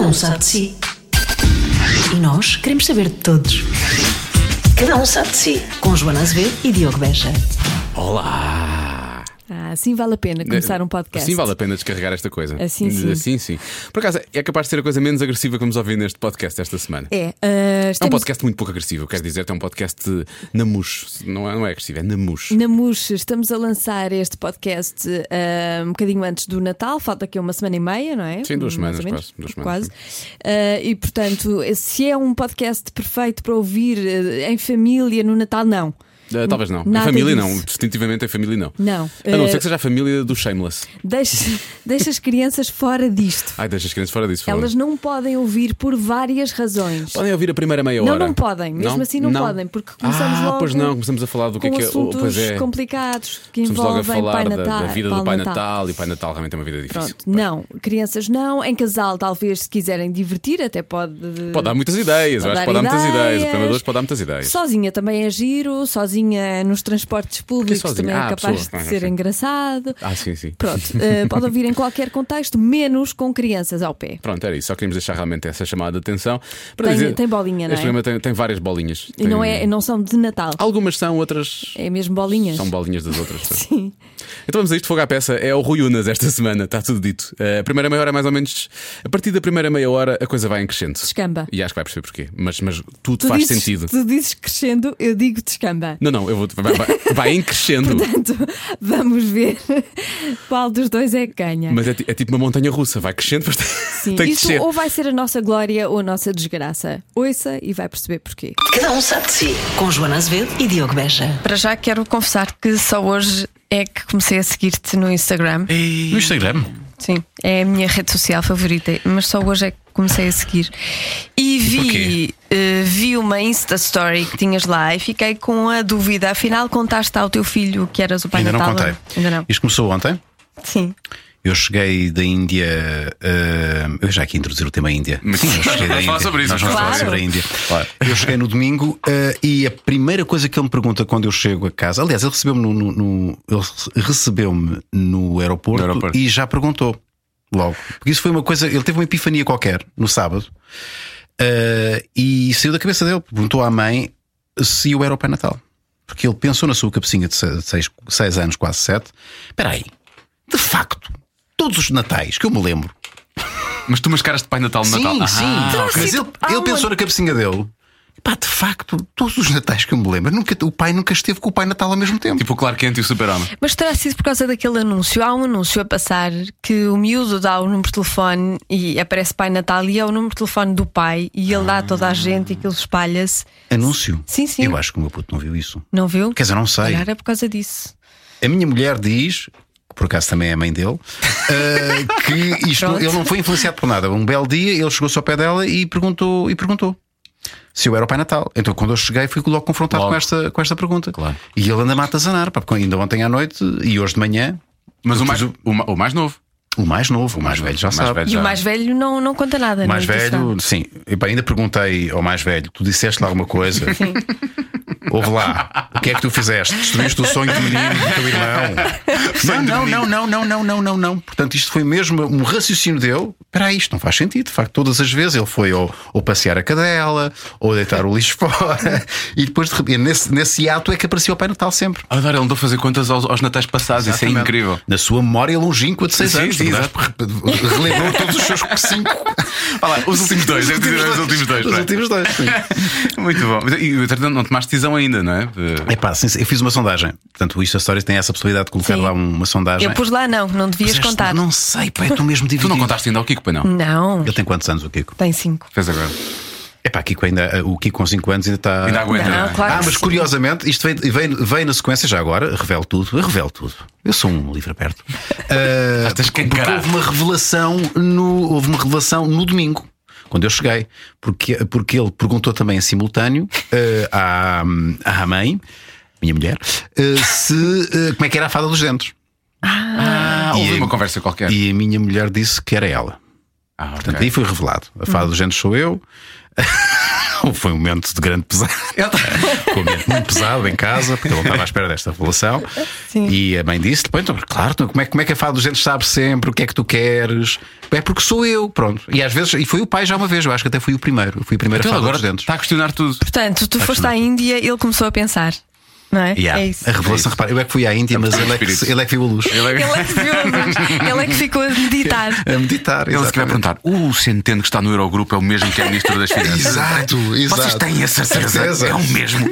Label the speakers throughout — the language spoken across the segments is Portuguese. Speaker 1: um sabe de si. E nós queremos saber de todos. Cada um sabe de si. Com Joana Azevedo e Diogo Beja.
Speaker 2: Olá!
Speaker 3: Ah, assim vale a pena começar um podcast.
Speaker 2: Eh, Sim, vale a pena descarregar esta coisa.
Speaker 3: Assim sim.
Speaker 2: Assim sim. Por acaso, é capaz de ser a coisa menos agressiva que vamos ouvir neste podcast esta semana.
Speaker 3: É, ah,
Speaker 2: É um
Speaker 3: estamos
Speaker 2: podcast muito pouco agressivo, quer dizer, é um podcast namucho. Não é, não é agressivo, é namucho.
Speaker 3: na Muxa, estamos a lançar este podcast ah, um bocadinho antes do Natal, falta aqui uma semana e meia, não é?
Speaker 2: Sim, duas semanas,
Speaker 3: Mais ou menos,
Speaker 2: quase, duas semanas,
Speaker 3: quase. Ah, e portanto, se é um podcast perfeito para ouvir ah, em família no Natal, não.
Speaker 2: Ah, Talvez não. Em
Speaker 3: Nada
Speaker 2: família não,
Speaker 3: disso.
Speaker 2: definitivamente em família não.
Speaker 3: Não.
Speaker 2: A não
Speaker 3: Eh,
Speaker 2: ser que seja a família do Shameless.
Speaker 3: Deixa, deixa as crianças fora disto.
Speaker 2: Ai, deixa as crianças fora disso. por favor.
Speaker 3: Elas não podem ouvir por várias razões.
Speaker 2: Podem ouvir a primeira meia
Speaker 3: Não,
Speaker 2: hora.
Speaker 3: não podem. Mesmo assim não podem, porque começamos
Speaker 2: ah,
Speaker 3: logo
Speaker 2: Pois não, começamos a falar do que é
Speaker 3: com
Speaker 2: que é. o-
Speaker 3: assuntos
Speaker 2: Pois é.
Speaker 3: complicados que
Speaker 2: Começamos logo a
Speaker 3: envolvem Pai
Speaker 2: falar da,
Speaker 3: Natal.
Speaker 2: da vida do
Speaker 3: Pai Natal.
Speaker 2: e Pai Natal realmente é uma vida difícil.
Speaker 3: Pronto, não, crianças não, em casal talvez se quiserem divertir, até pode.
Speaker 2: Pode dar muitas ideias, eu
Speaker 3: Pode
Speaker 2: acho que
Speaker 3: dar
Speaker 2: pode dar muitas ideias. O
Speaker 3: ideias.
Speaker 2: programa 2 pode dar muitas ideias.
Speaker 3: Sozinha também é giro, sozinha nos transportes públicos
Speaker 2: sozinha?
Speaker 3: também
Speaker 2: Ah,
Speaker 3: é capaz
Speaker 2: pessoa.
Speaker 3: de ser engraçado.
Speaker 2: Ah, sim, sim.
Speaker 3: Pronto, eh, pode ouvir em qualquer contexto, menos com crianças ao pé.
Speaker 2: Pronto, era isso. Só queríamos deixar realmente essa chamada de atenção. Para
Speaker 3: Tem-
Speaker 2: dizer,
Speaker 3: tem bolinha, não
Speaker 2: Este
Speaker 3: é?
Speaker 2: programa tem, tem várias bolinhas.
Speaker 3: E não, é, não são de Natal,
Speaker 2: Algumas são, outras.
Speaker 3: é mesmo bolinhas.
Speaker 2: São bolinhas das outras. sim.
Speaker 3: Sim.
Speaker 2: Então vamos a isto, fogo à peça. É o Rui Unas esta semana, está tudo dito. Eh, A primeira meia hora, é mais ou menos. A partir da primeira meia hora, a coisa vai em crescendo.
Speaker 3: Descamba.
Speaker 2: E acho que vai perceber porquê. Mas, mas tudo
Speaker 3: Tu
Speaker 2: faz
Speaker 3: dizes-
Speaker 2: sentido.
Speaker 3: Tu dizes crescendo, eu digo descamba.
Speaker 2: Não, não, eu vou. Vai, vai, vai em crescendo.
Speaker 3: Portanto, vamos ver qual dos dois é que ganha.
Speaker 2: Mas é, ti- é tipo uma montanha russa, vai crescendo, mas tem-
Speaker 3: Sim,
Speaker 2: tem que
Speaker 3: isto
Speaker 2: descer.
Speaker 3: ou vai ser a nossa glória ou a nossa desgraça. Ouça e vai perceber porquê.
Speaker 1: Cada um sabe de si. Com Joana Azevedo e Diogo Beja.
Speaker 4: Para já quero confessar que só hoje é que comecei a seguir-te no Instagram.
Speaker 5: No Instagram?
Speaker 4: Sim, é a minha rede social favorita, mas só hoje é que comecei a seguir. E vi,
Speaker 5: porquê?
Speaker 4: eh, vi uma Insta Story que tinhas lá e fiquei com a dúvida. Afinal, contaste ao teu filho que eras o pai
Speaker 5: Ainda não
Speaker 4: Natal?
Speaker 5: contei.
Speaker 4: Ainda não.
Speaker 5: Isto começou ontem.
Speaker 4: Sim.
Speaker 5: Eu cheguei da Índia. ah, eu já aqui introduzi o tema Índia. Sim, eu cheguei da
Speaker 2: Vamos falar
Speaker 5: Índia.
Speaker 2: sobre isso,
Speaker 5: Nós vamos
Speaker 4: claro.
Speaker 5: falar sobre a Índia. Eu cheguei no domingo ah, e a primeira coisa que ele me pergunta quando eu chego a casa. Aliás, ele recebeu-me no, no- no- ele recebeu-me no aeroporto,
Speaker 2: No aeroporto.
Speaker 5: e já perguntou logo. Porque isso foi uma coisa. Ele teve uma epifania qualquer no sábado ah, e saiu da cabeça dele. Perguntou à mãe se eu era o Pai Natal. Porque ele pensou na sua cabecinha de 6 anos, quase 7. Espera aí, de facto, todos os Natais que eu me lembro.
Speaker 2: Mas tu umas caras de Pai Natal no Natal.
Speaker 5: Sim, sim. Ah, Mas
Speaker 4: sido-
Speaker 5: ele,
Speaker 4: há
Speaker 5: ele
Speaker 4: um-
Speaker 5: pensou na cabecinha dele. Pá, de facto, todos os Natais que eu me lembro, nunca, o pai nunca esteve com o Pai Natal ao mesmo tempo.
Speaker 2: Tipo o Clark Kent e o Super-Homem.
Speaker 4: Mas terá sido por causa daquele anúncio. Há um anúncio a passar que o miúdo dá o número de telefone e aparece Pai Natal e é o número de telefone do pai e ele dá a
Speaker 5: Ah.
Speaker 4: toda a gente e aquilo espalha-se.
Speaker 5: Anúncio.
Speaker 4: Sim, sim.
Speaker 5: Eu acho que o meu puto não viu isso.
Speaker 4: Não viu?
Speaker 5: Quer dizer, não sei.
Speaker 4: Calhar é por causa disso.
Speaker 5: A minha mulher diz, que por acaso também é a mãe dele, ah, que isto,
Speaker 4: Pronto.
Speaker 5: ele não foi influenciado por nada. Um belo dia ele chegou-se ao pé dela e perguntou, e perguntou se eu era o Pai Natal. Então quando eu cheguei fui logo confrontado
Speaker 2: Logo.
Speaker 5: com esta, com esta pergunta.
Speaker 2: Claro.
Speaker 5: E ele anda-me a atazanar, pá, porque ainda ontem à noite e hoje de manhã,
Speaker 2: Mas o
Speaker 5: Eu
Speaker 2: mais,
Speaker 5: fiz
Speaker 2: o ma- o mais novo.
Speaker 5: o mais novo, o mais velho já
Speaker 2: mais
Speaker 5: sabe.
Speaker 2: velho
Speaker 4: E
Speaker 2: Já.
Speaker 4: o mais velho não, não conta nada.
Speaker 5: O mais
Speaker 4: não é interessa.
Speaker 5: velho, sim. E, pá, ainda perguntei ao mais velho: tu disseste lá alguma coisa? Ouve lá, o que é que tu fizeste? Destruíste o sonho do menino do teu irmão? Não, não, não, não, não, não, não, não, não. Portanto, isto foi mesmo um raciocínio dele. Espera aí, isto não faz sentido. De facto, todas as vezes ele foi ou, ou passear a cadela, ou deitar o lixo fora, e depois de repente, nesse, nesse ato é que apareceu o Pai Natal sempre.
Speaker 2: Adoro, ele andou a fazer contas aos, aos natais passados, isso é incrível.
Speaker 5: Na sua memória longínqua de 6
Speaker 2: Sim,
Speaker 5: anos,
Speaker 2: sim,
Speaker 5: tu mudaste- relembrou todos os seus 5.
Speaker 2: os últimos dois, eu diria os últimos dois.
Speaker 5: Os
Speaker 2: vai.
Speaker 5: últimos dois, sim.
Speaker 2: Muito bom. Mas, E entretanto, não tomaste decisão ainda, não é? Eh,
Speaker 5: É pá, eu fiz uma sondagem. Portanto, o Insta Stories tem essa possibilidade de colocar
Speaker 4: Sim.
Speaker 5: lá um, uma sondagem.
Speaker 4: Eu pus lá, não, não devias
Speaker 5: Puseste-
Speaker 4: contar.
Speaker 5: Não sei, pá, eu estou mesmo
Speaker 2: Tu
Speaker 5: dividido.
Speaker 2: não contaste ainda ao Kiko, pois não?
Speaker 4: Não,
Speaker 5: Ele tem quantos anos, o Kiko?
Speaker 4: tem cinco.
Speaker 2: Fez agora.
Speaker 5: É pá, Kiko ainda, o Kiko com 5 anos ainda está.
Speaker 2: Ainda aguenta.
Speaker 4: Não,
Speaker 2: é?
Speaker 4: claro.
Speaker 5: Ah, mas
Speaker 4: sim.
Speaker 5: curiosamente, isto vem, vem, vem na sequência já agora, revelo tudo, eu revelo tudo. Eu sou um livro aberto. Ah,
Speaker 2: Estás que
Speaker 5: porque
Speaker 2: encarar.
Speaker 5: houve uma revelação no houve uma revelação no domingo. Quando eu cheguei, porque, porque ele perguntou também em simultâneo ah, à, à mãe, minha mulher, ah, se, ah, como é que era a fada dos dentes.
Speaker 2: Ah,
Speaker 5: E-
Speaker 2: houve uma conversa qualquer.
Speaker 5: E a minha mulher disse que era ela.
Speaker 2: Ah, ok.
Speaker 3: Hum.
Speaker 5: Portanto, aí foi revelado. A fada dos dentes sou eu. Como foi um momento de grande pesar. Foi um momento muito pesado em casa, porque ele não estava à espera desta revelação. E a mãe disse-lhe: "Pô, então, claro, então, como é, como é que a fada dos dentes sabe sempre o que é que tu queres? É porque sou eu, pronto. E às vezes, e foi o pai já uma vez, eu acho que até fui o primeiro. Eu fui o primeiro
Speaker 2: Então
Speaker 5: a
Speaker 2: ele
Speaker 5: fada
Speaker 2: agora
Speaker 5: dos dentes.
Speaker 2: está a questionar tudo.
Speaker 3: Portanto, tu foste à Índia ele começou a pensar. Não é?
Speaker 5: Yeah.
Speaker 3: É isso.
Speaker 5: A revelação, repara, eu é que fui à Índia, mas ele é, que,
Speaker 2: espírito.
Speaker 5: ele é que viu a luz.
Speaker 2: Ele,
Speaker 3: Ele é que viu a luz, ele é que ficou a meditar.
Speaker 5: A meditar.
Speaker 2: ele se calhar
Speaker 5: exatamente.
Speaker 2: perguntar: o Centeno que está no Eurogrupo é o mesmo que é Ministro das Finanças?
Speaker 5: Exato, exato.
Speaker 2: Vocês têm a certeza?
Speaker 5: Certeza.
Speaker 2: É o mesmo.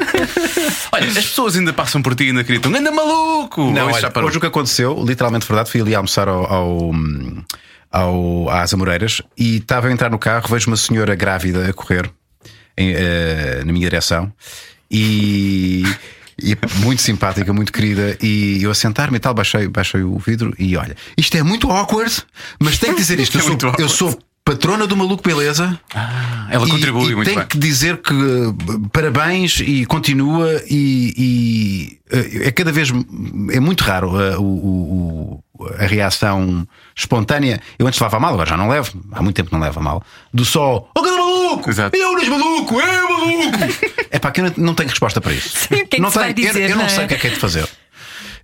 Speaker 2: Olha, as pessoas ainda passam por ti e ainda gritam: anda maluco!
Speaker 5: Não,
Speaker 2: Ou isso
Speaker 5: olha,
Speaker 2: já parou?
Speaker 5: hoje o que aconteceu, literalmente verdade, fui ali almoçar ao, ao, ao- às Amoreiras e estava a entrar no carro, vejo uma senhora grávida a correr em, eh, na minha direção e, e muito simpática, muito querida. E eu a sentar-me e tal, baixei, baixei o vidro e olha, isto é muito awkward, mas tenho que dizer
Speaker 2: É
Speaker 5: isto. eu, sou,
Speaker 2: muito awkward.
Speaker 5: eu sou patrona do maluco beleza.
Speaker 2: Ela
Speaker 5: E-
Speaker 2: contribui
Speaker 5: e
Speaker 2: muito
Speaker 5: tem
Speaker 2: bem.
Speaker 5: que dizer que uh, b- parabéns e continua e, e, uh, é cada vez m- é muito raro uh, o- o- o- a reação espontânea. Eu antes levava a mal, agora já não levo, há muito tempo que não levo a mal, do só, oh grande maluco!
Speaker 2: Exato.
Speaker 5: Eu não maluco, é maluco! é pá, que eu não- não tenho resposta para isso.
Speaker 3: Sim, o que é que
Speaker 5: não
Speaker 3: se vai
Speaker 5: tenho- eu-
Speaker 3: dizer,
Speaker 5: eu, não
Speaker 3: não é?
Speaker 5: sei o que é que é de fazer.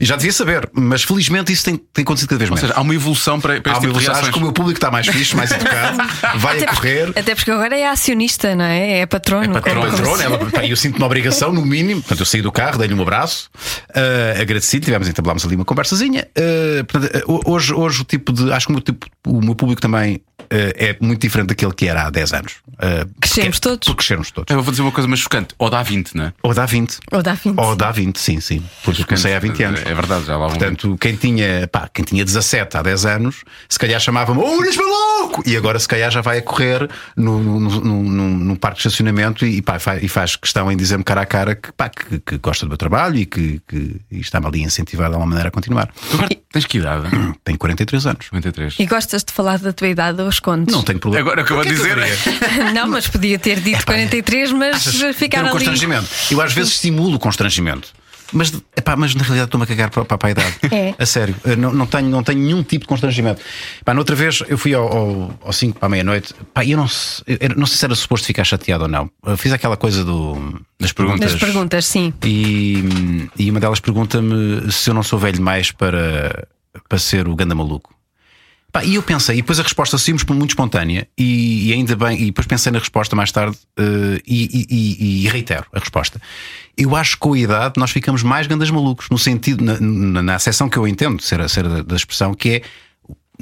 Speaker 5: E já devia saber, mas felizmente isso tem, tem acontecido cada vez
Speaker 2: Ou
Speaker 5: mais.
Speaker 2: seja, há uma evolução para, para
Speaker 5: Há
Speaker 2: este
Speaker 5: uma
Speaker 2: tipo de
Speaker 5: evolução. acho
Speaker 2: reações.
Speaker 5: que o meu público está mais fixe, mais educado, vai a correr.
Speaker 3: Até porque agora é acionista, não é? É patrono.
Speaker 2: É patrono,
Speaker 3: como- como
Speaker 5: patrona,
Speaker 3: se-
Speaker 5: ela, pá, eu sinto-me uma obrigação, no mínimo. Portanto, eu saí do carro, dei-lhe um abraço, ah, agradecido, tivemos, entabulámos ali uma conversazinha. Ah, portanto, ah, ho- hoje, hoje o tipo de. Acho que o meu, tipo, o meu público também ah, é muito diferente daquele que era há 10 anos. Ah,
Speaker 3: Crescemos
Speaker 5: porque-
Speaker 3: todos.
Speaker 5: Porque crescemos todos.
Speaker 2: Eu vou dizer uma coisa mais chocante: ou dá 20, não é?
Speaker 5: Ou dá 20.
Speaker 3: Ou dá 20.
Speaker 5: Ou dá 20, sim, sim. Porque eu comecei há 20 anos.
Speaker 2: É verdade, já lá há um
Speaker 5: Portanto, quem tinha, pá, quem tinha 17 há 10 anos, se calhar chamava-me "Oh, Unas maluco! E agora, se calhar, já vai a correr no, no, no- no- no parque de estacionamento e, pá, fa- e faz questão em dizer-me cara a cara que, pá, que, que gosta do meu trabalho e que, que e está-me ali incentivado de alguma maneira a continuar.
Speaker 2: Tu agora tens que idade?
Speaker 5: Tenho 43 anos.
Speaker 2: 93.
Speaker 3: E gostas de falar da tua idade ou escondes?
Speaker 5: Não tenho problema.
Speaker 2: Agora acabou de
Speaker 5: Porquê que eu
Speaker 2: dizer. é
Speaker 5: diria?
Speaker 3: Não, mas podia ter dito 43, mas
Speaker 5: Ter
Speaker 3: ficar
Speaker 5: um
Speaker 3: ali.
Speaker 5: constrangimento. Eu às vezes estimulo o constrangimento. Mas, epá, mas na realidade estou-me a cagar para, para, para a idade.
Speaker 3: É.
Speaker 5: A sério. Eu Não, não, tenho, não tenho nenhum tipo de constrangimento. Pá, noutra vez eu fui ao 5 para a meia-noite. Pá, eu não, se- eu não sei se era suposto ficar chateado ou não. Eu fiz aquela coisa do, das perguntas.
Speaker 3: Nas perguntas, sim.
Speaker 5: E, e uma delas pergunta-me se eu não sou velho demais para, para ser o ganda maluco. Pá, e eu pensei, e depois a resposta simples, muito espontânea, e, e ainda bem, e depois pensei na resposta mais tarde eh, e, e- e- e reitero a resposta. Eu acho que com a idade nós ficamos mais gandas malucos, no sentido, na, na, na acessão que eu entendo de ser, a- ser da, da expressão, que é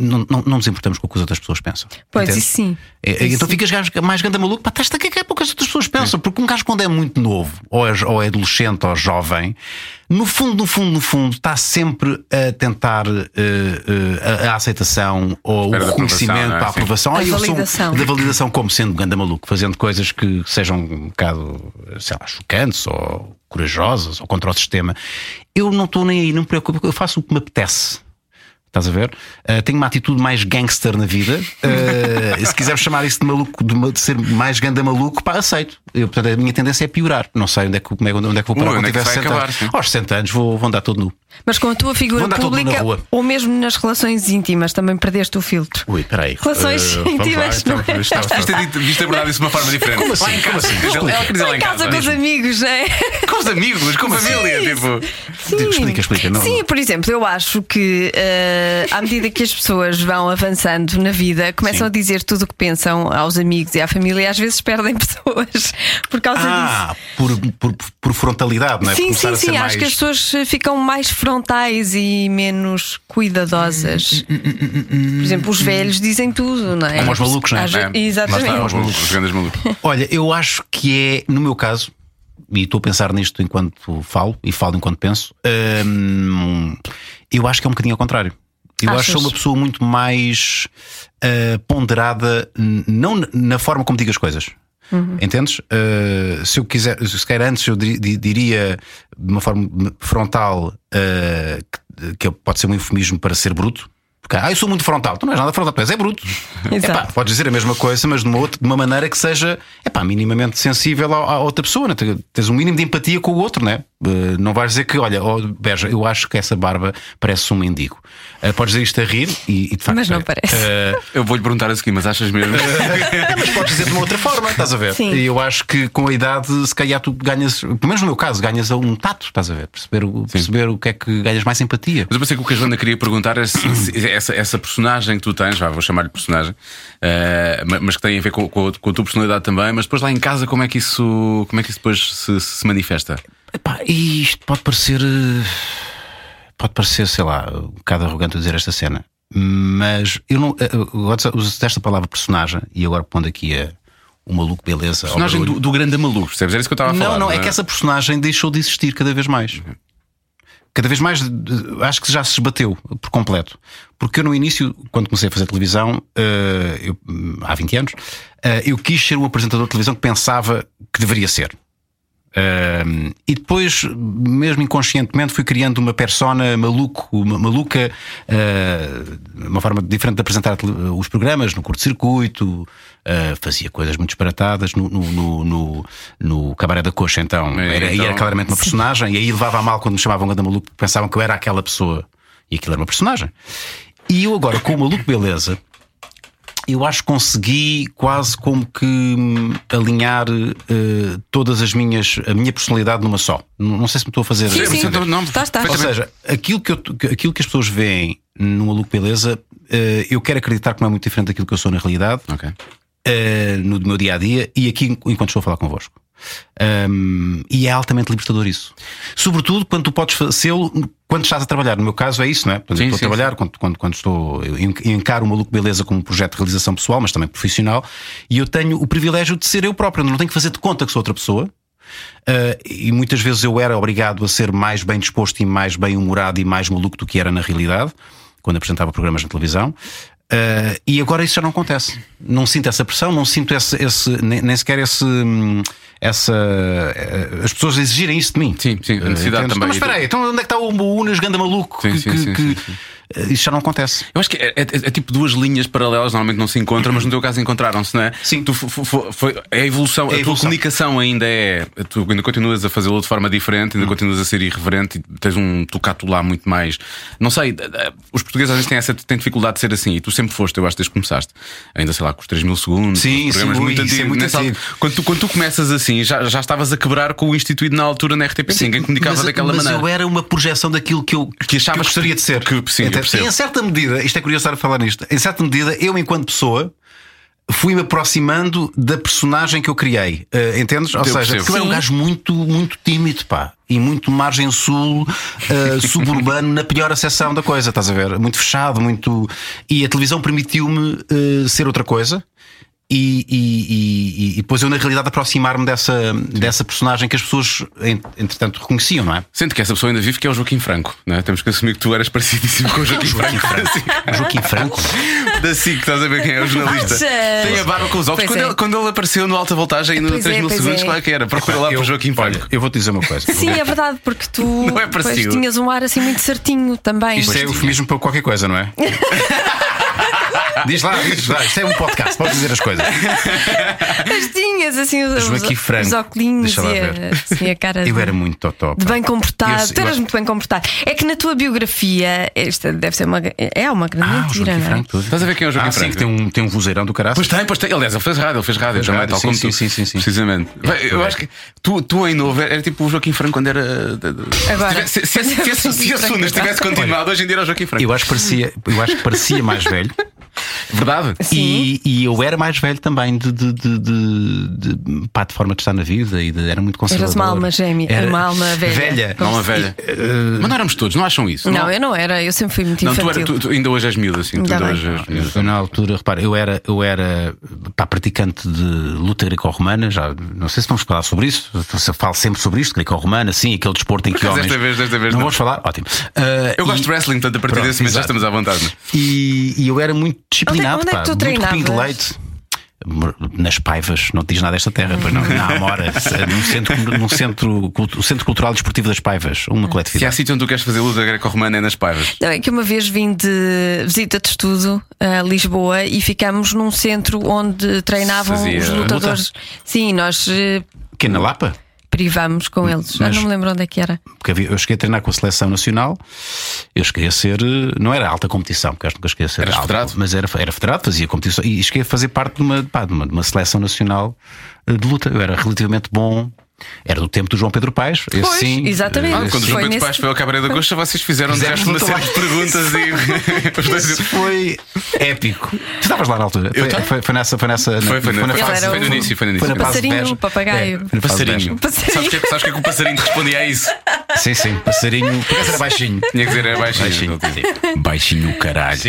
Speaker 5: não, não, não nos importamos com o que as outras pessoas pensam.
Speaker 3: Pois,
Speaker 5: Entendes?
Speaker 3: isso sim.
Speaker 5: É, é, então ficas gajo- mais ganda maluco, pá, estás-te a cagar para o que é as outras pessoas pensam, porque um gajo quando é muito novo, ou é, ou é adolescente, ou jovem, no fundo, no fundo, no fundo, está sempre a tentar eh, eh, a, a aceitação ou
Speaker 2: Espera
Speaker 5: o
Speaker 2: da
Speaker 5: reconhecimento,
Speaker 2: aprovação, não é?
Speaker 3: Sim. Da
Speaker 5: a aprovação, Ah, eu sou um-
Speaker 3: validação.
Speaker 5: da validação como sendo ganda maluco, fazendo coisas que sejam um bocado, sei lá, chocantes ou corajosas ou contra o sistema. Eu não estou nem aí, não me preocupo, eu faço o que me apetece. Estás a ver? Ah, tenho uma atitude mais gangster na vida. Ah, se quiseres chamar isso de maluco, de, ma- de ser mais ganda maluco, pá, aceito. Eu, portanto, a minha tendência é piorar. Não sei onde é que, como é- onde é que vou parar
Speaker 2: Ui,
Speaker 5: quando
Speaker 2: onde é que vai
Speaker 5: tiver 60
Speaker 2: acabar,
Speaker 5: anos.
Speaker 2: sim.
Speaker 5: Aos 60 anos vou, vou andar todo nu.
Speaker 3: Mas com a tua figura
Speaker 5: Vou andar todo nu na
Speaker 3: pública,
Speaker 5: rua.
Speaker 3: ou mesmo nas relações íntimas, também perdeste o filtro.
Speaker 5: Ui, peraí.
Speaker 3: Relações
Speaker 5: Ah, vamos lá,
Speaker 3: íntimas,
Speaker 5: então.
Speaker 3: não é?
Speaker 2: Estás viste a viste abordar isso de uma forma diferente. Como
Speaker 5: assim? Como assim?
Speaker 2: Ela quer dizer lá
Speaker 3: Em casa com os amigos, é?
Speaker 2: Com os amigos, com a
Speaker 5: assim?
Speaker 2: família, tipo.
Speaker 5: Explica, explica. Não,
Speaker 3: Sim, por exemplo, eu acho que eh, à medida que as pessoas vão avançando na vida, começam a dizer tudo o que pensam aos amigos e à família e às vezes perdem pessoas por causa disso.
Speaker 5: Ah, por, por, por frontalidade, não é?
Speaker 3: Sim, sim,
Speaker 5: Começar a ser
Speaker 3: sim.
Speaker 5: mais...
Speaker 3: Acho que as pessoas eh, ficam mais frontais e menos cuidadosas.
Speaker 5: Hum,
Speaker 3: Por exemplo, os velhos dizem tudo, não é?
Speaker 5: Como aos malucos, não é?
Speaker 3: Às ve-
Speaker 5: É.
Speaker 3: Exatamente.
Speaker 5: Lá está,
Speaker 2: Os malucos, os grandes malucos.
Speaker 5: Olha, eu acho que é, no meu caso, e estou a pensar nisto enquanto falo e falo enquanto penso, hum, eu acho que é um bocadinho ao contrário. Eu acho que sou
Speaker 3: Achas?
Speaker 5: uma pessoa muito mais ah, ponderada, n- não na- na forma como digo as coisas. Entendes? Ah, se eu quiser, se calhar antes eu diri- di- diria eh, de uma forma frontal ah, que, que pode ser um eufemismo para ser bruto, porque Cá, Ah, eu sou muito frontal. Tu não és nada frontal, tu és é bruto.
Speaker 3: Exato.
Speaker 5: Epá, podes dizer a mesma coisa, mas de uma, outra- de uma maneira que seja epá, minimamente sensível à, à outra pessoa. né? Te- Tens um mínimo de empatia com o outro, né? Eh, não vais dizer que, olha, oh, Berja, eu acho que essa barba parece um mendigo. Eh, podes dizer isto a rir e, e de facto.
Speaker 3: Mas não
Speaker 5: é.
Speaker 3: parece.
Speaker 5: Eh,
Speaker 2: Eu vou-lhe perguntar a seguir, mas achas mesmo?
Speaker 5: mas podes dizer de uma outra forma, estás a ver?
Speaker 3: Sim.
Speaker 5: E eu acho que com a idade, se calhar tu ganhas, pelo menos no meu caso, ganhas um tato, estás a ver? Perceber o, perceber o que é que ganhas mais empatia.
Speaker 2: Mas eu pensei que o que a Joana queria perguntar é se, se essa, essa personagem que tu tens, vá, vou chamar-lhe personagem, eh, ma- mas que tem a ver com, com a- com a tua personalidade também, mas depois lá em casa como é que isso, como é que isso depois se, se manifesta?
Speaker 5: Epá, e isto pode parecer. eh, Pode parecer, sei lá, um bocado arrogante eu dizer esta cena, mas eu não. eh, eu gosto- Uso esta palavra personagem e agora pondo aqui a, o maluco beleza. ao
Speaker 2: Personagem
Speaker 5: barulho.
Speaker 2: do, do grande maluco, percebes? Era isso que eu estava a falar.
Speaker 5: Não, não,
Speaker 2: é?
Speaker 5: é
Speaker 2: Uhum.
Speaker 5: que essa personagem deixou de existir cada vez mais. Cada vez mais, eh, acho que já se esbateu por completo. Porque eu, no início, quando comecei a fazer televisão, eh, eu, hum, há 20 anos, eh, eu quis ser um apresentador de televisão que pensava que deveria ser. Um, e depois, mesmo inconscientemente, fui criando uma persona maluco, uma, maluca, uh, uma forma diferente de apresentar tele- os programas no curto-circuito, uh, fazia coisas muito disparatadas no, no, no, no- no Cabaré da Coxa. Então,
Speaker 2: É,
Speaker 5: era, aí
Speaker 2: então-
Speaker 5: era claramente uma personagem, e aí levava a mal quando me chamavam de maluco, porque pensavam que eu era aquela pessoa, e aquilo era uma personagem. E eu agora, com o maluco, beleza eu acho que consegui quase como que hum, alinhar eh, todas as minhas, a minha personalidade numa só. Não, não sei se me estou a fazer.
Speaker 3: Sim,
Speaker 5: a
Speaker 3: sim.
Speaker 5: fazer-
Speaker 2: Então, não,
Speaker 3: Tá, tá.
Speaker 5: Ou seja, aquilo que, eu, que- aquilo que as pessoas veem no Maluco Beleza, eh, eu quero acreditar que não é muito diferente daquilo que eu sou na realidade,
Speaker 2: Ok.
Speaker 5: eh, no meu dia a dia e aqui enqu- enquanto estou a falar convosco. Hum, e é altamente libertador isso. Sobretudo quando tu podes fazê-lo quando estás a trabalhar. No meu caso é isso, não é? Quando
Speaker 2: Sim,
Speaker 5: eu estou
Speaker 2: sim,
Speaker 5: a trabalhar, quando, quando, quando estou. Eu en- eu encaro o Maluco Beleza como um projeto de realização pessoal, mas também profissional, e eu tenho o privilégio de ser eu próprio. Eu não tenho que fazer de conta que sou outra pessoa. Uh, e muitas vezes eu era obrigado a ser mais bem disposto e mais bem humorado e mais maluco do que era na realidade, quando apresentava programas na televisão. Uh, e agora isso já não acontece. Não sinto essa pressão, não sinto esse, esse- nem, nem sequer esse. hum, Essa, eh, as pessoas exigirem isso de mim.
Speaker 2: Sim, sim, a
Speaker 5: Eh,
Speaker 2: necessidade
Speaker 5: entendes?
Speaker 2: também.
Speaker 5: Mas espera aí, então onde é que está o o Unas Ganda Maluco?
Speaker 2: Sim,
Speaker 5: que,
Speaker 2: sim,
Speaker 5: que-
Speaker 2: sim,
Speaker 5: que-
Speaker 2: sim, sim.
Speaker 5: eh, Isso já não acontece.
Speaker 2: Eu acho que é, é- é tipo duas linhas paralelas, normalmente não se encontram, mas no teu caso encontraram-se, não é?
Speaker 5: Sim.
Speaker 2: Tu, fo- fo- fo- foi, é a evolução, a, tua
Speaker 5: evolução.
Speaker 2: comunicação ainda é. Tu ainda continuas a fazê-lo de forma diferente,
Speaker 5: Hum.
Speaker 2: ainda continuas a ser irreverente e tens um tocato lá muito mais. Não sei, eh, eh, os portugueses às vezes têm, essa, têm dificuldade de ser assim e tu sempre foste, eu acho, desde que começaste. Ainda sei lá, com os 3 mil segundos,
Speaker 5: Sim,
Speaker 2: os programas
Speaker 5: sim,
Speaker 2: muito
Speaker 5: ui, isso é
Speaker 2: antigos.
Speaker 5: muito
Speaker 2: nessa
Speaker 5: antigo.
Speaker 2: altura- Quando, tu, quando tu começas assim, já, já estavas a quebrar com o instituído na altura na RTP, ninguém comunicava
Speaker 5: mas,
Speaker 2: daquela
Speaker 5: mas
Speaker 2: maneira.
Speaker 5: eu era uma projeção daquilo que eu,
Speaker 2: Que achavas
Speaker 5: eu gostaria de ser.
Speaker 2: que- sim, eu
Speaker 5: Entende?
Speaker 2: percebo.
Speaker 5: em certa medida, isto é curioso estar a falar nisto, em certa medida, eu, enquanto pessoa, fui-me aproximando da personagem que eu criei. Eh, entendes? Ou
Speaker 2: Eu
Speaker 5: seja,
Speaker 2: percebo.
Speaker 5: porque eu era um
Speaker 3: Sim.
Speaker 5: gajo muito, muito tímido, pá. E muito margem sul, eh, suburbano, na pior acessão da coisa, estás a ver? Muito fechado, muito. E a televisão permitiu-me eh, ser outra coisa. E, e- e- e depois eu, na realidade, aproximar-me dessa, dessa personagem que as pessoas, en- entretanto, reconheciam, não é?
Speaker 2: Sendo que essa pessoa ainda vive, que é o Joaquim Franco, não é? Temos que assumir que tu eras parecidíssimo com o Joaquim Franco.
Speaker 5: O Joaquim Franco.
Speaker 2: da SIC, estás a ver quem é o jornalista.
Speaker 3: Achas?
Speaker 2: Tem a barba com os ovos.
Speaker 3: Pois
Speaker 2: Quando,
Speaker 3: é.
Speaker 2: ele, quando ele apareceu no Alta Voltagem e no
Speaker 3: Pois é,
Speaker 2: 3 mil
Speaker 3: pois
Speaker 2: segundos,
Speaker 3: é.
Speaker 2: qual é que era? Procura lá para o Joaquim Franco.
Speaker 5: eu vou-te dizer uma coisa.
Speaker 3: Sim, é verdade, porque tu
Speaker 2: Não é
Speaker 3: pois,
Speaker 2: parecido.
Speaker 3: tinhas um ar assim muito certinho também.
Speaker 5: Isto é eufemismo para qualquer coisa, não é? diz lá, diz lá. Isto é um podcast, podes dizer as coisas.
Speaker 3: Mas tinhas assim os,
Speaker 5: Joaquim
Speaker 3: os,
Speaker 5: Franco.
Speaker 3: os óculos
Speaker 5: Deixa lá
Speaker 3: e a,
Speaker 5: ver.
Speaker 3: assim, a cara
Speaker 5: Eu
Speaker 3: de-
Speaker 5: era muito totó.
Speaker 3: de
Speaker 5: pá.
Speaker 3: bem comportado.
Speaker 5: Eu sei,
Speaker 3: tu
Speaker 5: eu
Speaker 3: eras
Speaker 5: acho-
Speaker 3: muito bem comportado. É que na tua biografia, esta deve ser uma. É uma grande
Speaker 5: Ah, o
Speaker 3: mentira,
Speaker 5: Joaquim
Speaker 3: não é?
Speaker 5: Franco. tudo.
Speaker 2: Estás a ver quem é o Joaquim
Speaker 5: Ah, sim,
Speaker 2: Franco?
Speaker 5: que tem um, tem um vozeirão do caralho.
Speaker 2: Pois
Speaker 3: tá.
Speaker 2: tem, pois tem. Aliás, ele fez rádio, ele fez rádio,
Speaker 5: Fez
Speaker 2: também,
Speaker 5: rádio,
Speaker 2: tal
Speaker 5: sim,
Speaker 2: como
Speaker 5: sim,
Speaker 2: tu.
Speaker 5: sim, sim, É, sim.
Speaker 2: Precisamente. Bem, eu acho que tu, tu em novo era tipo o Joaquim Franco quando era.
Speaker 3: Agora.
Speaker 2: Se, se, se, se, se, se esse Unas tivesse continuado, hoje em dia era o Joaquim Franco.
Speaker 5: Eu acho que parecia, eu acho que parecia mais velho
Speaker 2: Verdade?
Speaker 5: e, e eu era mais velho também de, de, de, de, de- pá, de forma de estar na vida e de- era muito conservador.
Speaker 3: Eras uma alma gêmea,
Speaker 5: Era-
Speaker 3: uma alma velha.
Speaker 5: Velha. eh,
Speaker 2: Não, uma velha. Mas não éramos todos, não acham isso?
Speaker 3: Não, eu não era, eu sempre fui muito
Speaker 2: Não, tu,
Speaker 3: infantil.
Speaker 2: era, tu, tu ainda hoje és miúdo, assim. Tu
Speaker 3: Ainda
Speaker 2: ainda
Speaker 3: bem.
Speaker 2: hoje és miúdo.
Speaker 5: Eu, na altura, repara, eu era, eu era pá, praticante de luta greco-romana, já não sei se vamos falar sobre isso, se eu falo sempre sobre isto, greco-romana, sim, aquele desporto em que
Speaker 2: acaso,
Speaker 5: homens.
Speaker 2: desta vez- desta vez
Speaker 5: não,
Speaker 2: não.
Speaker 5: vamos falar? Ótimo. Ah,
Speaker 2: Eu gosto
Speaker 5: e-
Speaker 2: de wrestling, portanto, a partir
Speaker 5: Pronto,
Speaker 2: desse momento já
Speaker 5: exato.
Speaker 2: estamos à vontade.
Speaker 5: E, e eu era muito disciplinado,
Speaker 3: Onde é- onde é que
Speaker 5: pá,
Speaker 3: tu
Speaker 5: muito
Speaker 3: treinavas?
Speaker 5: copinho de leite. nas Paivas, não te diz nada esta terra,
Speaker 2: Uhum.
Speaker 5: pois não, na Amora, num centro, num centro, cultu- Centro Cultural Desportivo das Paivas, uma
Speaker 2: Se há
Speaker 5: coletividade.
Speaker 2: sítio onde tu queres fazer luta greco-romana é nas Paivas.
Speaker 3: Não, é que uma vez vim de visita de estudo a Lisboa e ficámos num centro onde treinavam
Speaker 2: Fazia
Speaker 3: os lutadores. Sim, nós eh,
Speaker 5: Que é na Lapa?
Speaker 3: privámos com eles. Já
Speaker 5: Mas-
Speaker 3: não me lembro onde é que era.
Speaker 5: Porque havia- eu cheguei a treinar com a seleção nacional, eu cheguei a ser, eh, não era alta competição, porque acho que nunca cheguei a ser
Speaker 2: Eras
Speaker 5: alta,
Speaker 2: federado?
Speaker 5: mas era, era federado, fazia competição e cheguei a fazer parte de uma, pá, de uma, de uma seleção nacional eh, de luta. Eu era relativamente bom, era do tempo do João Pedro Paes, esse
Speaker 3: Pois,
Speaker 5: sim.
Speaker 3: exatamente.
Speaker 5: eh,
Speaker 2: Ah, quando o
Speaker 3: Foi
Speaker 2: João Pedro
Speaker 3: nesse-
Speaker 2: Paes foi ao Cabaré da Gosta, vocês fizeram de
Speaker 5: Fizemos
Speaker 2: resto uma
Speaker 5: muito
Speaker 2: série de perguntas e. os dois-
Speaker 5: Isso eh, foi épico. Tu estavas lá na altura.
Speaker 2: Eu
Speaker 5: foi,
Speaker 2: tava.
Speaker 5: foi, foi nessa. Foi, nessa
Speaker 2: Foi, foi,
Speaker 5: na- na
Speaker 2: foi.
Speaker 5: fase-
Speaker 3: Ele era
Speaker 2: Foi no
Speaker 3: o-
Speaker 2: início, foi no
Speaker 5: foi na
Speaker 2: início.
Speaker 5: fase
Speaker 3: Passarinho,
Speaker 5: besta.
Speaker 3: papagaio.
Speaker 5: foi na fase
Speaker 2: Passarinho.
Speaker 5: besta.
Speaker 3: Passarinho.
Speaker 2: Sabes o que, é que- sabes o que é que o passarinho te respondia a isso?
Speaker 5: Sim, sim. Passarinho. Por acaso era baixinho.
Speaker 2: Tinha que dizer, era baixinho. Baixinho o caralho.
Speaker 5: Era,
Speaker 2: o que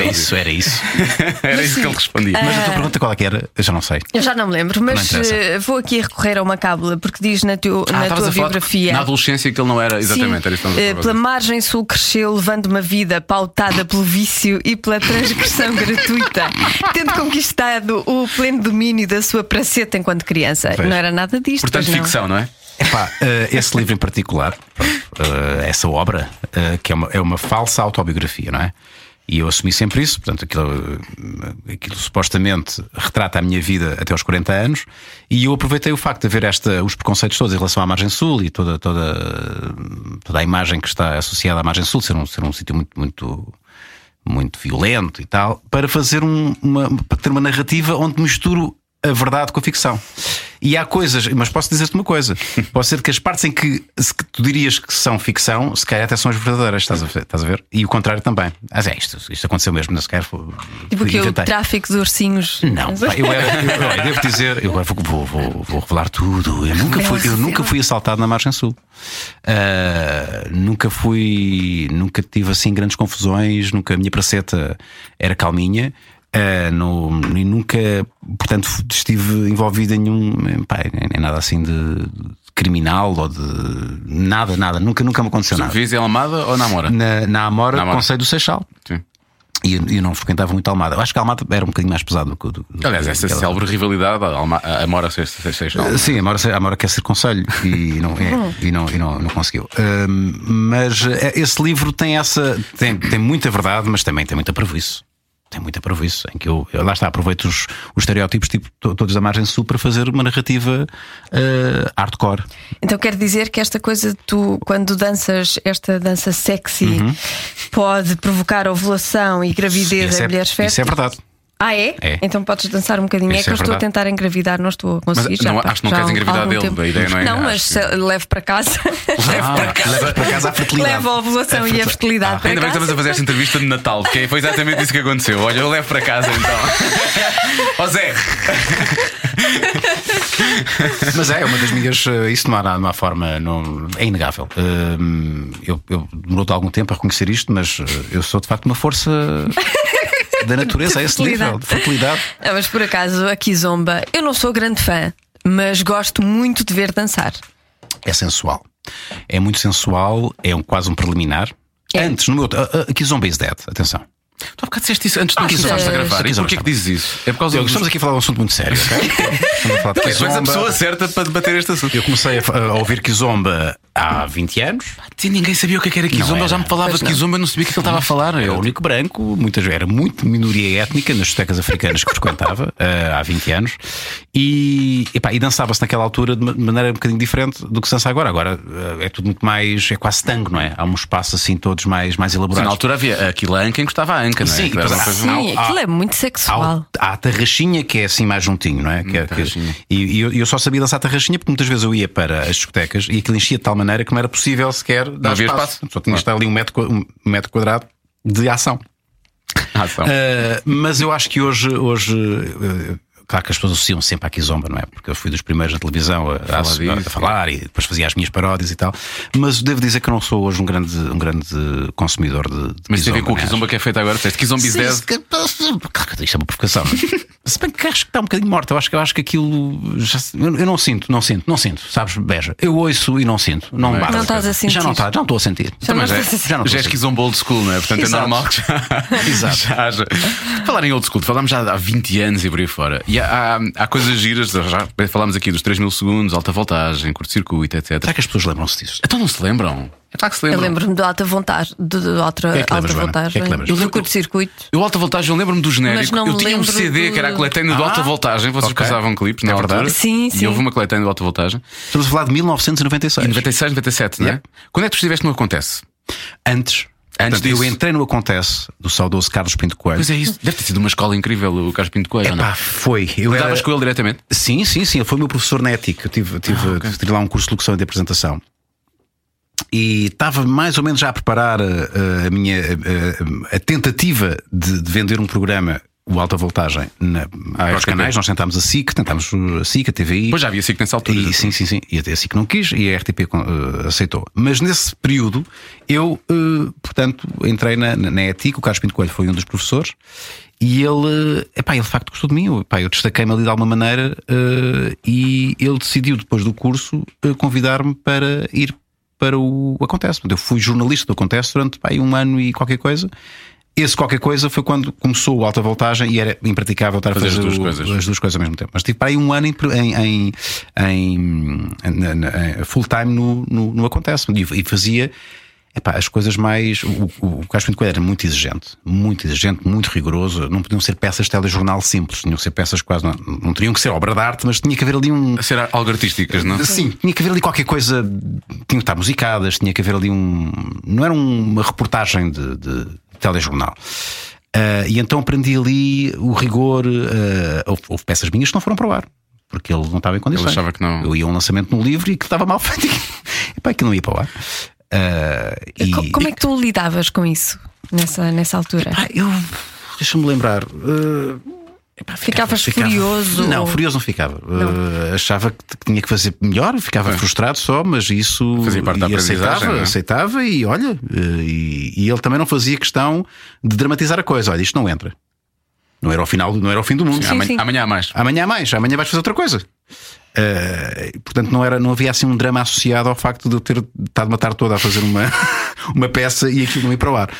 Speaker 2: ele
Speaker 5: isso, era isso.
Speaker 2: dizia. Era isso que ele respondia.
Speaker 5: Mas a tua pergunta qual é que era? Eu já não sei.
Speaker 3: Eu já não me lembro, mas
Speaker 5: interessa.
Speaker 3: eh, vou aqui recorrer a uma cábula porque diz na, teu- na
Speaker 2: Ah, estavas
Speaker 3: tua
Speaker 2: a falar
Speaker 3: biografia.
Speaker 2: Na adolescência que ele não era, exatamente,
Speaker 3: Sim,
Speaker 2: era isso que estávamos a
Speaker 3: eh,
Speaker 2: falar.
Speaker 3: pela margem sul cresceu, levando uma vida pautada pelo vício e pela transgressão gratuita, tendo conquistado o pleno domínio da sua praceta enquanto criança.
Speaker 5: Pois.
Speaker 3: Não era nada disto.
Speaker 2: Portanto,
Speaker 3: pois não.
Speaker 2: ficção, não é?
Speaker 5: Epá, eh, esse livro em particular, eh, essa obra, eh, que é uma, é uma falsa autobiografia, não é? E eu assumi sempre isso, portanto, aquilo, eh, aquilo supostamente retrata a minha vida até aos 40 anos, e eu aproveitei o facto de haver esta, os preconceitos todos em relação à margem sul e toda, toda, toda a imagem que está associada à margem sul, ser um, ser um sítio muito, muito, muito violento e tal, para fazer um- uma, para ter uma narrativa onde misturo a verdade com a ficção. E há coisas, mas posso dizer-te uma coisa: pode ser que as partes em que, se que tu dirias que são ficção, se calhar até são as verdadeiras, estás a, ver- estás a ver? E o contrário também. Mas é isto, isto aconteceu mesmo, não sequer foi.
Speaker 3: Tipo
Speaker 5: foi
Speaker 3: que o
Speaker 5: inventei.
Speaker 3: tráfico de ursinhos.
Speaker 2: Hum.
Speaker 5: Não, pá, eu, era, eu, olha, devo dizer, eu agora vou, vou, vou- vou revelar tudo. Eu
Speaker 2: é
Speaker 5: nunca fui, eu nunca fui assaltado na Margem Sul. Ah, nunca fui, nunca tive assim grandes confusões, nunca a minha praceta era calminha. ah, no, e nunca, portanto, f- estive envolvido em nenhum pá, em- em nada assim de, de criminal ou de nada, nada, nunca, nunca me aconteceu nada.
Speaker 2: Vives em Almada ou namora?
Speaker 5: Na, na Amora,
Speaker 2: Na Amora.
Speaker 5: Conselho do Seixal.
Speaker 2: Sim.
Speaker 5: E eu, eu não frequentava muito a Almada. Eu acho que a Almada era um bocadinho mais pesado do que o. do- do-
Speaker 2: Aliás, essa
Speaker 5: do-
Speaker 2: célebre rivalidade, a Alma- a Amora 666.
Speaker 5: Uh, Sim, a Maura, a Maura quer ser conselho e não,
Speaker 3: Hum.
Speaker 5: é, e não, e não, não conseguiu. Um, mas uh, esse livro tem essa. Tem, tem muita verdade, mas também tem muita prejuízo. Tem muita prejuízo. Em que eu, eu lá está, aproveito os, os estereótipos tipo, to- todos da margem sul para fazer uma narrativa uh, hardcore.
Speaker 3: Então quer dizer que esta coisa de tu, quando danças esta dança sexy,
Speaker 2: Uhum.
Speaker 3: pode provocar ovulação e gravidez
Speaker 5: Isso
Speaker 3: em
Speaker 5: é,
Speaker 3: mulheres férteis?
Speaker 5: isso é verdade.
Speaker 3: Ah, é?
Speaker 5: É.
Speaker 3: Então podes dançar um bocadinho.
Speaker 5: Isso
Speaker 3: é que
Speaker 5: é
Speaker 3: eu estou a
Speaker 5: verdade.
Speaker 3: tentar engravidar, não estou a conseguir.
Speaker 2: Mas, não,
Speaker 3: já,
Speaker 2: acho que não
Speaker 3: já
Speaker 2: queres
Speaker 3: há
Speaker 2: engravidar
Speaker 3: algum
Speaker 2: dele,
Speaker 3: tempo.
Speaker 2: a ideia não é-
Speaker 3: Não,
Speaker 2: acho
Speaker 3: mas
Speaker 2: que-
Speaker 3: se- levo para casa.
Speaker 5: Ah, Levas para casa a fertilidade.
Speaker 3: levo a ovulação e a fertilidade para
Speaker 2: É Ah, Ainda bem que estamos
Speaker 3: casa.
Speaker 2: a fazer esta entrevista de Natal, que foi exatamente isso que aconteceu. Olha, eu levo para casa então. Ó Zé,
Speaker 5: Mas é, uma das minhas. eh, Isso não há nada, não há forma. Não, é inegável. Hum, Eu, eu demorou-te algum tempo a reconhecer isto, mas eh, eu sou de facto uma força da natureza a esse nível, de fertilidade.
Speaker 3: Ah, mas por acaso, aqui zomba. Eu não sou grande fã, mas gosto muito de ver dançar.
Speaker 5: É sensual. É muito sensual, é um, quase um preliminar. Antes, no meu. a- a- Aqui Zomba is Dead, atenção.
Speaker 2: tu há bocado disseste isso antes de
Speaker 5: Ah,
Speaker 2: nós
Speaker 5: que
Speaker 2: começarmos a
Speaker 5: exato.
Speaker 2: gravar. E
Speaker 5: Exato.
Speaker 2: porquê que dizes isso? É por causa
Speaker 5: Eu,
Speaker 2: dos.
Speaker 5: estamos aqui a falar de um assunto muito sério, ok? Estamos a falar de
Speaker 2: Tu és a
Speaker 5: Kizomba.
Speaker 2: pessoa certa para debater este assunto.
Speaker 5: Eu comecei a, a ouvir Kizomba há 20 anos.
Speaker 2: Sim, ninguém sabia o que é que era
Speaker 5: Não
Speaker 2: Kizomba,
Speaker 5: era.
Speaker 2: ele já me falava de Kizomba, eu não sabia o que é que ele estava a falar.
Speaker 5: É o
Speaker 2: Eu-
Speaker 5: único branco, muitas era muito minoria étnica nas discotecas africanas que frequentava eh, há 20 anos e, epá, e dançava-se naquela altura de ma- de maneira um bocadinho diferente do que se dança agora. Agora eh, é tudo muito mais, é quase tango, não é? Há um espaço assim todos mais, mais
Speaker 2: Sim, na
Speaker 5: elaborados.
Speaker 2: altura havia aquilo a Anca encostava a Anca, não é?
Speaker 5: Sim,
Speaker 2: Aquilo era uma
Speaker 5: pois
Speaker 2: coisa-
Speaker 5: há-
Speaker 3: Sim,
Speaker 5: há-
Speaker 3: aquilo é muito
Speaker 5: Há, o-
Speaker 3: sexual.
Speaker 5: há a tarraxinha que é assim mais juntinho, não é? Que é- que-
Speaker 2: tarraxinha.
Speaker 5: e e eu, eu só sabia dançar tarraxinha porque muitas vezes eu ia para as discotecas e aquilo enchia de tal maneira que não era possível sequer dar
Speaker 2: havia
Speaker 5: espaço.
Speaker 2: espaço.
Speaker 5: Só tinha que estar ali um metro, qua- um metro quadrado de ação.
Speaker 2: Ah, então.
Speaker 5: Uh, mas eu acho que hoje, hoje uh, claro que as pessoas associam sempre à Kizomba, não é? Porque eu fui dos primeiros na televisão a,
Speaker 2: Falar
Speaker 5: a- a- a
Speaker 2: disso. é.
Speaker 5: falar e depois fazia as minhas paródias e tal. Mas devo dizer que eu não sou hoje um grande, um grande consumidor de, de
Speaker 2: Mas tem a ver com o
Speaker 5: não é?
Speaker 2: Kizomba que é feito agora, disseste Kizomba
Speaker 5: Sim,
Speaker 2: 10.
Speaker 5: se- Claro que isto é uma provocação. mas Se bem que acho que está um bocadinho morta. Eu acho que, eu acho que aquilo. já se- eu, eu não sinto, não sinto, não sinto. Sabes, beija. Eu ouço e não sinto. Não,
Speaker 2: Não é?
Speaker 5: bate.
Speaker 2: Não
Speaker 3: estás a
Speaker 5: Já
Speaker 3: sentir.
Speaker 5: não está, já não estou a sentir.
Speaker 3: não
Speaker 2: Mas já,
Speaker 3: estás a
Speaker 5: sentir.
Speaker 2: já é esquizombo old school, não é? Portanto é
Speaker 5: Exato.
Speaker 2: normal que já,
Speaker 5: Exato.
Speaker 2: já haja. Falar em old school, falámos já há 20 anos e por aí fora. E há, há, há coisas giras, já falámos aqui dos 3 mil segundos, alta voltagem, curto-circuito, etc.
Speaker 5: Será que as pessoas lembram-se disso?
Speaker 2: Então não se lembram? É claro que se
Speaker 3: Eu
Speaker 2: lembram.
Speaker 3: lembro-me de alta vontade, de, de outra
Speaker 5: Que é que lembras,
Speaker 3: alta
Speaker 5: Joana?
Speaker 3: vontade.
Speaker 5: Que é que lembras?
Speaker 3: Eu
Speaker 2: Eu-
Speaker 3: do curto-circuito.
Speaker 2: Eu alta voltagem, eu lembro-me do genérico.
Speaker 3: não
Speaker 2: Eu
Speaker 3: me
Speaker 2: tinha um
Speaker 3: lembro
Speaker 2: CD
Speaker 3: do-
Speaker 2: que era a coletânea do
Speaker 5: Ah,
Speaker 2: alta voltagem, vocês
Speaker 5: ok.
Speaker 2: passavam clipes na
Speaker 5: É
Speaker 2: altura.
Speaker 5: verdade.
Speaker 3: Sim,
Speaker 2: E
Speaker 3: sim.
Speaker 2: houve uma coletânea do alta voltagem.
Speaker 5: Estamos a falar de 1996.
Speaker 2: Em 96, 97, não é?
Speaker 5: Yep.
Speaker 2: Quando é que tu estiveste no Acontece?
Speaker 5: Antes.
Speaker 2: Antes
Speaker 5: Antes
Speaker 2: disso.
Speaker 5: eu entrei no Acontece do saudoso Carlos Pinto Coelho.
Speaker 2: Pois é isso. Deve ter sido uma escola incrível, o Carlos Pinto Coelho, ou não?
Speaker 5: Epá, foi. Eu era-
Speaker 2: Davas com ele diretamente?
Speaker 5: Sim, sim, sim. Ele foi meu professor na ética. Eu tive, tive,
Speaker 2: Ah,
Speaker 5: tive lá um curso de locução e de apresentação. E estava mais ou menos já a preparar eh, eh, a, minha eh, a tentativa de, de vender um programa, o Alta Voltagem, na, para os
Speaker 2: RTP.
Speaker 5: canais. Nós tentámos a SIC, tentámos a SIC, a TVI.
Speaker 2: Pois já havia sido nessa altura.
Speaker 5: E, sim, sim, sim. E até assim que não quis e a RTP con- eh, aceitou. Mas nesse período eu, eh, portanto, entrei na, na, na ETIC, o Carlos Pinto Coelho foi um dos professores e ele, eh, epá, ele de facto gostou de mim. Eu, epá, eu destaquei-me ali de alguma maneira eh, e ele decidiu, depois do curso, eh, convidar-me para ir para o Acontece. Portanto, Eu fui jornalista do Acontece durante pá, aí um ano e qualquer coisa. Esse qualquer coisa foi quando começou o alta voltagem e era impraticável estar a
Speaker 2: Fazer
Speaker 5: fazer,
Speaker 2: as duas
Speaker 5: o-
Speaker 2: coisas.
Speaker 5: as duas coisas ao mesmo tempo. Mas tive para aí um ano em, em, em- em- na- na- em full time no, no, no Acontece e, e fazia epá, as coisas mais. O, o, o Carlos Pinto Coelho era muito exigente, muito exigente, muito rigoroso. Não podiam ser peças de telejornal simples, tinham que ser peças quase. Não, não teriam que ser obra de arte, mas tinha que haver ali um.
Speaker 2: A ser algo artísticas, não?
Speaker 5: Sim, tinha que haver ali qualquer coisa, tinham que estar musicadas, tinha que haver ali um. Não era uma reportagem de, de telejornal. Ah, e então aprendi ali o rigor. ah, houve, houve peças minhas que não foram para o ar, porque ele não estava em condições.
Speaker 2: achava que não.
Speaker 5: Eu ia a um lançamento num livro e que estava mal feito. Epá, aquilo não ia para o ar. Ah, e-
Speaker 3: Co- Como é que tu lidavas com isso nessa, nessa altura?
Speaker 5: Epá, eu. Deixa-me lembrar. ah,
Speaker 3: Ficavas
Speaker 5: Ficava-
Speaker 3: furioso?
Speaker 5: Não,
Speaker 3: ou-
Speaker 5: furioso não ficava. Uh, achava que que tinha que fazer melhor, ficava frustrado só, mas isso
Speaker 2: É. Fazia parte da
Speaker 5: e
Speaker 2: aprendizagem,
Speaker 5: aceitava,
Speaker 2: não é?
Speaker 5: aceitava e olha, uh, e, e ele também não fazia questão de dramatizar a coisa. Olha, isto não entra. Não era o final, não era o fim do mundo.
Speaker 2: Amanhã,
Speaker 3: sim.
Speaker 2: amanhã há mais.
Speaker 5: Amanhã há mais, amanhã vais fazer outra coisa. Uh, portanto, não, era, não havia assim um drama associado ao facto de eu ter estado uma tarde toda a fazer uma, uma peça e aquilo não ir para o ar.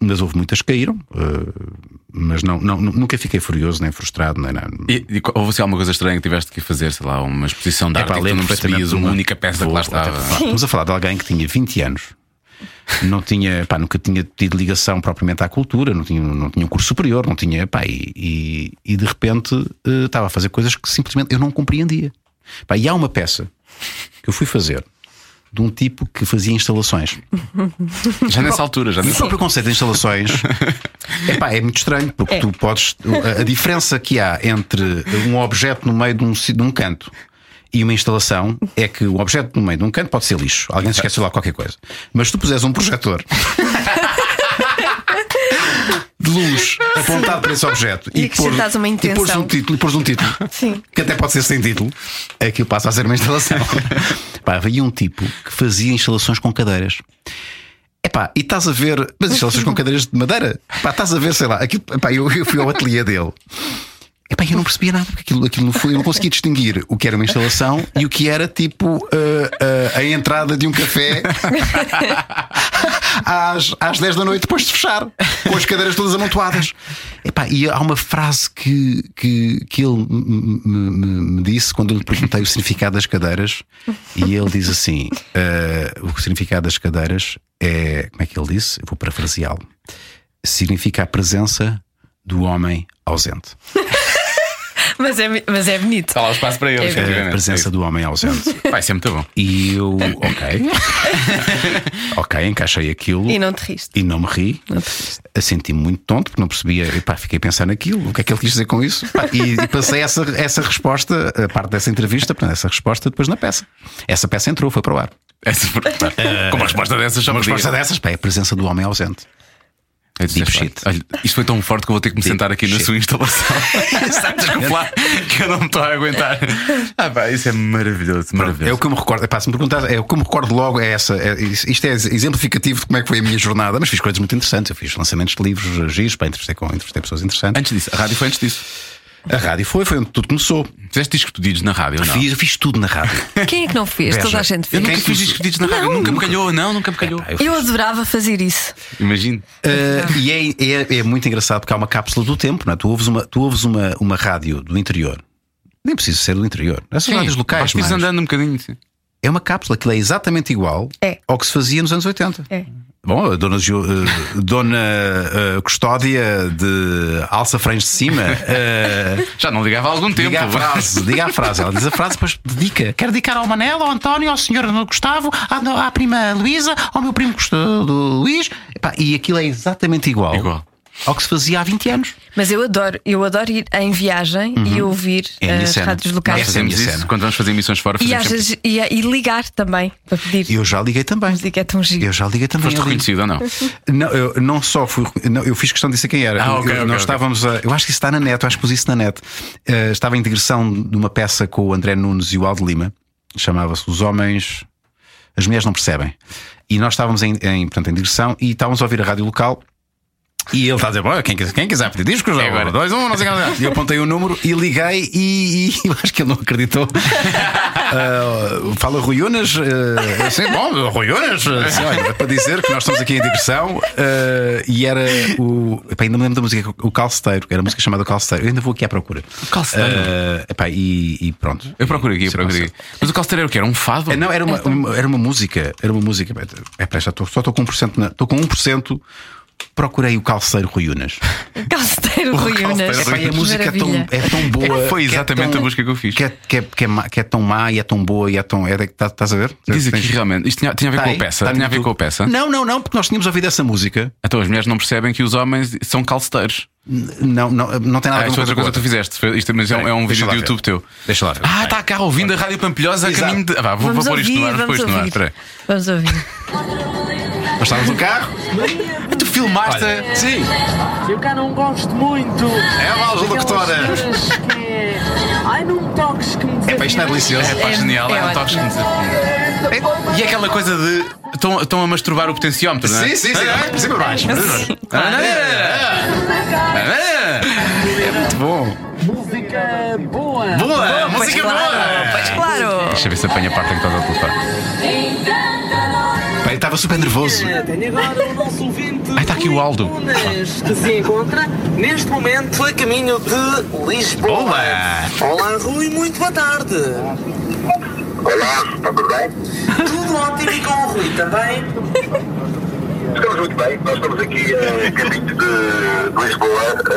Speaker 5: Mas houve muitas que caíram, uh, mas não, não, nunca fiquei furioso, nem frustrado, nem nada.
Speaker 2: E, e co- houve assim alguma coisa estranha que tiveste que fazer, sei lá, uma exposição de
Speaker 5: É
Speaker 2: arte
Speaker 5: pá,
Speaker 2: que tu
Speaker 5: lembro
Speaker 2: não percebias
Speaker 5: perfeitamente de
Speaker 2: uma única peça que lá
Speaker 5: Vou- vou até
Speaker 2: estava.
Speaker 5: falar. Estamos a falar de alguém que tinha 20 anos. Não tinha, pá, nunca tinha tido ligação propriamente à cultura, não tinha, não tinha um curso superior, não tinha, pá, e, e- e de repente eh, estava a fazer coisas que simplesmente eu não compreendia. Pá, e há uma peça que eu fui fazer de um tipo que fazia instalações.
Speaker 2: Já nessa altura, já
Speaker 5: E o
Speaker 2: nessa altura.
Speaker 5: próprio conceito de instalações epá, é muito estranho, porque tu podes. A, a diferença que há entre um objeto no meio de um, si- de um canto e uma instalação é que o objeto no meio de um canto pode ser lixo, alguém se esqueceu lá qualquer coisa. Mas se tu puseres um projetor. De luz apontado para esse objeto
Speaker 3: E acrescentares uma
Speaker 5: e pôres
Speaker 3: intenção.
Speaker 5: um título, e pôres um título
Speaker 3: Sim.
Speaker 5: que até pode ser sem título, é aquilo passa a ser uma instalação. Pá, havia um tipo que fazia instalações com cadeiras. Epá, e estás a ver, mas instalações com cadeiras de madeira? Pá, estás a ver, sei lá, aquilo, epá, eu, eu fui ao ateliê dele. Epá, eu não percebia nada, porque aquilo, aquilo não foi, eu não conseguia distinguir o que era uma instalação e o que era tipo eh, eh, a entrada de um café às, às 10 da noite depois de fechar, com as cadeiras todas amontoadas. Epá, e há uma frase que, que, que ele me, me- me- me disse quando eu lhe perguntei o significado das cadeiras, e ele diz assim: "Ah, o significado das cadeiras é, como é que ele disse? Eu vou parafraseá-lo: significa a presença do homem ausente.
Speaker 3: Mas, é, mas é bonito.
Speaker 2: Está lá o espaço para eles,
Speaker 3: É,
Speaker 5: A
Speaker 2: obviamente.
Speaker 5: presença do homem ausente.
Speaker 2: É isso. Vai ser muito bom.
Speaker 5: E eu, ok, ok, encaixei aquilo.
Speaker 3: E não te riste.
Speaker 5: E não me ri. Eu Senti-me muito tonto porque não percebia. E pá, fiquei a pensar naquilo. O que é que ele quis dizer com isso? Pá, e, e passei essa, essa resposta, a parte dessa entrevista, portanto, essa resposta depois na peça. Essa peça entrou, foi para o ar.
Speaker 2: Essa foi- Com uma resposta dessas, já
Speaker 5: Eh, Uma
Speaker 2: podia. É
Speaker 5: resposta dessas, pá, é a presença do homem ausente.
Speaker 2: Eu disse,
Speaker 5: Deep
Speaker 2: "Pá,
Speaker 5: shit."
Speaker 2: Olha, isto foi tão forte que eu vou ter que me sentar aqui na
Speaker 5: shit.
Speaker 2: sua instalação. Desculpa lá, que eu não me estou a aguentar. Ah, pá, isso é maravilhoso,
Speaker 5: É o
Speaker 2: maravilhoso.
Speaker 5: que eu me recordo. Epá, se me perguntar, é o que eu me recordo logo é essa. é- isto é exemplificativo de como é que foi a minha jornada, mas fiz coisas muito interessantes. Eu fiz lançamentos de livros, giros, para entrevistei com entrevistei pessoas interessantes.
Speaker 2: Antes disso, a rádio foi antes disso.
Speaker 5: A rádio foi, foi onde tudo começou.
Speaker 2: Fizeste discos pedidos na rádio, ou não?
Speaker 5: Fiz, fiz tudo na rádio.
Speaker 3: Quem é que não fez?
Speaker 5: Veja, é
Speaker 3: Toda a gente
Speaker 2: Eu
Speaker 3: fez.
Speaker 2: nunca fiz discos pedidos na rádio, nunca me calhou, não, nunca me calhou.
Speaker 5: Epá, eu-
Speaker 3: Eu adorava fazer isso.
Speaker 2: Imagino.
Speaker 5: Uh, e é, é- é muito engraçado porque há uma cápsula do tempo, não é? Tu ouves uma, tu ouves uma, uma rádio do interior, nem preciso ser do interior, essas rádios locais,
Speaker 2: Vais
Speaker 5: mais,
Speaker 2: andando um bocadinho. sim.
Speaker 5: é uma cápsula, aquilo é exatamente igual
Speaker 3: É.
Speaker 5: ao que se fazia nos anos 80.
Speaker 3: É.
Speaker 5: Bom, a dona, Gio- eh, dona eh, Custódia de Alça Frens de Cima, eh,
Speaker 2: Já não ligava há algum tempo.
Speaker 5: diga a frase, diga a frase, ela diz a frase, depois dedica. Quero dedicar ao Manel, ao António, ao senhor Gustavo, à, à prima Luísa, ao meu primo Gustavo Luís. Epá, e aquilo é exatamente igual,
Speaker 2: Igual.
Speaker 5: ao que se fazia há 20 anos.
Speaker 3: Mas eu adoro, eu adoro ir em viagem e ouvir
Speaker 5: É a minha
Speaker 3: as
Speaker 5: cena.
Speaker 3: rádios
Speaker 5: Nós
Speaker 3: locais.
Speaker 2: Fazemos
Speaker 5: fazemos- Essa é a minha
Speaker 2: isso
Speaker 5: cena.
Speaker 2: quando vamos fazer emissões fora.
Speaker 3: E,
Speaker 2: fazemos
Speaker 3: às
Speaker 2: sempre
Speaker 3: vezes, e, e ligar também para pedir.
Speaker 5: Eu já liguei também.
Speaker 3: Mas digo, é tão giro.
Speaker 5: Eu já liguei também.
Speaker 2: Foste
Speaker 5: eu ligo.
Speaker 2: reconhecido ou não?
Speaker 5: Não, eu não só fui. Não, eu fiz questão de dizer quem era.
Speaker 2: Ah, ok,
Speaker 5: Eu-
Speaker 2: ok,
Speaker 5: nós
Speaker 2: ok.
Speaker 5: estávamos a. Eu acho que isso está na net, eu acho que pus isso na net. Eh, estava em digressão de uma peça com o André Nunes e o Aldo Lima. Chamava-se Os Homens. As Mulheres Não Percebem. E nós estávamos em, em, portanto, em digressão e estávamos a ouvir a rádio local. E ele está a dizer: "Bom, quem, quis- quem quiser pedir discos,
Speaker 2: É agora."
Speaker 5: agora. dois, um, não sei o que. não sei o que. E eu apontei o número e liguei e, e eu acho que ele não acreditou. Ah, fala Rui Unas, ah, assim, bom, Rui Unas, assim, olha, para dizer que nós estamos aqui em digressão ah, e era o. Epá, ainda me lembro da música, o Calceteiro, era a música chamada Calceteiro. Eu ainda vou aqui à procura.
Speaker 2: Calceteiro?
Speaker 5: Ah, epá, e, e pronto.
Speaker 2: Eu procuro aqui, eu procuro aqui. Mas o calceteiro era o que? Era um fado?
Speaker 5: Ah, Não, era uma, uma- era uma música. Era uma música. É, pá, já estou, só estou com 1%. Na, estou com 1%. Procurei o calceiro Rui Unas.
Speaker 3: Calceteiro Rui Unas.
Speaker 5: Epá, e a música é tão,
Speaker 3: Maravilha.
Speaker 5: é tão boa.
Speaker 2: Foi
Speaker 5: que é
Speaker 2: exatamente
Speaker 5: tão-
Speaker 2: a música que eu fiz.
Speaker 5: Que é, que, é, que, é, má- que é tão má e é tão boa e é tão. É, de- tá- estás a ver?
Speaker 2: Diz aqui
Speaker 5: Tens-
Speaker 2: realmente. Isto tinha, tinha a ver
Speaker 5: Tá
Speaker 2: com
Speaker 5: aí,
Speaker 2: a peça.
Speaker 5: tá no
Speaker 2: tinha a ver
Speaker 5: YouTube.
Speaker 2: com a peça.
Speaker 5: Não, não, não, porque nós tínhamos ouvido essa música.
Speaker 2: Então as mulheres não percebem que os homens são calceteiros.
Speaker 5: N- Não, não, não tem nada
Speaker 2: Ah,
Speaker 5: a ver
Speaker 2: isto
Speaker 5: com
Speaker 2: é outra coisa que tu fizeste. Foi- Isto, mas é, um- é um
Speaker 5: Deixa
Speaker 2: vídeo
Speaker 5: lá
Speaker 2: do
Speaker 5: ver.
Speaker 2: YouTube teu.
Speaker 5: Deixa lá ver.
Speaker 2: Ah, está cá ouvindo a Rádio Pampilhosa a
Speaker 5: Exato.
Speaker 2: caminho de. Ah, vá, vou, vou
Speaker 3: Vamos
Speaker 2: pôr isto no
Speaker 3: ouvir,
Speaker 2: ar, vou pôr
Speaker 3: vamos
Speaker 5: é?
Speaker 2: isto no ar. Espera.
Speaker 3: ouvir. Vamos ouvir.
Speaker 5: Nós estávamos no carro.
Speaker 2: aí. Tu filmaste.
Speaker 5: Olha.
Speaker 2: Sim.
Speaker 6: Eu cá não gosto muito.
Speaker 5: É a voz
Speaker 6: Aquelas
Speaker 5: locutora.
Speaker 6: senhoras que- é- Ai, não me toques que me
Speaker 5: É pá, isto não é delicioso.
Speaker 2: É pá,
Speaker 3: É-
Speaker 2: genial.
Speaker 3: é
Speaker 2: É um toque
Speaker 3: ótimo.
Speaker 2: esquisito. E é aquela coisa de. Estão, estão a masturbar o potenciómetro, não é?
Speaker 5: Sim, sim, sim.
Speaker 2: Ah,
Speaker 5: vai para cima e para baixo.
Speaker 2: ah,
Speaker 5: Bom.
Speaker 6: Música boa.
Speaker 2: ah. Boa!
Speaker 3: Pois
Speaker 2: Música
Speaker 3: claro,
Speaker 2: boa!
Speaker 3: pois claro.
Speaker 2: Deixa eu ver se apanha a parte em que estás ao telefone.
Speaker 5: Pá, eu estava super nervoso.
Speaker 6: Tenho agora o nosso ouvinte.
Speaker 2: Ah, está aqui o Aldo.
Speaker 6: Rui Nunes, Que se encontra neste momento a caminho de Lisboa.
Speaker 5: Boa.
Speaker 6: Olá, Rui, muito boa tarde. Olá, está tudo bem? Tudo ótimo e com o Rui também.
Speaker 7: Estamos muito bem, nós estamos aqui em caminho de, de Lisboa. eh,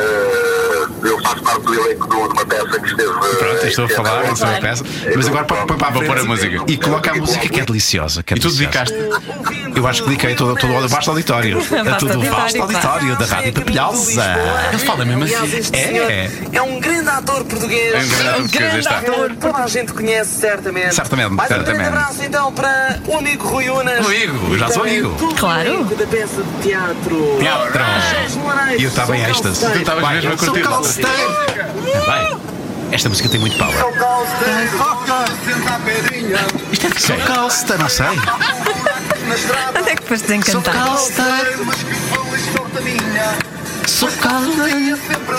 Speaker 7: eu faço parte do elenco de uma peça que esteve. eh,
Speaker 5: Pronto, estou a falar, não sei a peça. Mas agora põe põe para a
Speaker 2: Vou pôr a
Speaker 5: frente
Speaker 2: música.
Speaker 5: E coloca a música que é deliciosa. que é
Speaker 2: E tu
Speaker 5: deliciosa.
Speaker 2: dedicaste.
Speaker 6: Ouvinte
Speaker 5: Eu acho que dediquei todo, todo o vasto auditório. A todo o vasto
Speaker 3: auditório,
Speaker 5: auditório da
Speaker 6: é
Speaker 5: Rádio Papilhosa.
Speaker 2: Ele fala mesmo assim.
Speaker 6: Aliás, este
Speaker 5: É.
Speaker 6: senhor é um grande ator português.
Speaker 2: É um grande ator português, está.
Speaker 6: ator. Toda a gente conhece, certamente.
Speaker 5: Certamente,
Speaker 6: Mais um grande
Speaker 5: certamente.
Speaker 6: abraço então para o amigo Rui Unas.
Speaker 5: Amigo, já sou
Speaker 6: Também
Speaker 5: amigo.
Speaker 6: todo
Speaker 3: Claro.
Speaker 6: o elenco Da peça de teatro.
Speaker 5: Teatro.
Speaker 6: Jorge Moraes,
Speaker 5: E eu estava em
Speaker 6: São
Speaker 5: êxtase.
Speaker 6: Calceteiro.
Speaker 2: Tu estavas
Speaker 5: Vai,
Speaker 2: mesmo a
Speaker 5: São
Speaker 2: curtir.
Speaker 5: Calceteiro. Vai. Esta música tem muito power.
Speaker 6: São Calceteiro.
Speaker 5: Isto é de São Calceteiro, não sei.
Speaker 3: Onde é que foste desencantar?
Speaker 5: Calceteiro. Sou Calceteiro. Sempre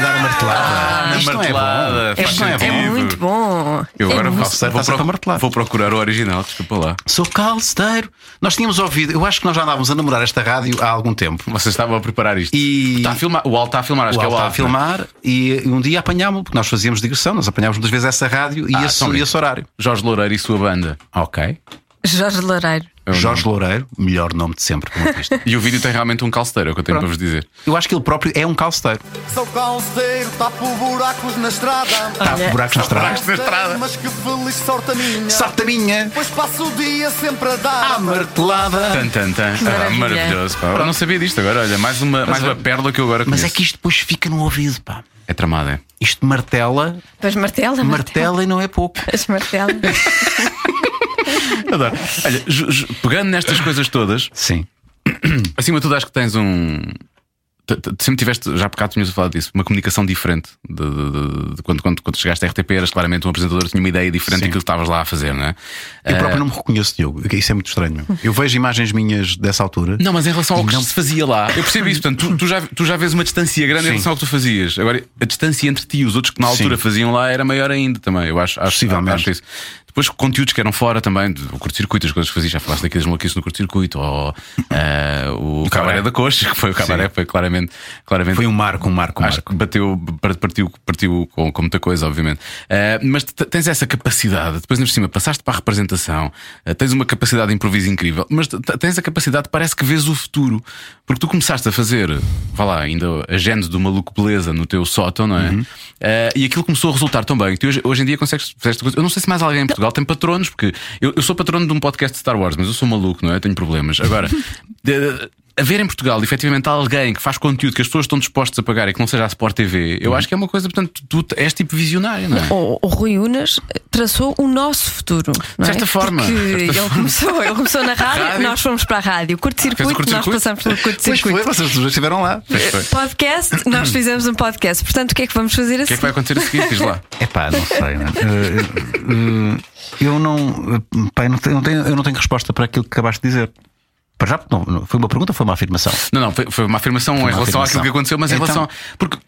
Speaker 5: a dar a martelada.
Speaker 2: na
Speaker 5: Isto não é
Speaker 2: martelada.
Speaker 5: bom.
Speaker 2: Faz
Speaker 5: Isto não é
Speaker 3: É
Speaker 5: bom.
Speaker 2: sentido.
Speaker 3: muito bom.
Speaker 2: Eu
Speaker 3: É
Speaker 2: agora
Speaker 3: muito-
Speaker 2: vou,
Speaker 5: Calceteiro
Speaker 2: vou,
Speaker 5: está sempre a martelar.
Speaker 2: vou procurar o original, desculpa lá.
Speaker 5: Sou calceteiro. Nós tínhamos ouvido, eu acho que nós já andávamos a namorar esta rádio há algum tempo.
Speaker 2: Vocês estavam a preparar isto.
Speaker 5: E-
Speaker 2: Está a filmar. O Al está a filmar, acho
Speaker 5: o né?
Speaker 2: que é
Speaker 5: Al
Speaker 2: o
Speaker 5: está
Speaker 2: Al.
Speaker 5: a filmar e um dia apanhámos, porque nós fazíamos digressão, nós apanhámos muitas vezes essa rádio e,
Speaker 2: Ah,
Speaker 5: esse,
Speaker 2: são
Speaker 5: e
Speaker 2: ricos.
Speaker 5: esse horário.
Speaker 2: Jorge Loureiro e sua banda.
Speaker 5: Ok.
Speaker 3: Jorge Loureiro.
Speaker 2: É o
Speaker 5: Jorge Loureiro, melhor nome de sempre para um artista.
Speaker 2: E o vídeo tem realmente um calceteiro, é o que eu tenho para vos dizer.
Speaker 5: Eu acho que ele próprio é um calceteiro.
Speaker 8: Sou calceiro, tapo buracos na estrada.
Speaker 5: Está por buracos na estrada.
Speaker 2: na é estrada.
Speaker 8: Mas que feliz sorte a minha.
Speaker 5: Sorte minha,
Speaker 8: Pois passo o dia sempre a
Speaker 5: à
Speaker 8: dar.
Speaker 5: martelada.
Speaker 2: Tan, tan, tan. Ah,
Speaker 3: maravilha.
Speaker 2: maravilhoso. Pá. Eu não sabia disto agora, olha, mais uma, mais uma pérola que eu agora
Speaker 5: Mas
Speaker 2: conheço.
Speaker 5: é que isto depois fica no ouvido, pá.
Speaker 2: É tramada, é?
Speaker 5: Isto martela,
Speaker 3: Pois martela, martela.
Speaker 5: martela e não é pouco.
Speaker 3: Pois martela.
Speaker 2: Adoro. Olha, ju- ju- pegando nestas coisas todas,
Speaker 5: Sim.
Speaker 2: acima de tudo acho que tens um. t- t- sempre tiveste, já há bocado tinhas falado disso, uma comunicação diferente de, de- de- de quando, quando, quando chegaste à RTP, eras claramente um apresentador, tinha uma ideia diferente daquilo que estavas lá a fazer, não é?
Speaker 5: Eu próprio não me reconheço, Diogo. Isso é muito estranho. meu. Eu vejo imagens minhas dessa altura.
Speaker 2: Não, mas em relação ao
Speaker 5: E
Speaker 2: que
Speaker 5: não-
Speaker 2: se fazia lá, eu percebo isso. Portanto, tu, tu já, tu já vês uma distância grande em
Speaker 5: Sim.
Speaker 2: relação ao que tu fazias. Agora, a distância entre ti e os outros que na altura
Speaker 5: Sim.
Speaker 2: faziam lá era maior ainda também. Eu acho, acho
Speaker 5: Possivelmente.
Speaker 2: acho isso. Depois, conteúdos que eram fora também, do curto-circuito, as coisas que fazias, já falaste daqueles maluquices no curto-circuito, ou ah, o cabaré da coxa, que foi o cabaré,
Speaker 5: Sim.
Speaker 2: foi claramente. claramente
Speaker 5: Foi um marco, um marco, um
Speaker 2: Acho
Speaker 5: marco.
Speaker 2: que bateu, par- partiu, partiu com, com muita coisa, obviamente. Ah, mas t- tens essa capacidade, depois ainda por cima, passaste para a representação, ah, tens uma capacidade de improviso incrível, mas t- t- tens a capacidade, parece que vês o futuro, porque tu começaste a fazer, vá lá, ainda a gente do maluco beleza no teu sótão, não é? Ah, e aquilo começou a resultar tão bem. que tu hoje, hoje em dia consegues fazer esta coisa. Eu não sei se mais alguém em Portugal tem patronos, porque eu, eu sou patrono de um podcast de Star Wars, mas eu sou maluco, não é? Eu tenho problemas. Agora. de- haver em Portugal efetivamente alguém que faz conteúdo que as pessoas estão dispostas a pagar e que não seja a Sport TV,
Speaker 5: Uhum.
Speaker 2: eu acho que é uma coisa, portanto, tu és tipo visionário, não é?
Speaker 3: O, o Rui Unas eh, traçou o nosso futuro. não
Speaker 2: De
Speaker 3: é?
Speaker 2: certa forma,
Speaker 3: Porque
Speaker 2: de certa
Speaker 3: ele,
Speaker 2: forma.
Speaker 3: Começou, ele começou na rádio,
Speaker 2: Rádio.
Speaker 3: nós fomos para a rádio.
Speaker 2: Fez o
Speaker 3: Curto-circuito, nós
Speaker 2: curto-circuito.
Speaker 3: passamos pelo
Speaker 5: Pois foi,
Speaker 3: curto-circuito.
Speaker 5: vocês dois estiveram lá.
Speaker 3: Podcast, nós fizemos um podcast. Portanto, o que é que vamos fazer
Speaker 2: O que
Speaker 3: assim?
Speaker 2: é que vai acontecer a seguir? Diz lá.
Speaker 5: Epá, não sei. né? Eh, eh, eu não. eh, Pá, eu não tenho, eu não tenho- eu não tenho resposta para aquilo que acabaste de dizer. Para já, porque não, não- foi uma pergunta ou foi uma afirmação?
Speaker 2: Não, não, foi, foi uma afirmação
Speaker 5: uma
Speaker 2: em relação
Speaker 5: afirmação.
Speaker 2: àquilo que aconteceu, mas em
Speaker 5: Então-
Speaker 2: relação. Porque,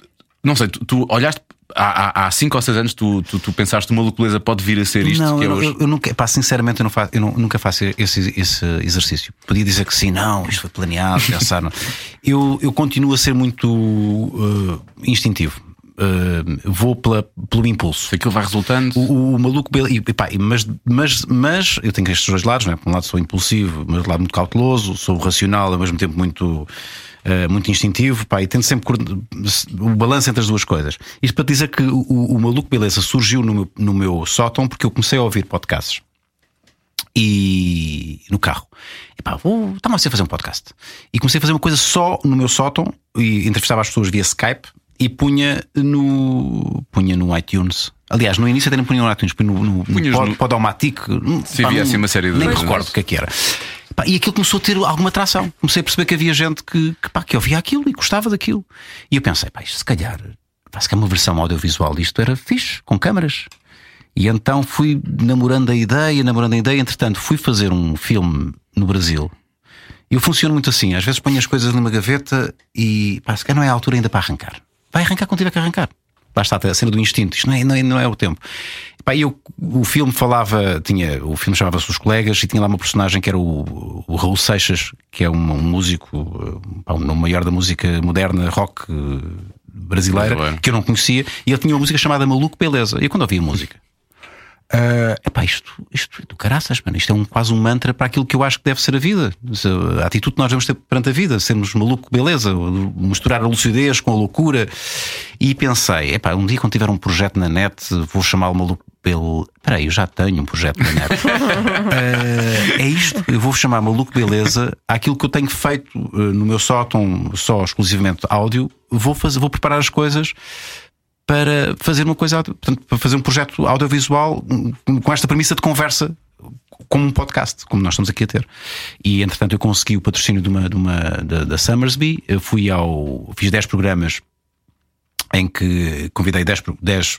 Speaker 2: não sei, tu, tu olhaste há, há, há cinco ou seis anos, tu, tu, tu pensaste uma loucura pode vir a ser isto
Speaker 5: não,
Speaker 2: que é
Speaker 5: eu, não-
Speaker 2: hoje.
Speaker 5: eu- eu nunca, pá, sinceramente, eu, não faço, eu não- nunca faço esse, esse exercício. Podia dizer que sim, não, isto foi planeado, pensar. não. Eu, eu continuo a ser muito eh, instintivo. Eh, vou pela, pelo impulso.
Speaker 2: Se aquilo vai resultando.
Speaker 5: O, o maluco Bel- e, pá, e- mas, mas, mas eu tenho estes dois lados, não é? Por um lado sou impulsivo, mas do lado muito cauteloso, sou racional, ao mesmo tempo muito, eh, muito instintivo, pá, e tento sempre coorden- o balanço entre as duas coisas. Isto para dizer que o, o maluco beleza surgiu no meu, no meu sótão porque eu comecei a ouvir podcasts e no carro. E pá, vou, estava a fazer um podcast. E comecei a fazer uma coisa só no meu sótão e entrevistava as pessoas via Skype e punha no punha no iTunes. Aliás, no início até não punha no iTunes, punha no, no,
Speaker 2: Punhas
Speaker 5: no, pod,
Speaker 2: no-
Speaker 5: Podomatic.
Speaker 2: Sim,
Speaker 5: Pá,
Speaker 2: havia
Speaker 5: não-
Speaker 2: assim uma série de-
Speaker 5: Nem me
Speaker 2: de-
Speaker 5: recordo o que é que era. Pá, e aquilo começou a ter alguma atração. Comecei a perceber que havia gente que, que, pá, que ouvia aquilo e gostava daquilo. E eu pensei, pá, isto se calhar, pá, se calhar uma versão audiovisual disto era fixe, com câmaras. E então fui namorando a ideia, namorando a ideia. Entretanto, fui fazer um filme no Brasil. Eu funciono muito assim. Às vezes ponho as coisas numa gaveta e pá, se calhar não é a altura ainda para arrancar. Vai arrancar quando tiver que arrancar. Lá está a cena do instinto. Isto não é, não é, não é o tempo. Pá, e eu, o filme falava, tinha, o filme chamava-se Os Colegas e tinha lá uma personagem que era o, o Raul Seixas, que é um, um músico, eh, pá, um nome maior da música moderna, rock eh, brasileira,
Speaker 2: Brasileiro.
Speaker 5: que eu não conhecia. E ele tinha uma música chamada Maluco Beleza. E eu quando ouvi a música, é pá, isto, isto é do caraças, mano. Isto é um, quase um mantra para aquilo que eu acho que deve ser a vida. Se- A atitude que nós devemos ter perante a vida, sermos maluco, beleza, misturar a lucidez com a loucura. E pensei, é pá, um dia quando tiver um projeto na net, vou chamá-lo maluco pelo. Peraí, eu já tenho um projeto na net. Eh, é isto, eu vou chamar maluco, beleza, aquilo que eu tenho feito eh, no meu sótão, só exclusivamente áudio. Vou, fazer, vou preparar as coisas para fazer uma coisa, audio- portanto, para fazer um projeto audiovisual hum, com esta premissa de conversa como um podcast, como nós estamos aqui a ter. E entretanto eu consegui o patrocínio de uma, de uma da, da Summersby, eu fui ao fiz 10 programas em que convidei 10, pro- 10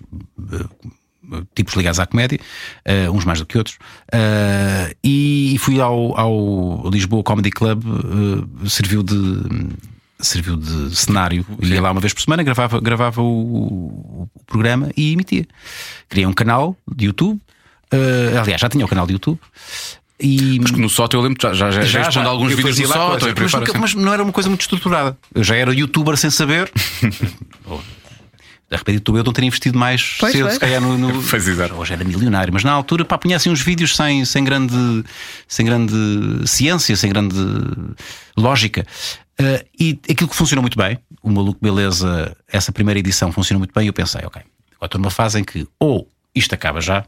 Speaker 5: eh, tipos ligados à comédia, eh, uns mais do que outros, eh, e fui ao, ao Lisboa Comedy Club, eh, serviu de. Serviu de cenário, ia lá uma vez por semana, gravava, gravava o, o programa e emitia. Criei um canal de YouTube, eh, aliás, já tinha o canal de YouTube, e
Speaker 2: Mas que no sótão eu lembro, já, já, já, já respondo a alguns
Speaker 5: eu
Speaker 2: vídeos
Speaker 5: fazia
Speaker 2: no
Speaker 5: lá
Speaker 2: sótão.
Speaker 5: coisas,
Speaker 2: e por aí
Speaker 5: mas,
Speaker 2: fora,
Speaker 5: nunca-
Speaker 2: assim.
Speaker 5: mas não era uma coisa muito estruturada. Eu já era youtuber sem saber. Oh. De repente, tu eu não teria investido mais
Speaker 3: Pois,
Speaker 5: cedo,
Speaker 3: pois.
Speaker 5: se calhar, no. no-
Speaker 2: Pois, exato.
Speaker 5: Hoje era milionário, mas na altura, pá, punha assim uns vídeos sem, sem, grande, sem grande ciência, sem grande lógica. Ah, e aquilo que funcionou muito bem, o Maluco Beleza, essa primeira edição funcionou muito bem. E eu pensei, ok, agora estou numa fase em que ou isto acaba já,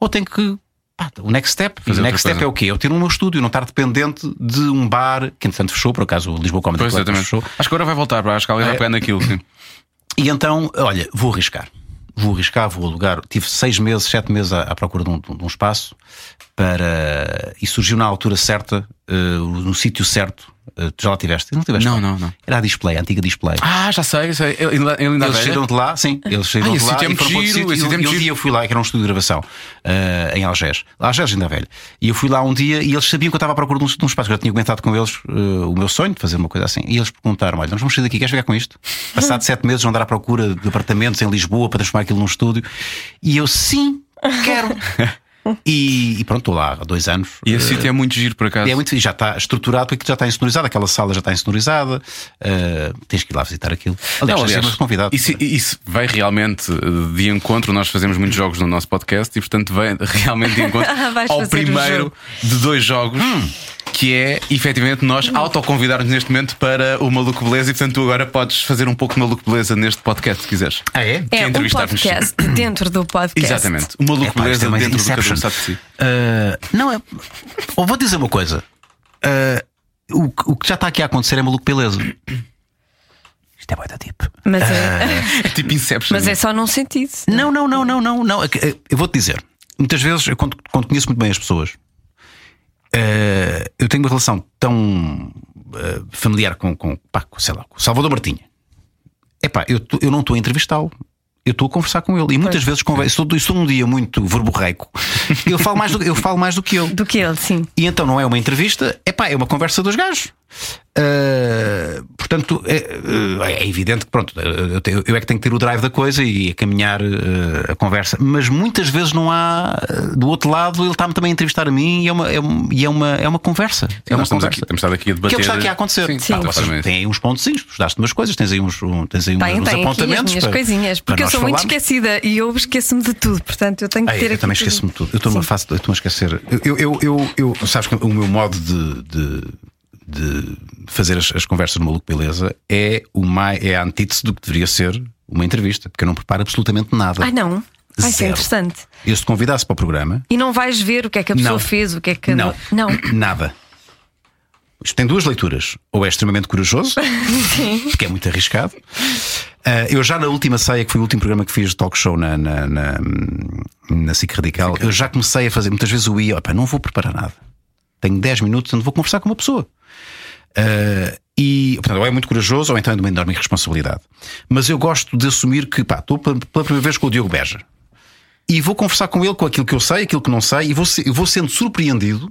Speaker 5: ou tenho que. pá, o next step.
Speaker 2: Fazer
Speaker 5: o next
Speaker 2: outra
Speaker 5: step
Speaker 2: coisa.
Speaker 5: é o quê? Eu ter um meu estúdio, não estar dependente de um bar que, entretanto, fechou, por acaso o Lisboa Comedy
Speaker 2: Pois,
Speaker 5: Club
Speaker 2: exatamente.
Speaker 5: fechou.
Speaker 2: Acho que agora vai voltar, pá, acho que alguém vai
Speaker 5: É.
Speaker 2: pegar naquilo. Sim.
Speaker 5: E então, olha, vou arriscar. Vou arriscar, vou alugar. Tive seis meses, sete meses à, à procura de um, de um espaço para. E surgiu na altura certa, eh, no sítio certo, eh, tu já lá tiveste? Não tiveste?
Speaker 2: Não, não, não.
Speaker 5: Era a display, a antiga display.
Speaker 2: Ah, já sei, já sei. Ele, ele, ele
Speaker 5: Eles saíram de lá, sim, eles saíram
Speaker 2: Ah,
Speaker 5: de
Speaker 2: esse
Speaker 5: lá
Speaker 2: sítio é
Speaker 5: e
Speaker 2: muito
Speaker 5: foram para outro
Speaker 2: giro, esse
Speaker 5: sítio. E
Speaker 2: sítio é
Speaker 5: um-
Speaker 2: muito
Speaker 5: e um
Speaker 2: giro.
Speaker 5: dia eu fui lá, que era um estúdio de gravação, eh, em Algés. Algés ainda velho. E eu fui lá um dia e eles sabiam que eu estava à procura de um, de um espaço. que Eu tinha comentado com eles eh, o meu sonho de fazer uma coisa assim. E eles perguntaram: olha, nós vamos sair daqui, queres ficar com isto? Passado sete meses, andar à procura de apartamentos em Lisboa para transformar aquilo num estúdio. E eu, sim, quero. E, e pronto, estou lá há dois anos.
Speaker 2: E esse
Speaker 5: Eh,
Speaker 2: sítio é muito giro, por acaso.
Speaker 5: e é muito, já está estruturado porque aquilo já está insonorizado, aquela sala já está insonorizada. eh, tens que ir lá visitar aquilo. Aliás,
Speaker 2: Não,
Speaker 5: já
Speaker 2: aliás,
Speaker 5: temos convidado.
Speaker 2: Isso, isso vai realmente eh, de encontro. Nós fazemos muitos jogos no nosso podcast e, portanto, vai realmente de encontro
Speaker 3: Vais
Speaker 2: ao
Speaker 3: fazer o
Speaker 2: primeiro
Speaker 3: jogo.
Speaker 2: de dois jogos. Que é, efetivamente, nós autoconvidarmos neste momento para o Maluco Beleza e, portanto, tu agora podes fazer um pouco de Maluco Beleza neste podcast, se quiseres.
Speaker 5: Ah, é?
Speaker 3: É um
Speaker 2: entrevistar-nos.
Speaker 3: podcast dentro do podcast.
Speaker 2: Exatamente. O Maluco
Speaker 5: Epá, isto
Speaker 2: Beleza
Speaker 5: é mais
Speaker 2: dentro do cada um
Speaker 5: Inception.
Speaker 2: sabe de si.
Speaker 5: Eh, não é. Ou vou dizer uma coisa. Eh, o, que- o que já está aqui a acontecer é maluco beleza. Isto é boi da tipo.
Speaker 3: Mas é,
Speaker 2: É tipo Inception.
Speaker 3: mas é só num sentido.
Speaker 5: Não, não, não, não, não, não. É que, é, Eu vou-te dizer, muitas vezes, eu quando, quando conheço muito bem as pessoas, eh, eu tenho uma relação tão eh, familiar com, com, pá, com, sei lá, com o Salvador Martinha. Epá, eu, tô- eu não estou a entrevistá-lo. Eu estou a conversar com ele. E muitas vezes converso. Eu sou- eu sou um dia muito verborreico. Eu falo mais do, eu falo mais do que ele.
Speaker 3: Do que ele, sim.
Speaker 5: E então não é uma entrevista, é pá, é uma conversa dos gajos. Ah, portanto, é, é evidente que pronto, eu, te- eu é que tenho que ter o drive da coisa e caminhar eh, a conversa, mas muitas vezes não há eh, do outro lado, ele está-me também a entrevistar a mim e é uma, é, um- e é uma, é uma conversa. é
Speaker 2: Nós
Speaker 5: uma
Speaker 2: estamos aqui,
Speaker 5: conversa.
Speaker 2: temos estado aqui a
Speaker 5: O que
Speaker 2: debater.
Speaker 5: é o que está aqui a acontecer?
Speaker 2: Sim,
Speaker 5: Pá, vocês
Speaker 2: exatamente.
Speaker 5: têm aí uns pontozinhos, tu daste umas coisas, tens aí uns, um- tens aí
Speaker 3: Tem,
Speaker 5: uns
Speaker 3: tem aqui as
Speaker 5: apontamentos.
Speaker 3: minhas
Speaker 5: para-
Speaker 3: coisinhas,
Speaker 5: para
Speaker 3: porque eu
Speaker 5: nós
Speaker 3: sou muito
Speaker 5: falarmos.
Speaker 3: esquecida e eu esqueço-me de tudo, portanto eu tenho que
Speaker 5: Ai,
Speaker 3: ter
Speaker 5: Ah, é, eu
Speaker 3: aqui.
Speaker 5: também esqueço-me de tudo. Eu estou-me a fase- eu estou-me a esquecer. Eu, eu, eu, eu, eu- sabes que o meu modo de, de, de fazer as, as conversas no Maluco Beleza é, o mai, é a antítese do que deveria ser uma entrevista, porque eu não preparo absolutamente nada.
Speaker 3: Ah, não. Vai ser
Speaker 5: Zero.
Speaker 3: interessante.
Speaker 5: Eu se te convidasse para o programa,
Speaker 3: E não vais ver o que é que a pessoa
Speaker 5: Não.
Speaker 3: fez, o que é que.
Speaker 5: Não.
Speaker 3: não.
Speaker 5: nada. Isto tem duas leituras. Ou é extremamente corajoso, porque é muito arriscado. Ah, eu já na última ceia, que foi o último programa que fiz de talk show na, na, na, na SIC Radical, eu já comecei a fazer. Muitas vezes eu ia, opa, não vou preparar nada. Tenho 10 minutos, onde vou conversar com uma pessoa. Ah, e, portanto, ou é muito corajoso ou então é de uma enorme irresponsabilidade. Mas eu gosto de assumir que, pá, estou pela pela primeira vez com o Diogo Beja. E vou conversar com ele com aquilo que eu sei, aquilo que não sei, e vou, se- vou sendo surpreendido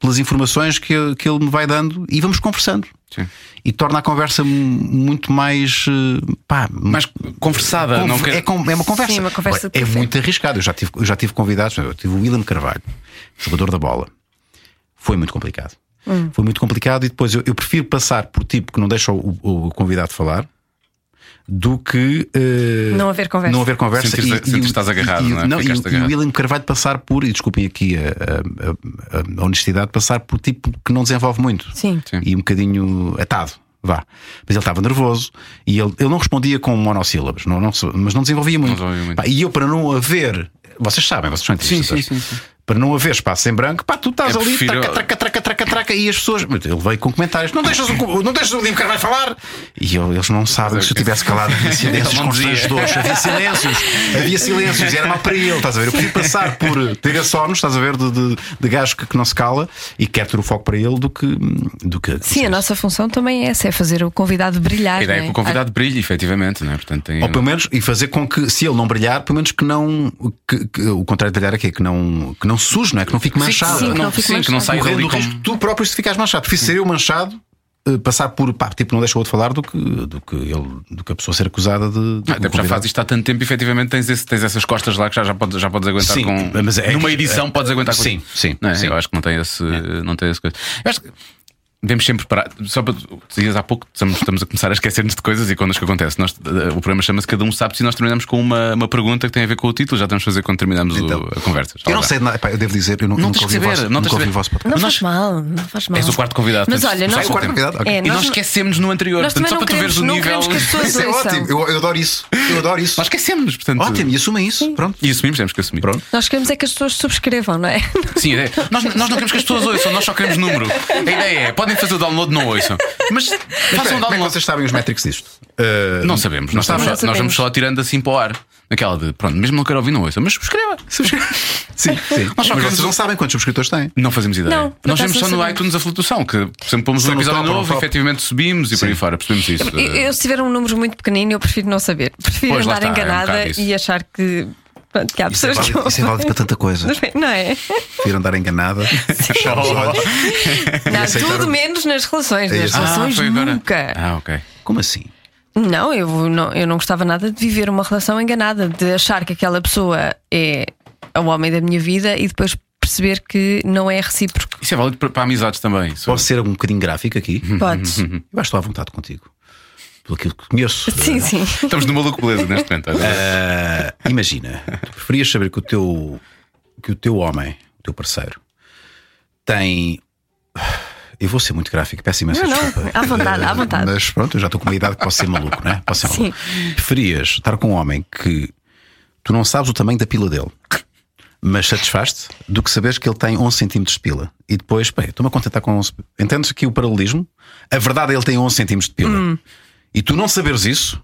Speaker 5: pelas informações que, eu- que ele me vai dando e vamos conversando.
Speaker 2: Sim.
Speaker 5: E torna a conversa mu- muito mais. eh, Pá,
Speaker 2: Mas conversada,
Speaker 5: Conver-
Speaker 2: não quer-
Speaker 5: é, com- é uma conversa.
Speaker 3: Sim, uma conversa
Speaker 5: Olha, é
Speaker 3: perfeita.
Speaker 5: muito arriscado. Eu já tive, eu já tive convidados. Eu tive o William Carvalho, jogador da bola. Foi muito complicado.
Speaker 3: Hum.
Speaker 5: Foi muito complicado. E depois eu, eu prefiro passar por tipo que não deixa o, o- o convidado falar do que eh,
Speaker 3: Não haver conversa.
Speaker 5: Não haver conversa.
Speaker 2: Sentir-
Speaker 5: e- e-
Speaker 2: sentir que estás agarrado,
Speaker 5: e,
Speaker 2: não é?
Speaker 5: e
Speaker 2: Ficaste
Speaker 5: o- e o
Speaker 2: agarrado.
Speaker 5: William Carvalho passar por, e desculpem aqui a, a- a- a honestidade, passar por tipo que não desenvolve muito
Speaker 3: Sim.
Speaker 2: Sim.
Speaker 5: e um bocadinho atado. Vá. Mas ele estava nervoso e ele, ele não respondia com monossílabos, não, não, se- mas não desenvolvia muito.
Speaker 2: desenvolvia muito.
Speaker 5: Pá, e eu, para não haver. Vocês sabem, vocês são entrevistadores.
Speaker 2: sim, sim, sim.
Speaker 5: Para não haver espaço em branco, pá, tu estás
Speaker 2: Eu
Speaker 5: ali,
Speaker 2: prefiro-
Speaker 5: traca, traca, traca, traca, traca, e as pessoas. Mas Ele veio com comentários: não deixas o, cu- não deixas o Liam Carvalho falar. E eu- eles não sabem que se eu tivesse calado, havia silêncios
Speaker 2: Ele Então não dizia.
Speaker 5: constrangedores, havia silêncios, havia silêncios, e era mal para ele, estás a ver? Eu podia passar por eh, ter a sonos, estás a ver, de, de, de gajo que, que não se cala e quer ter o foco para ele do que. Do que
Speaker 3: Sim, a nossa função também é essa, é fazer o convidado brilhar.
Speaker 2: A ideia é
Speaker 3: não
Speaker 2: que o convidado brilhe, efetivamente, não é? Portanto, tem.
Speaker 5: Ou pelo menos, e fazer com que, se ele não brilhar, pelo menos que não. Que, que- o contrário de brilhar é que, é que não, que não suje, não é? Que não fique manchado.
Speaker 3: sim, que não
Speaker 2: não,
Speaker 3: fique
Speaker 2: sim, que não
Speaker 3: manchado.
Speaker 2: saia
Speaker 5: Correndo
Speaker 2: dali
Speaker 5: o
Speaker 2: com.
Speaker 5: risco de tu próprio se ficares manchado. Prefiro ser eu manchado, eh, passar por pá, tipo, não deixa o outro falar do que, do que, ele, do que a pessoa ser acusada de. de
Speaker 2: Até porque Ah, já fazes isto há tanto tempo, efetivamente tens, esse- tens essas costas lá que já, já, podes, já podes aguentar
Speaker 5: Sim,
Speaker 2: com.
Speaker 5: mas é
Speaker 2: numa
Speaker 5: que-
Speaker 2: edição
Speaker 5: é-
Speaker 2: podes aguentar com.
Speaker 5: Sim, sim,
Speaker 2: Não é?
Speaker 5: sim. É.
Speaker 2: Eu acho que não tem esse. Não tem esse coisa. Eu acho que devemos sempre parar. Só para. tu Dizias há pouco, estamos, estamos a começar a esquecer-nos de coisas e quando que acontece. Nós, eh, o programa chama-se Cada um sabe e nós terminamos com uma, uma pergunta que tem a ver com o título. Já estamos a fazer quando terminamos
Speaker 5: Então,
Speaker 2: o, a conversa. Já
Speaker 5: Eu não
Speaker 2: lá.
Speaker 5: sei de nada, pá, eu devo dizer, eu nu-
Speaker 2: Não
Speaker 5: nunca
Speaker 2: tens
Speaker 5: ouvi
Speaker 2: que
Speaker 5: o
Speaker 2: saber,
Speaker 5: vosso,
Speaker 2: não tens
Speaker 5: nunca
Speaker 2: que
Speaker 5: ouvi o
Speaker 2: saber.
Speaker 5: vosso podcast.
Speaker 3: Ah, Não
Speaker 2: Nós-
Speaker 3: faz mal, não faz mal.
Speaker 2: És o quarto convidado.
Speaker 3: Mas
Speaker 2: portanto,
Speaker 3: olha,
Speaker 2: tu
Speaker 3: nós,
Speaker 2: sais com o tempo.
Speaker 5: convidado, ok.
Speaker 3: é,
Speaker 2: E nós,
Speaker 3: nós,
Speaker 2: esquecemos no anterior.
Speaker 3: nós
Speaker 2: Portanto,
Speaker 3: também
Speaker 2: só
Speaker 3: não
Speaker 2: para tu veres
Speaker 3: queremos-
Speaker 2: o
Speaker 3: não
Speaker 2: nível.
Speaker 3: queremos que as pessoas
Speaker 5: Isso é
Speaker 3: ouçam.
Speaker 5: ótimo, eu, eu adoro isso. Eu adoro isso.
Speaker 2: Nós esquecemos, portanto.
Speaker 5: é assim, Ótimo, e assumem isso. Pronto.
Speaker 2: Isso mesmo temos que assumir.
Speaker 5: Pronto.
Speaker 3: Nós queremos é que as pessoas subscrevam, não é?
Speaker 2: Sim, a ideia. Nós, nós não queremos que as pessoas ouçam, nós só queremos número. A ideia é: podem sabem fazer o download, não ouçam. Mas façam o
Speaker 5: Como é que
Speaker 2: download.
Speaker 5: vocês sabem os métricos disto? Uh,
Speaker 2: Não sabemos, nós, estamos
Speaker 3: sabemos.
Speaker 2: só-
Speaker 3: Não sabemos.
Speaker 2: nós vamos só tirando assim para o ar. Naquela de, pronto, mesmo não quero ouvir, não ouça, mas subscreva. subscreva.
Speaker 5: Sim, sim.
Speaker 2: Nós
Speaker 5: Mas
Speaker 2: só queremos-
Speaker 5: vocês não sabem quantos subscritores têm.
Speaker 2: Não fazemos ideia.
Speaker 3: Não, por
Speaker 2: nós vemos
Speaker 3: acaso
Speaker 2: só
Speaker 3: não
Speaker 2: no
Speaker 3: sabemos.
Speaker 2: iTunes a flutuação, que por exemplo pomos
Speaker 5: Só
Speaker 2: um
Speaker 5: no
Speaker 2: episódio
Speaker 5: top, no
Speaker 2: novo,
Speaker 5: top.
Speaker 2: efetivamente subimos e por aí fora, percebemos isso.
Speaker 3: Eu, eu, se tiver um número muito pequenino, eu prefiro não saber. Prefiro
Speaker 2: Pois, lá está,
Speaker 3: andar
Speaker 2: é um
Speaker 3: enganada
Speaker 2: bocado isso.
Speaker 3: e achar que, pronto, que há
Speaker 5: Isso é
Speaker 3: pessoas que.
Speaker 5: válido, isso é válido para tanta coisa.
Speaker 3: Não é?
Speaker 5: Vir andar enganada. fechar os olhos.
Speaker 3: Não,
Speaker 5: aceitar-
Speaker 3: tudo menos nas relações. Nas
Speaker 5: Ah,
Speaker 3: relações
Speaker 2: foi agora.
Speaker 3: nunca.
Speaker 2: Ah, ok.
Speaker 5: Como assim?
Speaker 3: Não eu, não, eu não gostava nada de viver uma relação enganada, de achar que aquela pessoa é o homem da minha vida e depois perceber que não é recíproco.
Speaker 2: Isso é válido para, para amizades também. é Só-
Speaker 5: Posso ser um bocadinho gráfico aqui?
Speaker 3: Podes.
Speaker 5: Eu acho que estou à vontade contigo. Pelo aquilo que conheço.
Speaker 3: Sim, sim.
Speaker 2: Estamos numa loucura neste momento.
Speaker 5: Ah, imagina, tu preferias saber que o teu que o teu homem, o teu parceiro, tem. Eu vou ser muito gráfico, peço imensa
Speaker 3: Não, não,
Speaker 5: desculpa.
Speaker 3: à vontade, à
Speaker 5: Eh,
Speaker 3: vontade.
Speaker 5: Mas pronto, eu já estou com uma idade que posso ser maluco, não é? Posso ser maluco. Preferias estar com um homem que tu não sabes o tamanho da pila dele, mas satisfaz-te do que saberes que ele tem 11 centímetros de pila e depois, bem, estou-me a contentar com 11. Entendes aqui o paralelismo? A verdade é que ele tem 11 centímetros de
Speaker 3: Hum.
Speaker 5: pila e tu não saberes isso,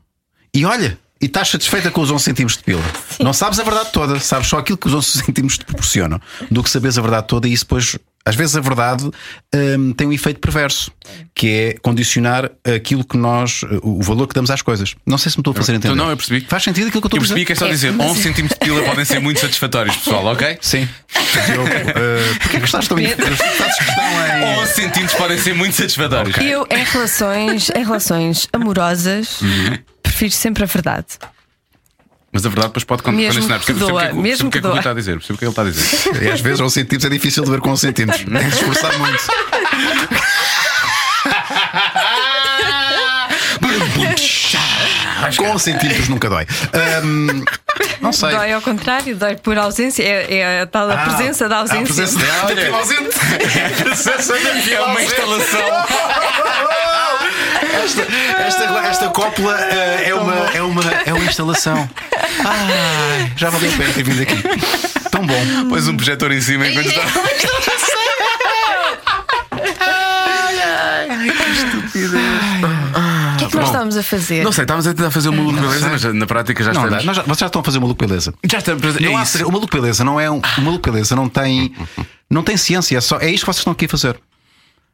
Speaker 5: e olha, e estás satisfeita com os 11 centímetros de pila. Não sabes a verdade toda, sabes só aquilo que os 11 centímetros te proporcionam, do que saberes a verdade toda, e isso depois, às vezes, a verdade hum, tem um efeito perverso, que é condicionar aquilo que nós, o valor que damos às coisas. Não sei se me estou a fazer
Speaker 2: Eu-
Speaker 5: entender.
Speaker 2: não, eu percebi.
Speaker 5: Faz sentido aquilo que eu estou
Speaker 2: Eu
Speaker 5: a
Speaker 2: percebi
Speaker 5: dizer?
Speaker 2: que é só dizer 11 centímetros de pila podem ser muito satisfatórios, pessoal, ok?
Speaker 5: Sim. Diogo, uh, porquê que estás tão. Estás tão em...
Speaker 2: 11 centímetros podem ser muito satisfatórios.
Speaker 3: Eu, em relações, em relações amorosas,
Speaker 5: Uhum.
Speaker 3: prefiro sempre a verdade.
Speaker 2: Mas a verdade depois pode con-
Speaker 3: Mesmo
Speaker 2: condicionar.
Speaker 3: que
Speaker 2: Percebo- percebo o
Speaker 3: doa,
Speaker 2: que é
Speaker 3: mesmo
Speaker 2: percebo o que é
Speaker 3: que
Speaker 2: que o Rui
Speaker 3: doa.
Speaker 2: está a dizer. Percebo o que ele está a dizer.
Speaker 5: E às vezes 11 centímetros é difícil de ver com 11 centímetros. Tem de se esforçar muito. com
Speaker 2: é.
Speaker 5: 11 centímetros nunca dói. Ahm, não sei.
Speaker 3: Dói ao contrário, dói por ausência, é, é a tal a
Speaker 5: Ah,
Speaker 3: presença da ausência.
Speaker 5: A presença da
Speaker 2: Olha.
Speaker 5: pila ausente. A presença da
Speaker 2: É
Speaker 5: pila
Speaker 2: uma
Speaker 5: ausente.
Speaker 2: instalação.
Speaker 5: Esta, esta, esta cópula ah, é, uma, é, uma, é uma instalação. Ai, já valeu a pena ter vindo aqui. Tão bom.
Speaker 2: Pôs um projetor em cima enquanto está.
Speaker 3: O que é que nós estamos a fazer?
Speaker 2: Não sei, estávamos a tentar fazer uma loucura, mas na prática já
Speaker 5: Não,
Speaker 2: estamos.
Speaker 5: dá. Nós já, vocês já estão a fazer uma loucura beleza.
Speaker 2: Já estamos.
Speaker 5: Não
Speaker 2: é
Speaker 5: há
Speaker 2: isso.
Speaker 5: segredo. O maluco beleza não é um. O maluco beleza não tem. Não tem ciência. É, só, é isto que vocês estão aqui a fazer.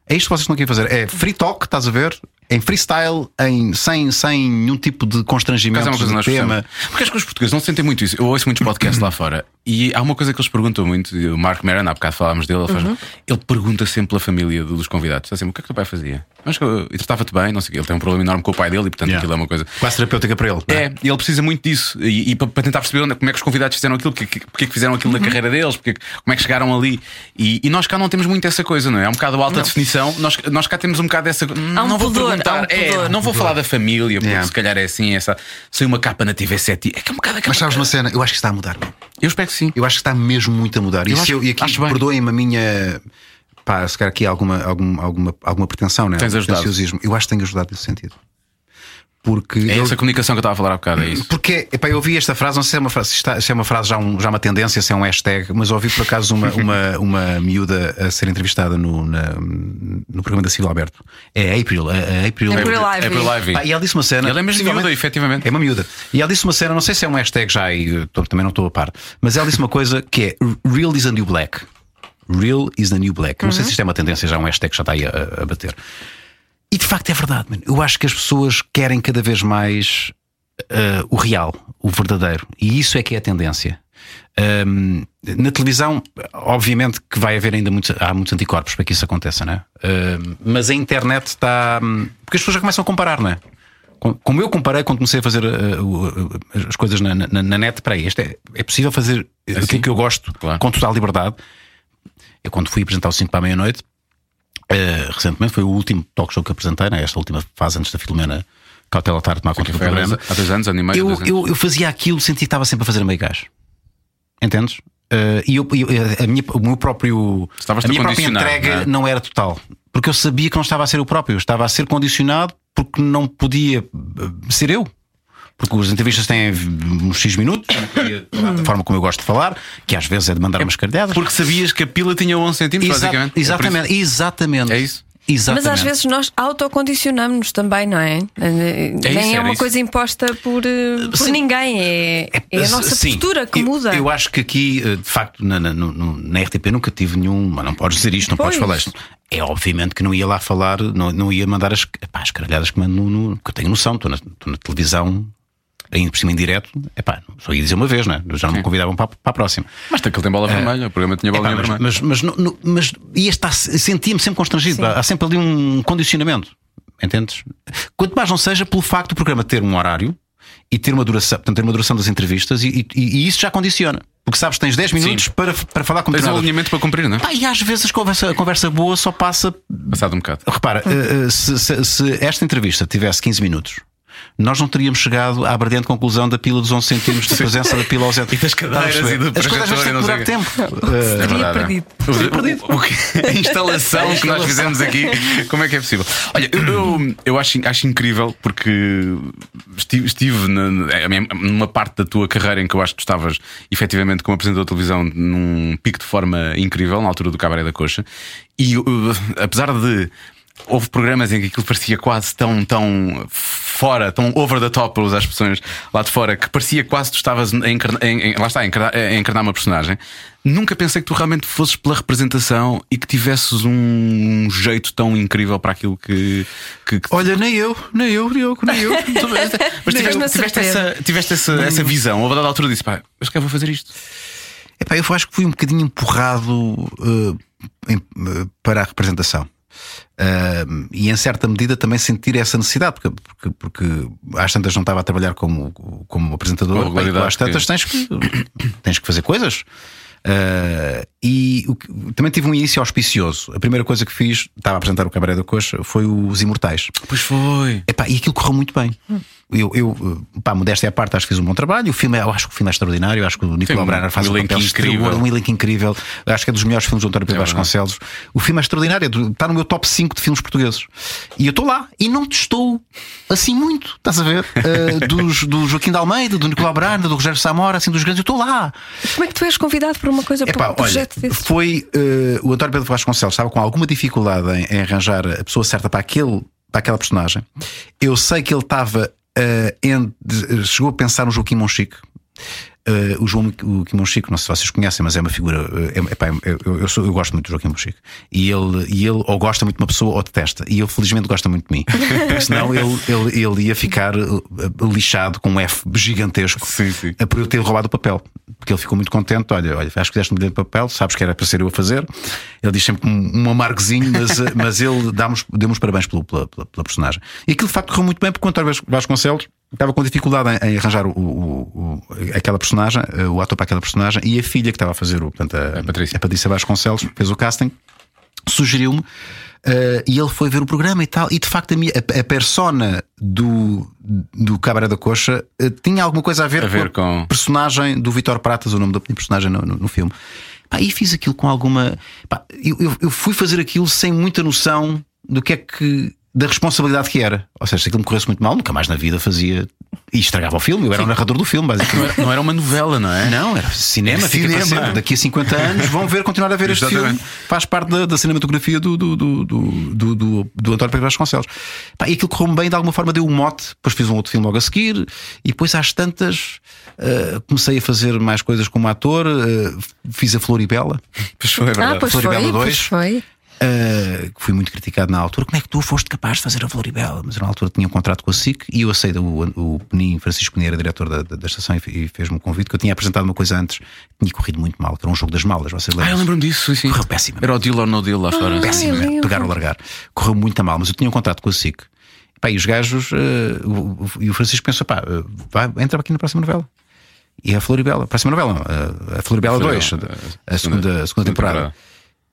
Speaker 5: É isto que vocês estão aqui a fazer. É free talk, estás a ver? Em freestyle, em, sem, sem nenhum tipo de
Speaker 2: Mas
Speaker 5: constrangimento
Speaker 2: é uma coisa que
Speaker 5: do
Speaker 2: nós
Speaker 5: tema.
Speaker 2: percebemos. Porque acho que os portugueses não sentem muito isso. Eu ouço muitos podcasts lá fora e há uma coisa que eles perguntam muito. e O Marco Meran, há bocado falámos dele, ele, faz- ele pergunta sempre pela família do- dos convidados: Está sempre, o que é que o teu pai fazia? Mas que eu eu tratava-te bem, não sei o quê. Ele tem um problema enorme com o pai dele e, portanto,
Speaker 5: Yeah.
Speaker 2: aquilo é uma coisa.
Speaker 5: Quase terapêutica para ele. não
Speaker 2: É, e ele precisa muito disso. E, e para para tentar perceber onde- como é que os convidados fizeram aquilo, porque, que- porque é que fizeram aquilo
Speaker 3: Uhum.
Speaker 2: na carreira deles, porque, como é que chegaram ali. E, e nós cá não temos muito essa coisa, não é? É um bocado alta definição. Nós, nós cá temos um bocado dessa.
Speaker 3: um
Speaker 2: não vou
Speaker 3: pudor,
Speaker 2: perguntar,
Speaker 3: há um
Speaker 2: é,
Speaker 3: pudor.
Speaker 2: não vou falar da família, porque
Speaker 5: Yeah.
Speaker 2: se calhar é assim, essa. Saiu uma capa na TV7 e é que é um bocado aquela.
Speaker 5: Mas sabes uma cena? Eu acho que está a mudar. não?
Speaker 2: Eu espero que sim.
Speaker 5: Eu acho que está mesmo muito a mudar. e,
Speaker 2: Eu
Speaker 5: se
Speaker 2: acho-
Speaker 5: eu- e aqui
Speaker 2: acho bem.
Speaker 5: perdoem-me a minha. Pá, se calhar aqui há alguma, algum- alguma, alguma pretensão, né?
Speaker 2: Tens ajudado.
Speaker 5: Pretenciosismo. Eu acho que tenho ajudado nesse sentido. Porque
Speaker 2: É
Speaker 5: eu-
Speaker 2: essa comunicação que eu estava a falar há bocado, é isso.
Speaker 5: Porque epá, eu ouvi esta frase, não sei se é uma frase, se está- se é uma frase já, um- já uma tendência, se é um hashtag, mas ouvi por acaso uma, uma, uma miúda a ser entrevistada no, na- no programa da Silvia Alberto. É April, é, é April.
Speaker 3: April Live.
Speaker 2: É por live.
Speaker 5: Pá, e ela disse uma cena.
Speaker 2: Ela é mesmo
Speaker 5: possivelmente-
Speaker 2: miúda, efetivamente.
Speaker 5: É uma miúda. E ela disse uma cena, não sei se é um hashtag já, e eu tô- também não estou a par, mas ela disse uma coisa que é Real is a new black. Real is the new black. Não sei se isto é uma tendência, já é um hashtag que já está aí a, a bater. E de facto é verdade, mano. Eu acho que as pessoas querem cada vez mais eh, o real, o verdadeiro. E isso é que é a tendência. Ahm, na televisão, obviamente que vai haver ainda muitos, há muitos anticorpos para que isso aconteça, não é? Ahm, mas a internet está. hum, Porque as pessoas já começam a comparar, não é? Com- Como eu comparei quando comecei a fazer eh, o- o- as coisas na, na, na net, para este é, é possível fazer eh,
Speaker 2: Assim?
Speaker 5: aquilo que eu gosto
Speaker 2: Claro.
Speaker 5: com total liberdade. Eu, quando fui apresentar o 5 para a meia-noite, eh, recentemente foi o último talk show que apresentei, né? esta última fase antes da Filomena Cautela Tarde tomar conta do
Speaker 2: Foi há dois,
Speaker 5: programa.
Speaker 2: há dois anos, ano e meio,
Speaker 5: Eu,
Speaker 2: dois anos.
Speaker 5: eu, eu fazia aquilo, sentia que estava sempre a fazer a meio gás. Entendes? Eh, e eu, eu- a minha, o meu próprio.
Speaker 2: Estavas-te
Speaker 5: a minha
Speaker 2: a
Speaker 5: própria
Speaker 2: condicionar,
Speaker 5: entrega
Speaker 2: não é?
Speaker 5: não era total. Porque eu sabia que não estava a ser o próprio. Eu estava a ser condicionado porque não podia eh, ser eu. Porque os entrevistas têm uns X minutos, eu podia falar da forma como eu gosto de falar, que às vezes é de mandar umas cardeadas.
Speaker 2: Porque sabias que a pila tinha 11 centímetros,
Speaker 5: Exa-
Speaker 2: basicamente. É por isso.
Speaker 5: Exatamente, exatamente.
Speaker 2: É isso?
Speaker 5: Exatamente.
Speaker 3: Mas às vezes nós autocondicionamos-nos também, não é? Nem
Speaker 2: isso,
Speaker 3: é
Speaker 2: era
Speaker 3: uma
Speaker 2: isso.
Speaker 3: coisa imposta por, eh, por ninguém, é, é a nossa
Speaker 5: Sim.
Speaker 3: postura que
Speaker 5: Eu-
Speaker 3: muda.
Speaker 5: Eu, acho que aqui, eh, de facto, na, na- no- no- na RTP nunca tive nenhum. Mas não podes dizer isto, não podes
Speaker 3: Pois.
Speaker 5: falar isto. É obviamente que não ia lá falar, não, não ia mandar as, epá, as caralhadas que mando no, no- que eu tenho noção, estou na, estou na televisão, ainda por cima em direto, epá, só ia dizer uma vez, não é? Já não me convidavam para, a- para a próxima.
Speaker 2: Mas tem que ele tem bola vermelha, o programa tinha bola
Speaker 5: É. Epá, mas,
Speaker 2: vermelha.
Speaker 5: mas, mas, não- não- mas ia estar- sentia-me sempre constrangido. Há sempre ali um condicionamento. Entendes? Quanto mais não seja pelo facto do programa ter um horário e ter uma duração, portanto, ter uma duração das entrevistas, e, e- e isso já condiciona. Porque sabes que tens 10 minutos para, para falar com
Speaker 2: Tens um
Speaker 5: determinadas-
Speaker 2: alinhamento para cumprir, não é?
Speaker 5: Pá, E às vezes a conversa, a conversa boa só passa
Speaker 2: Passado um bocado.
Speaker 5: Repara, eh, eh, se, se- se esta entrevista tivesse 15 minutos, nós não teríamos chegado à brilhante conclusão da pila dos 11 centímetros, da presença da pila aos 11 E das
Speaker 2: cadeiras e do
Speaker 5: As coisas
Speaker 2: projetor e
Speaker 5: têm que
Speaker 2: não
Speaker 5: durar
Speaker 2: sei
Speaker 5: tempo. Eh,
Speaker 3: Teria
Speaker 2: verdade,
Speaker 3: perdido.
Speaker 2: é. O- o- o que- a instalação que nós fizemos aqui, como é que é possível? Olha, eu, eu, eu acho, acho incrível porque estive, estive na- na- a minha- numa parte da tua carreira em que eu acho que tu estavas efetivamente como apresentador de televisão num pico de forma incrível, na altura do Cabaré da Coxa, e eu, eu, apesar de. Houve programas em que aquilo parecia quase tão, tão fora, tão over the top para usar as pessoas lá de fora, que parecia quase que tu estavas a encarnar, em- em- lá está, a encarnar, a encarnar uma personagem. Nunca pensei que tu realmente fosses pela representação e que tivesses um jeito tão incrível para aquilo que. que, que-
Speaker 5: Olha, nem eu, nem eu, Diogo, nem eu.
Speaker 2: Mas
Speaker 3: Tenho uma
Speaker 2: tiveste, tiveste
Speaker 3: certeza.
Speaker 2: essa, tiveste essa, essa visão, houve a dada altura disse, pá, mas que eu vou fazer isto.
Speaker 5: Epá, eu acho que fui um bocadinho empurrado eh, em- eh, para a representação. Ah, e em certa medida também sentir essa necessidade, porque, porque, porque às tantas não estava a trabalhar como, como apresentador,
Speaker 2: Com
Speaker 5: Pá, e tu
Speaker 2: regularidade,
Speaker 5: às tantas
Speaker 2: que-
Speaker 5: tens que, tens que fazer coisas. Ah, e o que- também tive um início auspicioso. A primeira coisa que fiz, estava a apresentar o Cabaré da Coxa, foi os Imortais.
Speaker 2: Pois foi.
Speaker 5: Epá, e aquilo correu muito bem. Eu, eu, eh, pá, modéstia à parte, acho que fiz um bom trabalho. O filme, é- eu acho que o filme é extraordinário. Acho que o Nicolau
Speaker 2: um-
Speaker 5: Brainer faz
Speaker 2: um
Speaker 5: um
Speaker 2: elenco
Speaker 5: papel
Speaker 2: incrível.
Speaker 5: exterior, um elenco incrível. Acho que é dos melhores filmes do António Pedro
Speaker 2: É verdade.
Speaker 5: Vasconcelos. O filme é extraordinário, é do- está no meu top 5 de filmes portugueses. E eu estou lá e não estou assim muito, estás a ver? Eh, dos, do Joaquim de Almeida, do Nicolau Brainer, do Rogério Samora, assim, dos grandes. Eu estou lá.
Speaker 3: Como é que tu és convidado para uma coisa, para
Speaker 5: Epá,
Speaker 3: um
Speaker 5: olha,
Speaker 3: projeto desse?
Speaker 5: foi eh, o António Pedro Vasconcelos estava com alguma dificuldade em, em arranjar a pessoa certa para, aquele, para aquela personagem. Eu sei que ele estava eh, en- de- chegou a pensar no Joaquim Monchique. Eh, o João o Joaquim Monchique, não sei se vocês conhecem, mas é uma figura. eh, é- epá, eu, eu- eu sou- eu gosto muito do Joaquim Monchique. E ele, e ele ou gosta muito de uma pessoa ou detesta. E ele, felizmente, gosta muito de mim. Porque Senão ele, ele, ele ia ficar eh, lixado com um F gigantesco
Speaker 2: Sim, sim.
Speaker 5: é por eu ter roubado o papel. Porque ele ficou muito contente. Olha, olha, acho que deste-me de papel, sabes que era para ser eu a fazer. Ele diz sempre um, um amarguezinho, mas, eh, mas ele dá-mos- deu-nos parabéns pelo, pela, pela- pela personagem. E aquilo de facto correu muito bem, porque o António Vas- Vasconcelos estava com dificuldade em, em arranjar o, o- o- aquela personagem, eh, o ator para aquela personagem, e a filha que estava a fazer o, portanto, a,
Speaker 2: A Patrícia.
Speaker 5: a Patrícia Vasconcelos, fez o casting sugeriu-me eh, e ele foi ver o programa e tal. E de facto, a, minha, a, a persona do, do Cabaré da Coxa eh, tinha alguma coisa a ver,
Speaker 2: A ver com-
Speaker 5: a personagem do Vitor Pratas, o nome da personagem no, no- no filme. Pá, e fiz aquilo com alguma. pá, eu, eu- eu fui fazer aquilo sem muita noção do que é que. da responsabilidade que era. Ou seja, se aquilo me corresse muito mal, nunca mais na vida fazia. E estragava o filme, eu era o narrador do filme, basicamente.
Speaker 2: Não era uma novela, não é?
Speaker 5: Não, era cinema,
Speaker 2: Era
Speaker 5: fica para
Speaker 2: cinema.
Speaker 5: sempre. Daqui a 50 anos vão ver, continuar a ver este
Speaker 2: Exatamente.
Speaker 5: filme. Faz parte da, da cinematografia do, do, do, do, do, do- do António Pedro Vasconcelos. Pá, e aquilo correu-me bem, de alguma forma deu um mote. Depois fiz um outro filme logo a seguir. E depois, às tantas, eh, comecei a fazer mais coisas como ator. eh, fiz a Floribela.
Speaker 2: Pois foi, é
Speaker 3: Ah,
Speaker 2: verdade.
Speaker 3: pois foi,
Speaker 5: Floribela
Speaker 3: pois
Speaker 5: 2.
Speaker 3: foi.
Speaker 5: Uh, que fui muito criticado na altura. Como é que tu foste capaz de fazer a Floribela? Mas eu, na altura tinha um contrato com a SIC e eu aceito. O, o Penin, Francisco Penin era diretor da, da, da estação e, fe- e fez-me um convite que eu tinha apresentado uma coisa antes que tinha corrido muito mal, que era um jogo das malas. Vocês
Speaker 2: Ah, eu
Speaker 5: lembram?
Speaker 2: lembro-me disso, sim.
Speaker 5: Correu péssimo.
Speaker 2: Era o deal or no deal lá
Speaker 3: Ah,
Speaker 2: fora.
Speaker 5: péssimo,
Speaker 3: eu
Speaker 5: né?
Speaker 3: lembro.
Speaker 5: pegar ou largar. Correu muito a mal, mas eu tinha um contrato com a SIC. Pá, e os gajos. uh, o- o- e o Francisco pensou, pá, uh, vai, entra aqui na próxima novela. E é a Floribela, a próxima novela, não, eh, a- a Floribela 2,
Speaker 2: Floribela,
Speaker 5: a, a segunda, a segunda temporada.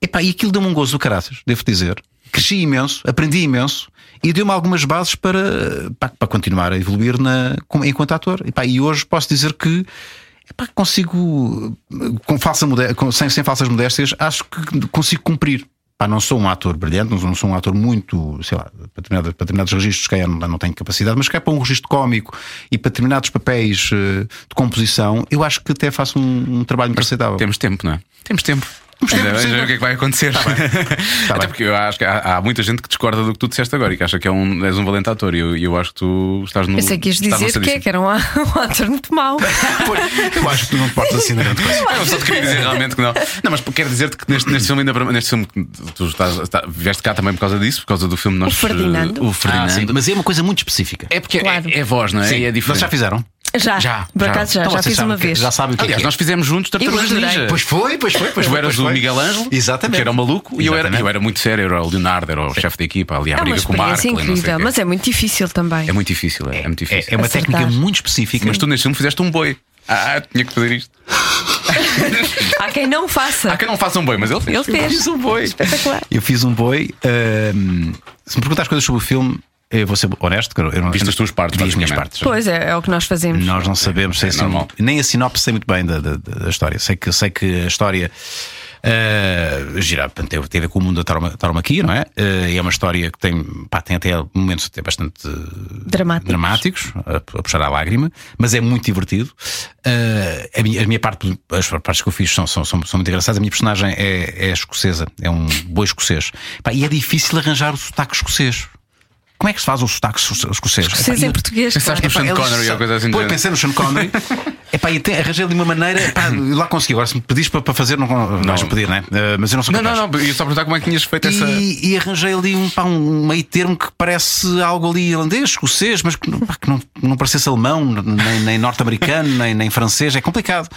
Speaker 5: Epá, e aquilo deu-me um gozo do caraças, devo dizer. Cresci imenso, aprendi imenso e deu-me algumas bases para, pá, para continuar a evoluir na, com- enquanto ator. Epá, e hoje posso dizer que epá, consigo, com falsa mode- com- sem, sem falsas modéstias, acho que consigo cumprir. Pá, não sou um ator brilhante, não sou um ator muito, sei lá, para determinados, para determinados registros, que não, não tenho capacidade, mas que é para um registro cómico e para determinados papéis eh, de composição, eu acho que até faço um, um trabalho muito aceitável.
Speaker 2: Temos tempo, não é? Temos tempo. Ainda vamos ver o que é que vai acontecer. Até
Speaker 5: Tá bem.
Speaker 2: porque eu acho que há, há muita gente que discorda do que tu disseste agora e que acha que é um, és um valente ator. E eu, eu acho que tu estás no.
Speaker 3: Eu sei que ias
Speaker 2: estás no
Speaker 3: dizer que é
Speaker 2: serviço.
Speaker 3: que era um, um ator muito mau.
Speaker 5: Eu acho que tu não te portas assim na grande coisa.
Speaker 2: Ah, eu só te queria dizer realmente que não. Não, mas quero dizer-te que neste, neste filme ainda para- neste filme que tu estás, está, vieste cá também por causa disso, por causa do filme nós eh,
Speaker 3: Ferdinando.
Speaker 2: O Ferdinando.
Speaker 5: Ah, sim, mas é uma coisa muito específica.
Speaker 2: É porque é-
Speaker 3: Claro.
Speaker 2: é, voz, não é? E é
Speaker 5: Vocês
Speaker 2: diferente.
Speaker 5: já fizeram?
Speaker 3: Já,
Speaker 5: Já.
Speaker 3: por acaso já,
Speaker 5: Então
Speaker 3: já
Speaker 5: vocês
Speaker 3: fiz
Speaker 5: sabem
Speaker 3: uma
Speaker 5: o que-
Speaker 3: vez.
Speaker 5: Já sabem o que é
Speaker 2: Aliás,
Speaker 5: que é.
Speaker 2: nós fizemos juntos Tartarugas
Speaker 3: Eu adorei.
Speaker 2: Ninja.
Speaker 5: Pois foi, pois foi, pois
Speaker 2: Tu
Speaker 5: foi.
Speaker 2: eras
Speaker 5: pois
Speaker 2: o
Speaker 5: foi.
Speaker 2: Miguel Ângelo,
Speaker 5: Exatamente.
Speaker 2: que era o maluco, e eu era,
Speaker 5: Exatamente.
Speaker 2: eu era muito sério, era o Leonardo, era o chefe da equipa, ali à
Speaker 3: É uma
Speaker 2: briga com o Marco.
Speaker 3: experiência
Speaker 2: e não sei o
Speaker 3: incrível,
Speaker 2: quê.
Speaker 3: mas é muito difícil também.
Speaker 2: É muito difícil, é, é muito
Speaker 5: É,
Speaker 2: difícil.
Speaker 5: é uma
Speaker 3: Acertar.
Speaker 5: técnica muito específica.
Speaker 2: Mas tu neste filme fizeste um boi. Ah, tinha que fazer isto.
Speaker 3: Há quem não faça.
Speaker 2: Há quem não faça um boi, mas ele fez.
Speaker 3: Ele fez.
Speaker 2: um boi.
Speaker 3: Espetacular.
Speaker 5: Eu fiz um boi. ahm, se me perguntar as coisas sobre o filme, eu vou ser honesto, cara, eu não
Speaker 2: Viste as tuas partes,
Speaker 5: Vi as minhas
Speaker 2: basicamente.
Speaker 5: partes.
Speaker 3: Pois é, é o que nós fazemos.
Speaker 5: Nós não sabemos, sei
Speaker 2: É
Speaker 5: se-
Speaker 2: normal.
Speaker 5: nem a sinopse sei muito bem da, da- da- da história. Sei que, sei que a história ah, gira, portanto, teve, teve a ver com o mundo da tauroma- tauromaquia, não é? Ah, e é uma história que tem, pá, tem até momentos até bastante ah,
Speaker 3: Dramático.
Speaker 5: dramáticos, a, a puxar a lágrima, mas é muito divertido. Ah, a, minha, a minha parte, as partes que eu fiz são, são, são, são muito engraçadas. A minha personagem é, é escocesa, é um boi escocês. Pá, e é difícil arranjar o sotaque escocês. Como é que se faz o sotaque esco- escocês?
Speaker 3: Vocês
Speaker 5: Epá,
Speaker 3: em
Speaker 5: eu-
Speaker 3: português,
Speaker 2: Pensaste
Speaker 3: claro.
Speaker 2: no
Speaker 5: Epá,
Speaker 2: Sean
Speaker 5: eles
Speaker 2: Connery
Speaker 5: são-
Speaker 2: ou coisa assim. do
Speaker 5: Pois,
Speaker 2: género.
Speaker 5: pensei no Sean Connery. Epá, e te- arranjei de uma maneira. Pá, eu lá consegui. Agora, se me pedis para, para fazer, não, Uhum. não vais me pedir, né? Eh, mas eu não sou
Speaker 2: Não,
Speaker 5: capaz.
Speaker 2: não, não, eu ia só perguntar como é que tinhas feito essa.
Speaker 5: E, e arranjei ali um, pá, um meio termo que parece algo ali irlandês, escocês, mas que, não- pá, que não, não parecesse alemão, nem, nem norte-americano, nem, nem francês. É complicado.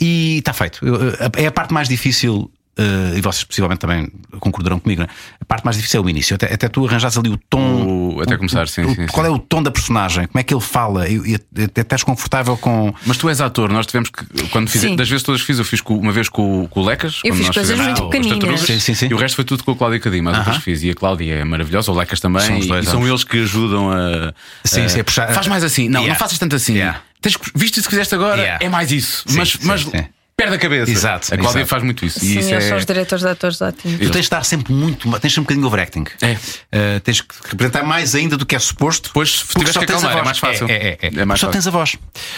Speaker 5: E está feito. Eu, eh, É a parte mais difícil. eh, e vocês possivelmente também concordarão comigo, né? a parte mais difícil é o início. Até, até tu arranjas ali o tom.
Speaker 2: O- até começar, sim,
Speaker 5: o-
Speaker 2: sim,
Speaker 5: Qual é o tom da personagem? Como é que ele fala? E, e, e até és confortável com.
Speaker 2: Mas tu és ator, nós tivemos que. Quando fiz,
Speaker 3: Sim.
Speaker 2: das vezes todas que fiz, eu fiz com- uma vez com, o- com o Lecas.
Speaker 3: Eu
Speaker 2: quando
Speaker 3: fiz
Speaker 2: nós
Speaker 3: coisas
Speaker 2: fizemos
Speaker 3: muito
Speaker 2: os
Speaker 3: pequeninas.
Speaker 2: Tartarugas,
Speaker 5: Sim, sim, sim.
Speaker 2: E o resto foi tudo com a Cláudia Cadima, as outras
Speaker 5: Aham.
Speaker 2: que fiz. E a Cláudia é maravilhosa, o Lecas também.
Speaker 5: São os dois,
Speaker 2: e são
Speaker 5: ambos.
Speaker 2: eles que ajudam a.
Speaker 5: Sim,
Speaker 2: a-
Speaker 5: sim, a puxar-
Speaker 2: Faz mais assim, não, não
Speaker 5: Yeah.
Speaker 2: faças tanto assim.
Speaker 5: Yeah.
Speaker 2: Tens que- visto isso que fizeste agora,
Speaker 5: Yeah.
Speaker 2: é mais isso.
Speaker 5: Sim,
Speaker 2: mas
Speaker 5: sim,
Speaker 2: mas
Speaker 5: sim.
Speaker 2: perde a cabeça.
Speaker 5: Exato,
Speaker 2: A Cláudia
Speaker 5: exato.
Speaker 2: faz muito isso. e
Speaker 3: Sim,
Speaker 2: isso
Speaker 3: eles
Speaker 2: é...
Speaker 3: são os diretores de atores ótimos.
Speaker 5: Tu tens de estar sempre muito. Tens de ser um bocadinho overacting.
Speaker 2: É.
Speaker 5: Eh, tens que representar mais ainda do que é suposto.
Speaker 2: Pois, se
Speaker 5: porque
Speaker 2: tiveres
Speaker 5: só
Speaker 2: que
Speaker 5: tens a
Speaker 2: acalmar,
Speaker 5: voz.
Speaker 2: é mais fácil.
Speaker 5: É, é, é.
Speaker 2: É mais
Speaker 5: só
Speaker 2: fácil.
Speaker 5: tens a voz.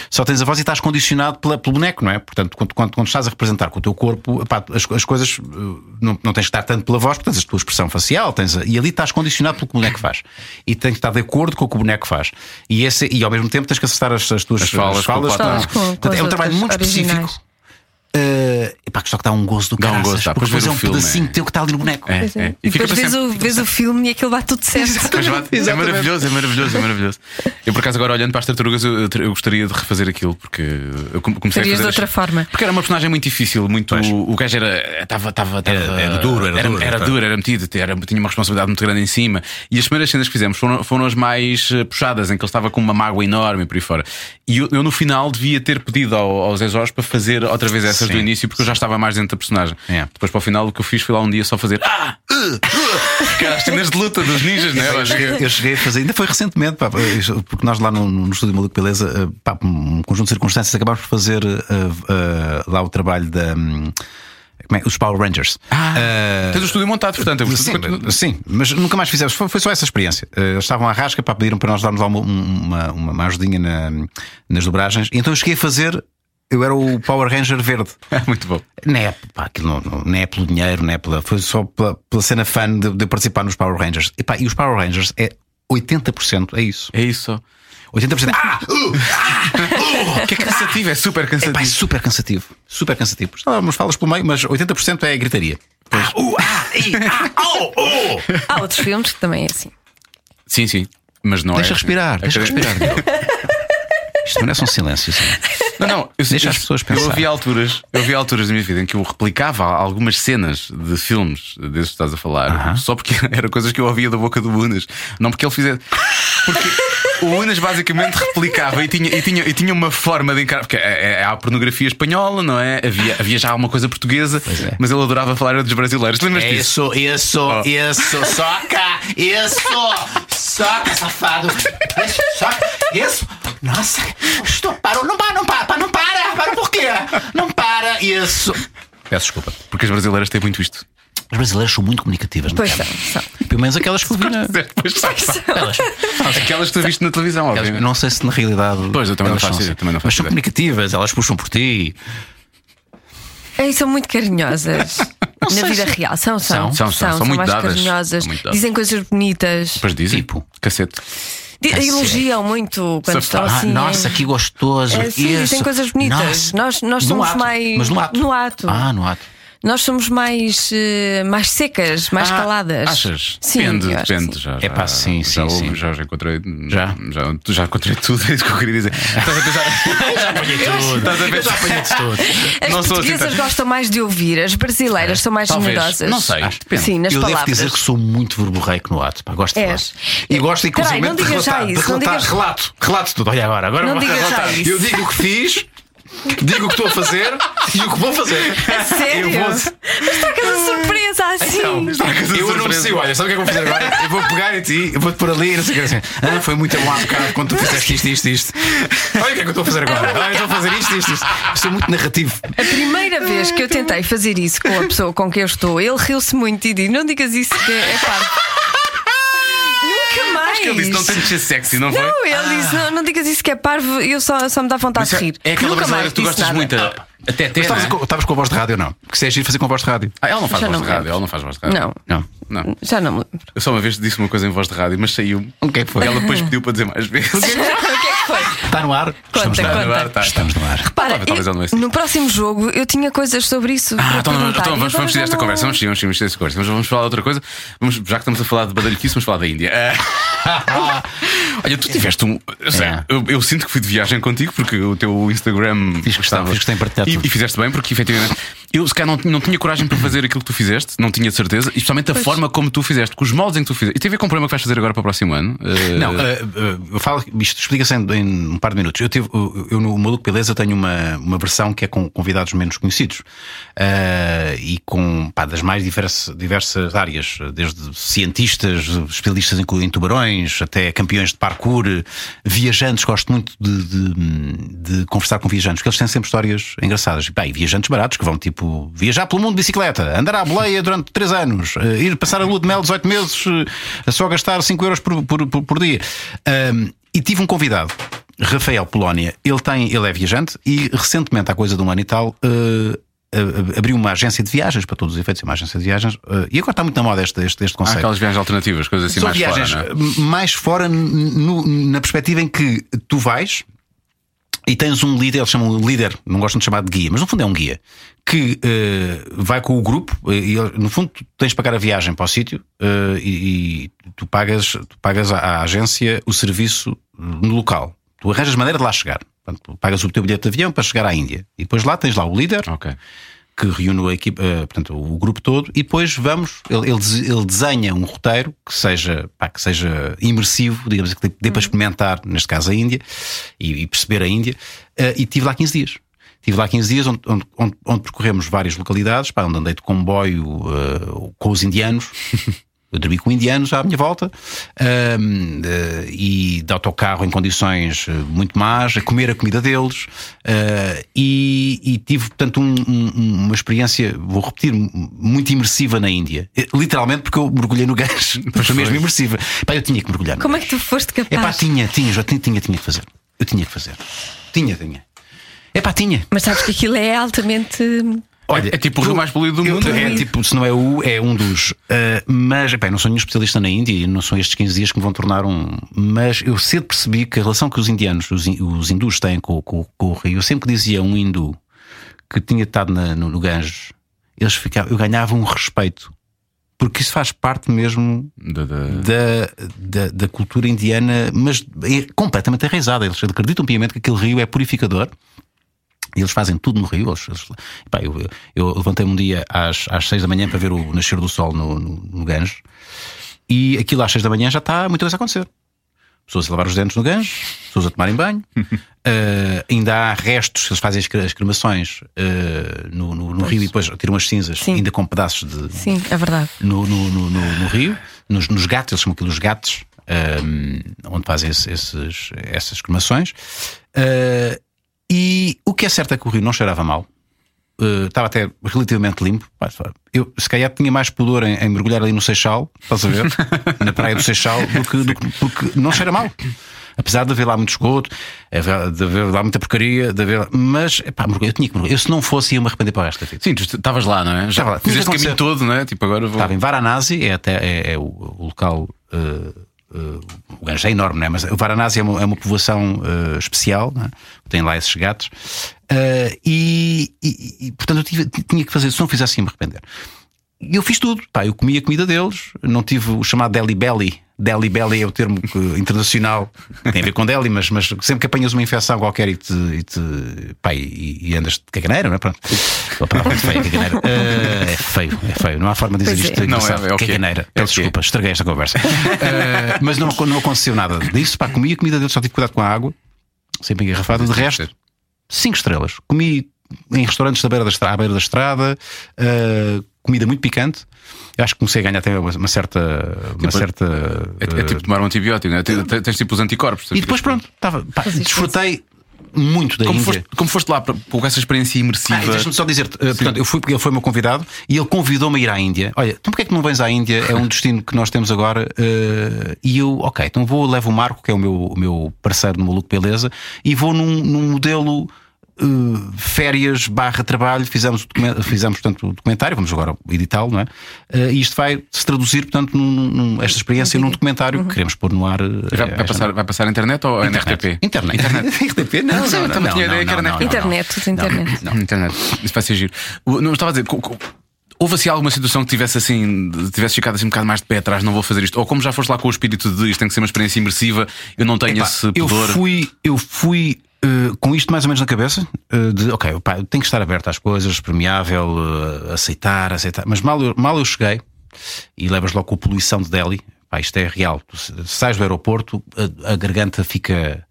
Speaker 5: Só tens a voz e estás condicionado pela- pelo boneco, não é? Portanto, quando, quando, quando estás a representar com o teu corpo, epá, as, as coisas eh, não, não tens de estar tanto pela voz, portanto, a tua expressão facial tens a- e ali estás condicionado pelo que o boneco faz. E tens de estar de acordo com o que o boneco faz. E, esse, e ao mesmo tempo tens que acertar as, as tuas
Speaker 2: As falas com
Speaker 3: Tá.
Speaker 2: o
Speaker 5: com-
Speaker 2: patamar.
Speaker 3: Com- com
Speaker 5: Portanto,
Speaker 3: as
Speaker 2: Tá.
Speaker 5: é um trabalho
Speaker 3: outras
Speaker 5: muito específico.
Speaker 3: originais.
Speaker 5: Eh, epá, que só que dá um gozo do
Speaker 2: Dá um
Speaker 5: caraças,
Speaker 2: gozo, dá.
Speaker 5: porque
Speaker 2: Depois
Speaker 5: depois
Speaker 2: ver
Speaker 5: é
Speaker 2: o
Speaker 5: um
Speaker 2: filme,
Speaker 5: pedacinho
Speaker 2: é.
Speaker 5: teu que está ali no boneco.
Speaker 2: É, é.
Speaker 3: E
Speaker 2: E fica
Speaker 3: depois
Speaker 2: para
Speaker 3: vês
Speaker 2: sempre.
Speaker 3: o, vês o filme e aquilo dá tudo certo.
Speaker 2: Pois vá, é maravilhoso, é maravilhoso, é maravilhoso. Eu, por acaso, agora olhando para as tartarugas, eu, eu gostaria de refazer aquilo, porque eu come- comecei
Speaker 3: Farias
Speaker 2: a fazer.
Speaker 3: de outra
Speaker 2: as-
Speaker 3: forma.
Speaker 2: Porque era uma personagem muito difícil, muito.
Speaker 5: Pois.
Speaker 2: O gajo era. Tava, tava, tava,
Speaker 5: Era- era duro, era duro,
Speaker 2: Era
Speaker 5: tá.
Speaker 2: duro, era metido, era, tinha uma responsabilidade muito grande em cima. E as primeiras cenas que fizemos foram, foram as mais eh, puxadas, em que ele estava com uma mágoa enorme e por aí fora. E eu, eu, no final, devia ter pedido ao, aos exós para fazer outra vez essas
Speaker 5: Sim.
Speaker 2: do início, porque eu já estava mais dentro da personagem.
Speaker 5: É.
Speaker 2: Depois, para o final, o que eu fiz foi lá um dia só fazer. Ah! Uh, uh", que era as cenas de luta dos ninjas, não é?
Speaker 5: Eu cheguei, eu cheguei a fazer, ainda foi recentemente, pá, porque nós lá no, no estúdio Maluco Beleza, eh, pá, por um conjunto de circunstâncias, acabámos por fazer eh, eh, lá o trabalho da. hum, como é? Os Power Rangers.
Speaker 2: Ah,
Speaker 5: Eh,
Speaker 2: Tens o estúdio montado, portanto, é o
Speaker 5: Sim,
Speaker 2: estúdio continua-
Speaker 5: mas- sim, mas nunca mais fizemos. Foi, foi só essa experiência. Eh, Eles estavam à rasca para pediram para nós darmos lá uma, um, uma, uma- uma ajudinha na- nas dobragens. E então eu cheguei a fazer. Eu era o Power Ranger verde.
Speaker 2: Muito bom.
Speaker 5: Nem é, pá, aquilo não, não- nem é pelo dinheiro, nem é pela. Foi só pela, pela cena fã de, de participar nos Power Rangers. E, pá, e os Power Rangers é 80%, é isso.
Speaker 2: É isso.
Speaker 5: 80%. Ah!
Speaker 2: Que é cansativo, é super
Speaker 5: É, pá, é
Speaker 2: cansativo.
Speaker 5: super cansativo. Super cansativo. Estão lá umas falas pelo meio, mas 80% é gritaria. Ah, uh, ah, ih, ah, oh, oh.
Speaker 3: Há outros filmes que também é assim.
Speaker 2: Sim, sim. Mas não
Speaker 5: Deixa
Speaker 2: é.
Speaker 5: respirar,
Speaker 2: É
Speaker 5: deixa
Speaker 2: que-
Speaker 5: respirar. Isto merece um silêncio. sim.
Speaker 2: Não, não. Eu,
Speaker 5: um Deixa
Speaker 2: eu-
Speaker 5: as pessoas
Speaker 2: Eu
Speaker 5: pensar.
Speaker 2: havia alturas, eu havia alturas da minha vida em que eu replicava algumas cenas de filmes desses que estás a falar, só porque eram coisas que eu ouvia da boca do Unas. Não porque ele fizesse. Porque o Unas basicamente replicava e tinha, e tinha, e tinha uma forma de encarar. Porque é, é, há pornografia espanhola, não é? Havia, havia já alguma coisa portuguesa,
Speaker 5: é.
Speaker 2: mas ele adorava falar era dos brasileiros. Te Lembras disso?
Speaker 5: Isso, isso, isso, soca, isso, soca, safado, isso, soca, isso, nossa, estou, parou, não para, não para, não para, para porquê? Não para, isso. Peço desculpa.
Speaker 2: Porque as brasileiras têm muito isto.
Speaker 5: As brasileiras são muito comunicativas, não
Speaker 3: Pois
Speaker 5: é?
Speaker 3: são, são.
Speaker 5: Pelo menos aquelas que eu vi na.
Speaker 2: Depois
Speaker 5: tá,
Speaker 2: sabes,
Speaker 5: Elas,
Speaker 2: Aquelas que tu viste na televisão,
Speaker 5: elas,
Speaker 2: obviamente.
Speaker 5: não sei se na realidade.
Speaker 2: Pois, eu também não
Speaker 5: elas
Speaker 2: faço
Speaker 5: são assim.
Speaker 2: ideia, também não
Speaker 5: Mas
Speaker 2: faço ideia.
Speaker 5: são
Speaker 3: É,
Speaker 5: comunicativas, elas puxam por ti.
Speaker 3: E são muito carinhosas. na vida real. São, são.
Speaker 2: São, são, são. São muito
Speaker 3: mais
Speaker 2: dadas.
Speaker 3: carinhosas.
Speaker 2: São muito dadas.
Speaker 3: Dizem coisas bonitas.
Speaker 2: Depois dizem.
Speaker 5: Tipo?
Speaker 2: Cacete.
Speaker 3: Di- Elogiam muito quando estão
Speaker 2: Safado.
Speaker 5: Ah,
Speaker 3: assim.
Speaker 5: nossa,
Speaker 3: em-
Speaker 5: que gostoso.
Speaker 3: É, sim,
Speaker 5: Isso.
Speaker 3: dizem coisas bonitas.
Speaker 5: Nossa.
Speaker 3: Nós, nós
Speaker 5: No
Speaker 3: somos
Speaker 5: ato,
Speaker 3: mais.
Speaker 5: Mas no ato. Ah, no ato.
Speaker 3: Nós somos mais, eh, mais secas, mais
Speaker 2: Ah,
Speaker 3: caladas.
Speaker 2: Achas?
Speaker 3: Sim,
Speaker 2: depende,
Speaker 3: eu acho que
Speaker 2: depende.
Speaker 3: sim.
Speaker 2: Já,
Speaker 5: É pá,
Speaker 2: já-
Speaker 5: sim,
Speaker 2: já
Speaker 5: sim,
Speaker 2: houve,
Speaker 5: sim.
Speaker 2: Já, já encontrei.
Speaker 5: Já?
Speaker 2: Já, já encontrei tudo, é isso que eu queria dizer. Estás a pensar. já apanhei tudo. Estás a pensar. Não
Speaker 3: As
Speaker 2: sou assim
Speaker 3: portuguesas
Speaker 2: tanto.
Speaker 3: gostam mais de ouvir, as brasileiras são mais
Speaker 2: É. Talvez.
Speaker 3: generosas.
Speaker 2: Não sei, depende.
Speaker 3: Sim, nas
Speaker 5: eu
Speaker 3: palavras.
Speaker 5: devo dizer que sou muito verborreico no ato. Pá, gosto de
Speaker 3: És. Eh,
Speaker 5: falar. E gosto, inclusive,
Speaker 3: Peraí, não
Speaker 5: de
Speaker 3: digas já
Speaker 5: relatar.
Speaker 3: isso,
Speaker 5: de
Speaker 3: não
Speaker 5: relatar
Speaker 3: digas-
Speaker 5: relato. Relato tudo. Olha agora, agora
Speaker 3: Não
Speaker 5: vou
Speaker 3: digas já
Speaker 5: relatar.
Speaker 3: isso.
Speaker 5: Eu digo o que fiz, digo o que estou a fazer e o que vou fazer.
Speaker 3: A sério?
Speaker 5: Eu vou-
Speaker 3: Mas está cada surpresa assim.
Speaker 2: Então.
Speaker 5: Eu anuncio, olha, sabe o que é que eu vou fazer agora? Eu vou pegar em ti, eu vou-te pôr ali, não sei o que assim. Ah, foi muito bom há bocado quando tu fizeste isto, isto, isto. Olha o que é que eu estou a fazer agora. Olha, eu estou a fazer isto, isto, isto. Sou muito narrativo. É
Speaker 3: A primeira vez que eu
Speaker 2: Então.
Speaker 3: tentei fazer isso com a pessoa com quem eu estou, ele riu-se muito e disse: Não digas isso que é parvo. Nunca mais.
Speaker 2: Acho que ele disse: não tens de ser sexy, não foi?
Speaker 3: Não, ele disse: não, não digas isso que é parvo e eu só, só me dá vontade
Speaker 2: Isso
Speaker 3: de rir.
Speaker 2: É aquela
Speaker 3: Nunca
Speaker 2: brasileira
Speaker 3: mais
Speaker 2: que tu
Speaker 3: disse
Speaker 2: gostas
Speaker 3: nada.
Speaker 2: muito. Até até.
Speaker 5: Ah, Mas estavas com, estavas com a voz de rádio ou não? Porque se é giro fazer com a voz de rádio.
Speaker 2: Ah, ela não faz
Speaker 3: Já
Speaker 2: voz
Speaker 3: não
Speaker 2: de rádio,
Speaker 3: lembro.
Speaker 2: ela não faz voz de rádio.
Speaker 3: Não.
Speaker 5: Não.
Speaker 2: Não.
Speaker 3: Já não me lembro.
Speaker 2: Eu só uma vez disse uma coisa em voz de rádio, mas saiu.
Speaker 5: O que é que foi?
Speaker 2: Ela depois pediu para dizer mais vezes.
Speaker 3: o que é que foi?
Speaker 5: Está no ar? Estamos no
Speaker 3: Conta,
Speaker 5: ar.
Speaker 2: no ar,
Speaker 3: conta.
Speaker 2: tá.
Speaker 5: Estamos no ar.
Speaker 3: Repara,
Speaker 2: Talvez- Então, talvez
Speaker 3: eu-
Speaker 2: ele não é assim.
Speaker 3: no próximo jogo eu tinha coisas sobre isso.
Speaker 2: Ah,
Speaker 3: para
Speaker 2: então, não,
Speaker 3: perguntar,
Speaker 2: então
Speaker 3: e
Speaker 2: vamos,
Speaker 3: agora
Speaker 2: vamos tirar
Speaker 3: já
Speaker 2: esta
Speaker 3: não-
Speaker 2: conversa. Vamos, sim, vamos, sim, vamos tirar esta conversa. Mas vamos falar de outra coisa. Vamos, já que estamos a falar de badalhoquice, vamos falar da Índia. Ah. Olha, tu tiveste um. Eu, sei,
Speaker 5: É.
Speaker 2: eu, eu sinto que fui de viagem contigo porque o teu Instagram.
Speaker 5: Fiz questão, fiz questão em partilhar
Speaker 2: e,
Speaker 5: tudo.
Speaker 2: e fizeste bem porque efetivamente. Eu se calhar não, não tinha coragem para fazer aquilo que tu fizeste, não tinha de certeza, e especialmente a forma como tu fizeste, com os moldes em que tu fizeste. E tem a ver com o programa que vais fazer agora para o próximo ano? Eh,
Speaker 5: Não, eh, eh, eu falo, isto explica-se em, em um par de minutos. Eu, tive, eu, eu no Maluco Beleza tenho uma, uma versão que é com convidados menos conhecidos eh, e com pá, das mais diversas, diversas áreas, desde cientistas, especialistas em, cu- em tubarões, até campeões de parkour, eh, viajantes. Gosto muito de, de- de conversar com viajantes, porque eles têm sempre histórias engraçadas. E, pá, e viajantes baratos que vão tipo viajar pelo mundo de bicicleta, andar à boleia durante 3 anos, eh, ir passar a lua de mel 18 meses, eh, só gastar 5 euros por, por- por- por dia. Ahm, e tive um convidado, Rafael Polónia. Ele, tem, ele é viajante e recentemente, há coisa de um ano e tal, eh, a- a- abriu uma agência de viagens, para todos os efeitos, é uma agência de viagens. eh, e agora está muito na moda este, este, este
Speaker 2: Há
Speaker 5: conceito.
Speaker 2: aquelas viagens alternativas, coisas assim
Speaker 5: São
Speaker 2: mais
Speaker 5: viagens hum,
Speaker 2: fora, não é?
Speaker 5: mais fora n- no- na perspectiva em que tu vais e tens um líder, eles chamam de líder, não gostam de chamar de guia, mas no fundo é um guia que eh, vai com o grupo eh, e ele- no fundo tu tens de pagar a viagem para o sítio eh, e, e tu pagas, tu pagas à, à agência o serviço no local. Tu arranjas maneira de lá chegar. Portanto, pagas o teu bilhete de avião para chegar à Índia. E depois lá tens lá o líder,
Speaker 2: Ok.
Speaker 5: que reúne a equipa, eh, portanto, o grupo todo, e depois vamos, ele, ele des- ele desenha um roteiro que seja, pá, que seja imersivo, digamos que dê- dê para experimentar, neste caso a Índia, e, e perceber a Índia, eh, e tive lá 15 dias. Tive lá 15 dias onde, onde, onde- onde percorremos várias localidades, pá, onde andei de comboio eh, com os indianos. Eu dormi com indianos à minha volta ahm, eh, e de autocarro em condições eh, muito más, a comer a comida deles ah, e, e tive, portanto, um- um- uma experiência, vou repetir, m- muito imersiva na Índia. Eh, Literalmente porque eu mergulhei no gás, mas foi mesmo imersiva. Pá, eu tinha que mergulhar no
Speaker 3: Como é
Speaker 5: gás.
Speaker 3: que tu foste capaz?
Speaker 5: É pá, tinha, tinha, já tinha, tinha, tinha que fazer. Eu tinha que fazer. Tinha, tinha. É pá, tinha.
Speaker 3: Mas sabes que aquilo é altamente.
Speaker 2: Olha, é tipo o rio mais poluído do
Speaker 5: Eu-
Speaker 2: mundo.
Speaker 5: É tipo, se não é o, é um dos. Ah, mas, epá, eu não sou nenhum especialista na Índia e não são estes 15 dias que me vão tornar um. Mas eu cedo percebi que a relação que os indianos, os, hin- os hindus têm com, com- com o rio, eu sempre que dizia a um hindu que tinha estado na- no, no Ganges, eles ficavam, eu ganhava um respeito. Porque isso faz parte mesmo
Speaker 2: Da- da-
Speaker 5: da, da, da cultura indiana, mas é completamente arraizada. Eles acreditam piamente que aquele rio é purificador. E eles fazem tudo no rio. Eles- eles- Pá, eu, eu levantei-me um dia às, às seis da manhã para ver o nascer do sol no, no, no Ganges e aquilo às seis da manhã já está muita coisa a acontecer. Pessoas a lavar os dentes no Ganges, pessoas a tomarem banho, eh, ainda há restos, eles fazem as cre- as cremações eh, no, no- no rio e depois tiram as cinzas,
Speaker 3: Sim.
Speaker 5: ainda com pedaços de,
Speaker 3: Sim, é verdade.
Speaker 5: no, no, no, no- no Rio, nos, nos gatos, eles chamam aquilo os gatos, ahm, onde fazem esse- esses, essas cremações. Ah, e o que é certo é que o Rio não cheirava mal, Ah, estava até relativamente limpo. Pá, pá, Eu, se calhar, tinha mais pudor em, em mergulhar ali no Seixal, estás a ver? Na praia do Seixal, do que, do que- porque não cheira mal. Apesar de haver lá muito esgoto, haver- de haver lá muita porcaria, de haver. Mas, pá, eu tinha que mergulhar. Eu, se não fosse, ia-me arrepender para o resto da vida.
Speaker 2: Sim, tu est- estavas lá, não é? Já
Speaker 5: Estava lá. Tinha
Speaker 2: fizeste o
Speaker 5: que
Speaker 2: caminho
Speaker 5: acontecer.
Speaker 2: todo, não é? Tipo, agora vou.
Speaker 5: Estava em Varanasi, é, até, é, é o, o local. eh, eh, o gancho é enorme, não é? Mas o Varanasi é uma, é uma povoação eh, especial, não é? tem lá esses gatos. Eh, e, e- e, portanto, eu tive- tinha que fazer, se não fizesse, ia me arrepender. E eu fiz tudo. Pá, eu comi a comida deles, não tive o chamado Deli Belly. Deli Belly é o termo que- internacional, tem a ver com Deli, mas, mas sempre que apanhas uma infecção qualquer e te. E, te, pá, e, e andas de caganeira, não é? Pronto. Uma palavra muito feia, é caganeira. Ah, é feio, é feio. Não há forma de dizer
Speaker 3: Pois
Speaker 5: isto.
Speaker 3: é.
Speaker 2: Não,
Speaker 5: engraçado.
Speaker 2: é- é o quê? É
Speaker 5: Caganeira.
Speaker 2: o
Speaker 5: Peço
Speaker 2: quê?
Speaker 5: desculpa, estraguei esta conversa. Ah, mas não, não aconteceu nada disso. Pá, comi a comida deles, só tive cuidado com a água, sempre engarrafada. De resto, cinco estrelas. Comi em restaurantes da beira da estrada, à beira da estrada, ah, comida muito picante. Eu acho que comecei a ganhar até uma, uma certa. Uma
Speaker 2: Tipo,
Speaker 5: certa
Speaker 2: É, é
Speaker 5: ah,
Speaker 2: tipo tomar um antibiótico, não é? Te- te- Tens tipo os anticorpos.
Speaker 5: e depois pronto, estava, pá, desfrutei muito da
Speaker 2: Como
Speaker 5: Índia.
Speaker 2: foste, como foste lá pra- com essa experiência imersiva?
Speaker 5: Ah, e Deixa-me só dizer-te, eh, portanto, eu fui porque ele foi meu convidado e ele convidou-me a ir à Índia. Olha, então porquê é que não vens à Índia? É um destino que nós temos agora. eh, e eu, ok, então vou, levo o Marco, que é o meu, o meu parceiro no Maluco Beleza, e vou num, num modelo. eh, férias barra trabalho, fizemos, o documen- fizemos portanto, o documentário, vamos agora editá-lo, não é? Eh, e isto vai se traduzir, portanto, num- num- esta experiência num documentário que queremos pôr no ar. eh,
Speaker 2: Vai, vai
Speaker 5: esta
Speaker 2: passar, vai passar a internet ou NRTP?
Speaker 5: Internet. Internet. RTP? Não,
Speaker 2: Sim,
Speaker 5: não,
Speaker 2: eu
Speaker 5: não,
Speaker 2: também
Speaker 5: não,
Speaker 2: tinha
Speaker 5: não,
Speaker 2: ideia que era
Speaker 5: não, não,
Speaker 2: na-
Speaker 3: Internet, tudo internet.
Speaker 2: Não. Internet. Isso vai ser giro. O- Não estava a dizer. co- co- Houve assim alguma situação que tivesse assim, de- tivesse ficado assim um bocado mais de pé atrás, não vou fazer isto? Ou como já foste lá com o espírito de isto tem que ser uma experiência imersiva, eu não tenho
Speaker 5: Epá,
Speaker 2: esse
Speaker 5: eu
Speaker 2: pudor.
Speaker 5: fui, eu fui eh, com isto mais ou menos na cabeça, eh, de ok, pá, eu tenho que estar aberto às coisas, permeável, eh, aceitar, aceitar. Mas mal eu, mal eu cheguei e levas logo com a poluição de Delhi, pá, isto é real. Tu se- sais do aeroporto, a, a garganta fica,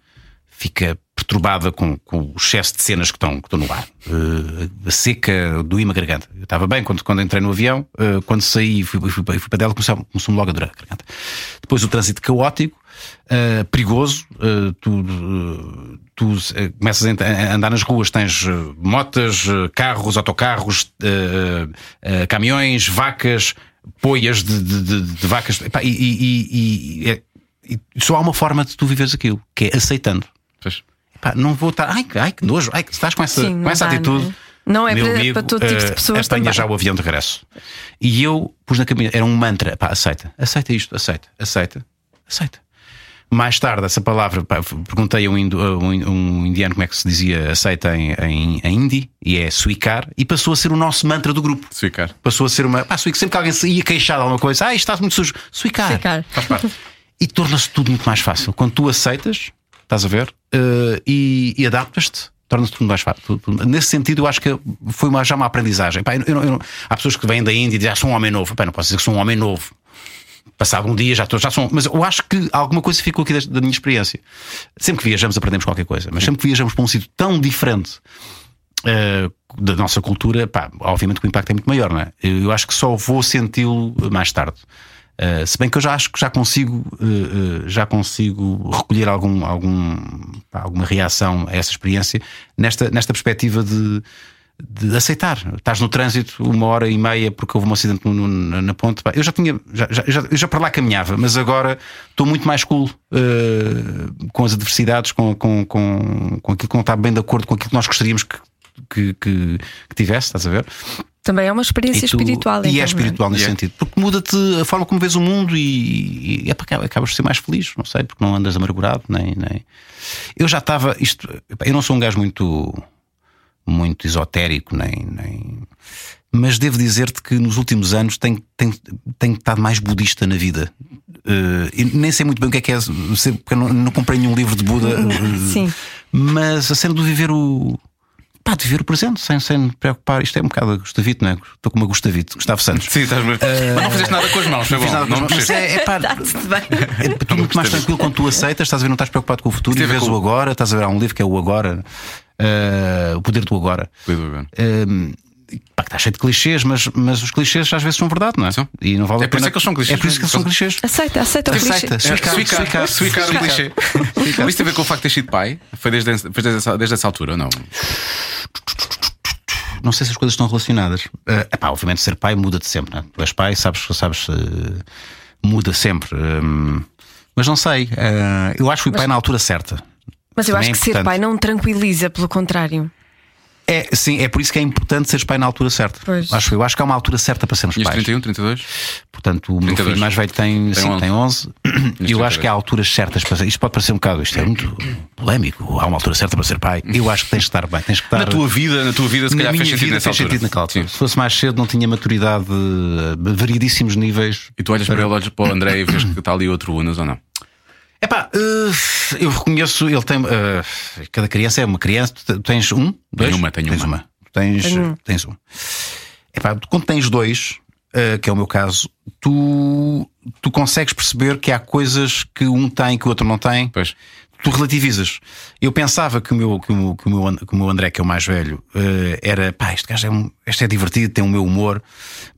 Speaker 5: fica perturbada com, com o excesso de cenas que estão, que estão no ar. Eh, a seca doía-me a garganta. Eu estava bem quando, quando entrei no avião, eh, quando saí e fui, fui, fui para Delhi, começou- começou-me logo a durar a garganta. Depois o trânsito caótico. Uh, perigoso. uh, tu uh, tu, uh, começas a ent- a andar nas ruas, tens uh, motas, uh, carros, autocarros, uh, uh, caminhões, vacas, poias de, de- de- de vacas. Epá, e, e- e- e- é- e só há uma forma de tu viveres aquilo, que é aceitando.
Speaker 2: Pois.
Speaker 5: Epá, não vou estar. Ai, que- ai, que nojo, ai, que estás com essa,
Speaker 3: Sim, não
Speaker 5: com essa
Speaker 3: dá,
Speaker 5: atitude.
Speaker 3: não é? Não é
Speaker 5: meu
Speaker 3: para-
Speaker 5: amigo,
Speaker 3: para todo tipo de
Speaker 5: eh,
Speaker 3: pessoas
Speaker 5: apanha
Speaker 3: também.
Speaker 5: já o avião de regresso. E eu pus na caminha, era um mantra: pá, aceita, aceita isto, aceita, aceita, aceita. Mais tarde, essa palavra, pá, f- perguntei a um, indo- a um in- um indiano como é que se dizia aceita em, em, em hindi, e é suicar, e passou a ser o nosso mantra do grupo.
Speaker 2: Se ficar.
Speaker 5: Passou a ser uma. Pá, suic, sempre que alguém se ia queixar de alguma coisa, ah, isto está muito sujo, suicar.
Speaker 3: Ficar.
Speaker 5: E torna-se tudo muito mais fácil. Quando tu aceitas, estás a ver, eh, e, e adaptas-te, torna-se tudo mais fácil. Tudo- tudo- Nesse sentido, eu acho que foi uma- já uma aprendizagem. Pá, eu não- eu não- eu não- há pessoas que vêm da Índia e dizem, ah, sou um homem novo. Pá, não posso dizer que sou um homem novo. Passado um dia já estou, já sou. um- Mas eu acho que alguma coisa ficou aqui das- da minha experiência. Sempre que viajamos aprendemos qualquer coisa, mas sempre que viajamos para um sítio tão diferente eh, da nossa cultura, pá, obviamente que o impacto é muito maior, não é? Eu acho que só vou senti-lo mais tarde. Eh, se bem que eu já acho que já consigo, eh, eh, já consigo recolher algum, algum, pá, alguma reação a essa experiência nesta, nesta perspectiva de, de aceitar. Estás no trânsito uma hora e meia porque houve um acidente no- no- na, na ponte. Pá, eu já tinha, já, já, já- eu já para lá caminhava, mas agora estou muito mais cool eh, com as adversidades, com, com, com, com aquilo que não está bem de acordo com aquilo que nós gostaríamos que, que, que, que tivesse, estás a ver?
Speaker 3: Também é uma experiência
Speaker 5: tu-
Speaker 3: espiritual.
Speaker 5: E
Speaker 3: então,
Speaker 5: é espiritual nesse
Speaker 2: E é.
Speaker 5: sentido. Porque muda-te a forma como vês o mundo e, e, epá, acaba- acabas de ser mais feliz, não sei, porque não andas amargurado, nem. nem... Eu já estava. Isto, epá, eu não sou um gajo muito. muito esotérico, nem. nem... Mas devo dizer-te que nos últimos anos tenho, tenho, tenho estado mais budista na vida. Eh, e nem sei muito bem o que é que é, ser- porque eu não, não comprei nenhum livro de Buda. eh,
Speaker 3: Uhum. Sim.
Speaker 5: Mas a cena do viver o, Pá, de ver o presente, sem, sem me preocupar. Isto é um bocado Gustavito, não é? Estou com uma Gustavito, Gustavo Santos.
Speaker 2: Sim, estás mesmo. Mas não fizeste nada com as mãos, foi
Speaker 5: Eh, Não fiz
Speaker 2: Tá bom. Não
Speaker 5: nada com isso. Mas
Speaker 2: mexeste.
Speaker 5: é, é pá, é tudo muito mais tranquilo quando tu aceitas, estás a ver, não estás preocupado com o futuro
Speaker 2: Isto
Speaker 5: e
Speaker 2: tem a ver
Speaker 5: vês
Speaker 2: com-
Speaker 5: o agora, estás a ver, há um livro que é o agora, eh, o poder do agora. Ehm, pá, que está cheio de clichês, mas, mas os clichês às vezes são verdade, não é?
Speaker 2: São.
Speaker 5: E não vale
Speaker 2: É
Speaker 5: a
Speaker 2: por isso
Speaker 5: pena.
Speaker 2: que eles são clichês.
Speaker 5: É por isso que eles são clichês.
Speaker 3: Aceita, aceita o clichê.
Speaker 5: Aceita,
Speaker 2: Suicar,
Speaker 5: suicar, suicar,
Speaker 2: suicar o
Speaker 5: suicar.
Speaker 2: É, clichê. Mas Isso tem a ver com o facto de ter sido pai? Foi desde, foi desde, essa, desde essa altura ou não?
Speaker 5: não sei se as coisas estão relacionadas. Eh, epá, obviamente, ser né? pai muda-te sempre, não é? Tu és pai, sabes, sabes eh, muda sempre. Hum, Mas não sei. eh, eu acho que fui pai na altura certa.
Speaker 3: Mas eu acho
Speaker 5: Também é
Speaker 3: que ser
Speaker 5: importante.
Speaker 3: pai não tranquiliza, pelo contrário.
Speaker 5: É, sim, é por isso que é importante seres pai na altura certa.
Speaker 3: Pois.
Speaker 5: Acho eu. Acho que há uma altura certa para sermos
Speaker 2: Tinhas
Speaker 5: pais.
Speaker 2: 31, 32?
Speaker 5: Portanto, o meu
Speaker 2: 32.
Speaker 5: filho mais velho tem, sim,
Speaker 2: 11.
Speaker 5: tem 11. E eu
Speaker 2: 32.
Speaker 5: acho que há alturas certas para ser. Isto pode parecer um bocado. Isto é muito polémico. Há uma altura certa para ser pai. Eu acho que tens de estar bem. Tens que estar.
Speaker 2: Na tua vida, na tua vida, se
Speaker 5: Na
Speaker 2: calhar
Speaker 5: minha
Speaker 2: fez sentido
Speaker 5: vida
Speaker 2: nessa
Speaker 5: fez
Speaker 2: altura.
Speaker 5: sentido naquela altura.
Speaker 2: Sim.
Speaker 5: Se fosse mais cedo, não tinha maturidade a variedíssimos níveis.
Speaker 2: E tu olhas para ele, olhas para o André e vês que está ali outro Unas ou não?
Speaker 5: Epá, eh, eu reconheço, ele tem. eh, cada criança é uma criança. Tu te- tens um, dois?
Speaker 2: uma, tenho
Speaker 5: tens
Speaker 2: uma.
Speaker 5: Tu Tens, tens um. Epá, quando tens dois, eh, que é o meu caso, tu, tu consegues perceber que há coisas que um tem que o outro não tem.
Speaker 2: Pois.
Speaker 5: Tu relativizas. Eu pensava que o meu, que o meu, que o meu, And- que o meu André, que é o mais velho, eh, era pá, este gajo é, um, este é divertido, tem o meu humor.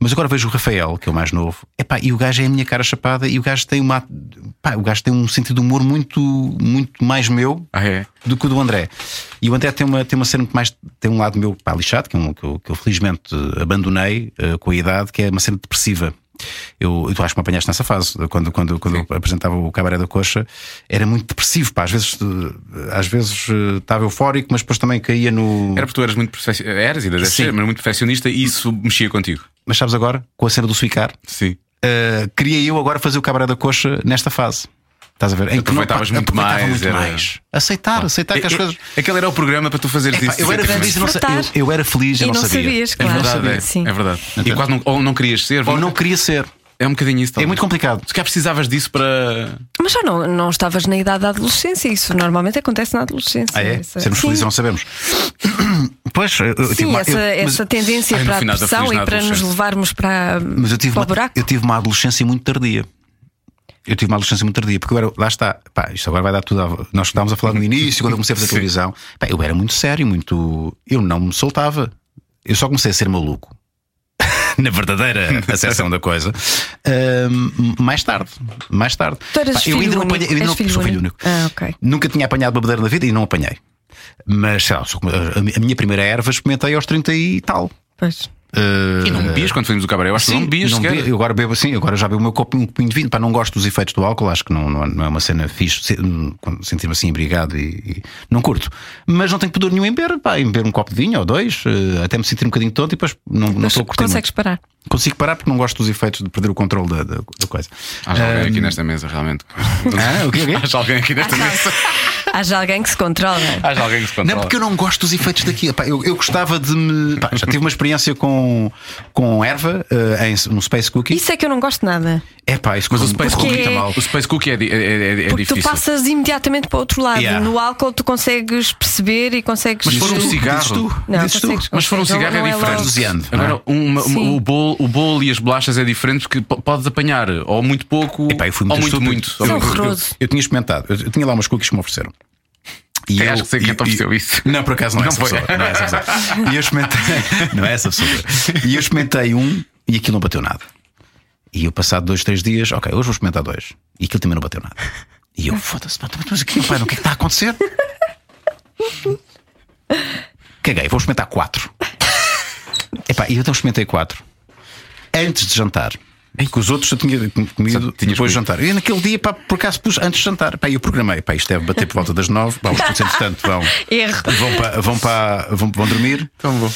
Speaker 5: Mas agora vejo o Rafael, que é o mais novo, epá, e o gajo é a minha cara chapada e o gajo tem uma pá, o gajo tem um sentido de humor muito, muito mais meu
Speaker 2: Ah, é?
Speaker 5: do que o do André. E o André tem uma, tem uma cena muito mais. tem um lado meu pá, lixado, que, é um- que eu, que eu felizmente abandonei eh, com a idade, que é uma cena depressiva. Eu, eu acho que me apanhaste nessa fase, eh, quando, quando, quando eu apresentava o Cabaré da Coxa, era muito depressivo, pá. Às vezes, eh, às vezes eh, estava eufórico, mas depois também caía no.
Speaker 2: Era porque tu eras muito perfeccionista. Eras, ainda deves
Speaker 5: Sim.
Speaker 2: ser, mas muito perfeccionista e isso mexia contigo.
Speaker 5: Mas sabes agora, com a cena do suicar,
Speaker 2: Sim.
Speaker 5: eh, queria eu agora fazer o Cabaré da Coxa nesta fase. Estás a ver? Em que não-
Speaker 2: Então Aproveitavas
Speaker 5: pá,
Speaker 2: muito
Speaker 5: aproveitava
Speaker 2: mais,
Speaker 5: muito
Speaker 2: era-
Speaker 5: mais. Aceitar, aceitar que as
Speaker 2: É- é-
Speaker 5: coisas.
Speaker 2: Aquele era o programa para tu fazeres
Speaker 5: Epá,
Speaker 2: isso.
Speaker 5: eu, era
Speaker 2: efetivamente.
Speaker 5: feliz, eu, não sa-
Speaker 3: Desfrutar.
Speaker 5: eu- eu era feliz e,
Speaker 3: E
Speaker 5: não,
Speaker 3: não
Speaker 5: sabia.
Speaker 3: sabias,
Speaker 2: É
Speaker 3: claro.
Speaker 2: verdade, é,
Speaker 3: Sim.
Speaker 2: é verdade. E
Speaker 5: Então-
Speaker 2: quase não, ou não querias ser,
Speaker 5: Ou não queria ser.
Speaker 2: é um bocadinho isso.
Speaker 5: É
Speaker 2: talvez.
Speaker 5: muito complicado.
Speaker 2: Se calhar precisavas disso para.
Speaker 3: Mas já não, não estavas na idade da adolescência, isso normalmente acontece na adolescência.
Speaker 5: Ah, é?
Speaker 3: Essa-
Speaker 5: Sermos
Speaker 3: Sim.
Speaker 5: felizes não sabemos. Pois, eu, eu tive
Speaker 3: Sim,
Speaker 5: uma-
Speaker 3: essa,
Speaker 5: eu- mas,
Speaker 3: essa tendência
Speaker 2: Ai, no
Speaker 3: para a
Speaker 2: final da
Speaker 3: pressão
Speaker 2: feliz
Speaker 3: e
Speaker 2: na
Speaker 3: para nos
Speaker 2: adolescência.
Speaker 3: levarmos para,
Speaker 5: mas eu tive
Speaker 3: para
Speaker 5: uma,
Speaker 3: o buraco.
Speaker 5: eu tive uma adolescência muito tardia. Eu tive uma adolescência muito tardia, porque eu era, lá está, pá, isto agora vai dar tudo. à- Nós estávamos a falar no início, quando eu comecei a fazer
Speaker 2: Sim.
Speaker 5: televisão, pá, eu era muito sério, muito. Eu não me soltava. Eu só comecei a ser maluco. Na verdadeira acessão da coisa, Ahm, mais tarde. Mais tarde.
Speaker 3: Tu eras
Speaker 5: Pá,
Speaker 3: filho
Speaker 5: eu ainda não
Speaker 3: único.
Speaker 5: apanhei- eu ainda
Speaker 3: És
Speaker 5: não-
Speaker 3: filho
Speaker 5: sou filho único.
Speaker 3: único. Ah, ok.
Speaker 5: Nunca tinha apanhado babadeira na vida e não apanhei. Mas sei lá, sou como- a a minha primeira erva experimentei aos 30 e tal.
Speaker 3: Pois.
Speaker 2: E não bebias quando fizemos o cabaré. Eu acho que
Speaker 5: Eh, Sim,
Speaker 2: não bebias sequer.
Speaker 5: bebo. Eu agora bebo assim, agora já bebo o meu copo um copinho de vinho. Pá, não gosto dos efeitos do álcool, acho que não, não é- não é uma cena fixe se- hum, quando sentir-me assim embriagado e, e não curto. Mas não tenho pudor nenhum em beber, pá, em beber um copo de vinho ou dois, eh, até me sentir um bocadinho tonto e depois não, não
Speaker 3: Mas
Speaker 5: estou a curtir.
Speaker 3: consegues
Speaker 5: muito.
Speaker 3: parar.
Speaker 5: Consigo parar porque não gosto dos efeitos de perder o controle da, da- da coisa.
Speaker 2: Há já alguém aqui nesta mesa, realmente.
Speaker 5: Ah, o quê, o quê?
Speaker 2: Há já alguém aqui nesta mesa.
Speaker 3: Há já alguém que se controla.
Speaker 2: Há já alguém que se
Speaker 5: Não é
Speaker 2: controla.
Speaker 5: porque eu não gosto dos efeitos daquilo. Pá, eu, eu gostava de me. pá, já tive uma experiência com, com erva eh, em, no Space Cookie.
Speaker 3: Isso é que eu não gosto de nada.
Speaker 5: É pá, isso
Speaker 2: Mas o
Speaker 5: correu-
Speaker 2: Space
Speaker 5: correu
Speaker 2: Cookie
Speaker 5: muito
Speaker 3: é-
Speaker 5: tá mal.
Speaker 2: O Space Cookie é, di- é, é- é
Speaker 3: Porque
Speaker 2: difícil.
Speaker 3: tu passas imediatamente para o outro lado.
Speaker 5: Yeah.
Speaker 3: No álcool tu consegues perceber e consegues.
Speaker 2: Mas se for um
Speaker 5: Dizes tu,
Speaker 2: cigarro.
Speaker 5: dizes tu,
Speaker 3: Não,
Speaker 5: dizes tu.
Speaker 3: consegues-
Speaker 2: Mas se for um
Speaker 3: Não-
Speaker 2: cigarro
Speaker 3: não
Speaker 2: é
Speaker 3: é
Speaker 2: diferente.
Speaker 3: logo.
Speaker 5: Doseando, não é?
Speaker 2: Agora, uma- uma-
Speaker 3: Sim.
Speaker 2: o, bolo, o bolo e as bolachas é diferente porque po- podes apanhar ou muito pouco
Speaker 5: Epá, eu fui
Speaker 2: ou
Speaker 5: muito
Speaker 2: muito, muito.
Speaker 5: estúpido.
Speaker 2: ou
Speaker 3: São
Speaker 2: muito.
Speaker 3: horroroso.
Speaker 5: Eu tinha experimentado, eu, eu tinha lá umas cookies que me ofereceram. E
Speaker 2: Até acho que sei quem
Speaker 5: e-
Speaker 2: te ofereceu
Speaker 5: e-
Speaker 2: isso.
Speaker 5: Não, por acaso não, é
Speaker 2: Não
Speaker 5: essa
Speaker 2: foi.
Speaker 5: pessoa. Não é essa pessoa. E eu experimentei. Não é essa pessoa. E eu experimentei um e aquilo não bateu nada. E eu, passado dois, três dias, ok, hoje vou experimentar dois. E aquilo também não bateu nada. E eu, foda-se, pá, mas aqui, pai, o que é que está a acontecer? Caguei, vou experimentar quatro. Epá, e eu então experimentei quatro. Antes de jantar. Que os outros eu tinha comido depois
Speaker 2: tinhas comido.
Speaker 5: de jantar. E naquele dia, pá, por acaso pus antes de jantar. Pá, eu programei, pá, isto deve bater por volta das nove. Pá, os putos, entretanto, vão,
Speaker 3: Erro.
Speaker 5: vão, para, vão, para, vão, vão dormir.
Speaker 2: Então vou.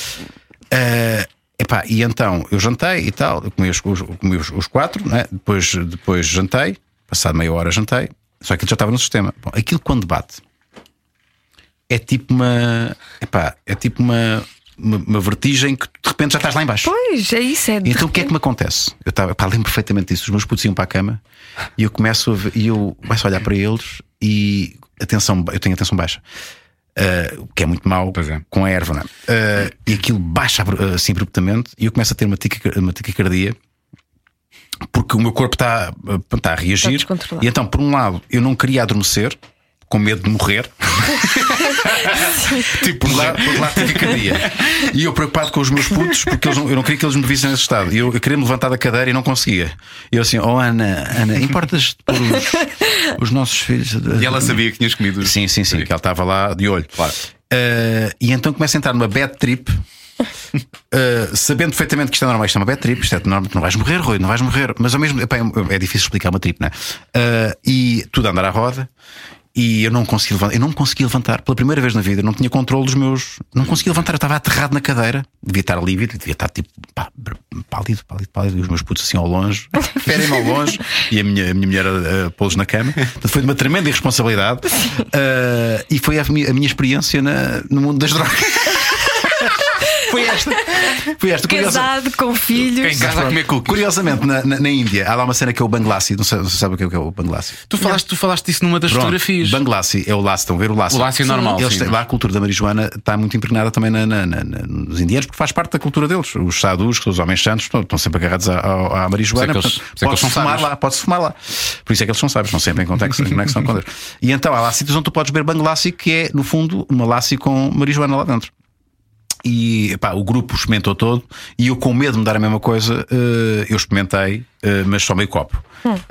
Speaker 5: Eh, epá, e então eu jantei e tal, eu comi os, os- comi os- os quatro, né? depois, depois jantei, passado meia hora jantei, só que aquilo já estava no sistema. Bom, aquilo quando bate é tipo uma epá, é tipo uma, uma, uma vertigem que de repente já estás lá em baixo.
Speaker 3: Pois, é isso. É de-
Speaker 5: Então o que é que me acontece? Eu estava, pá, lembro perfeitamente disso. Os meus putos iam para a cama e eu começo a ver, e eu começo a olhar para eles e atenção, eu tenho atenção baixa. Ah, o que é muito mau
Speaker 2: Pois é.
Speaker 5: com a erva, não é? Ah, e aquilo baixa abru- assim abruptamente e eu começo a ter uma, tica, uma tiquicardia porque o meu corpo está tá a reagir.
Speaker 3: descontrolado.
Speaker 5: e então, por um lado, eu não queria adormecer com medo de morrer. tipo, por lá, por lá tive cadeia. E eu preocupado com os meus putos, porque eles não- eu não queria que eles me vissem nesse estado. E eu, eu queria me levantar da cadeira e não conseguia. E eu assim, oh Ana, Ana, importas de pôr os, os nossos filhos.
Speaker 2: E ela sabia que tinhas comido.
Speaker 5: Sim, sim, sim, que ela estava lá de olho.
Speaker 2: Claro.
Speaker 5: Eh, e então começa a entrar numa bad trip Uh, sabendo perfeitamente que isto é normal, isto é uma bad trip, isto é normal, tu não vais morrer, Rui, não vais morrer, mas ao mesmo epá, é- é difícil explicar uma trip, não é? Uh, e tudo a andar à roda. E eu não consegui levantar, eu não me consegui levantar pela primeira vez na vida, eu não tinha controle dos meus. Não consegui levantar, eu estava aterrado na cadeira, devia estar lívido, devia estar tipo pá, pálido, pálido, pálido, e os meus putos assim ao longe, ferem-me ao longe, e a minha, a minha mulher a, a pô-los na cama. Portanto, foi de uma tremenda irresponsabilidade. Uh, e foi a, mi- a minha experiência na- no mundo das drogas. Foi esta. Foi esta. Curiosa-
Speaker 3: Casado, com filhos.
Speaker 2: Quem casa a comer cookies.
Speaker 5: Curiosamente, na, na- na Índia, há lá uma cena que é o Banglassi. Não sei, não sei sabe o que é, o que é o Banglassi.
Speaker 2: Tu falaste, tu falaste disso numa das
Speaker 5: Pronto,
Speaker 2: fotografias.
Speaker 5: Banglassi é o laço. Estão a ver o laço?
Speaker 2: O laço é normal,
Speaker 5: Eles
Speaker 2: sim.
Speaker 5: têm- lá a cultura da marijuana está muito impregnada também na- na- na- na- nos indianos, porque faz parte da cultura deles. Os sadhus, que são os homens santos, estão, estão sempre agarrados à, à- à marijuana.
Speaker 2: Por isso é que eles- por
Speaker 5: portanto,
Speaker 2: isso é que eles
Speaker 5: Pode-se
Speaker 2: são
Speaker 5: fumar
Speaker 2: sábios.
Speaker 5: lá, pode-se fumar lá. Por isso é que eles são é sábios, não sempre em contexto, em conexão com Deus. E então há lá sítios onde tu podes beber Banglassi, que é, no fundo, uma lassi com marijuana lá dentro. E pá, o grupo experimentou todo e eu, com medo de me dar a mesma coisa, eh, eu experimentei, eh, mas só meio copo.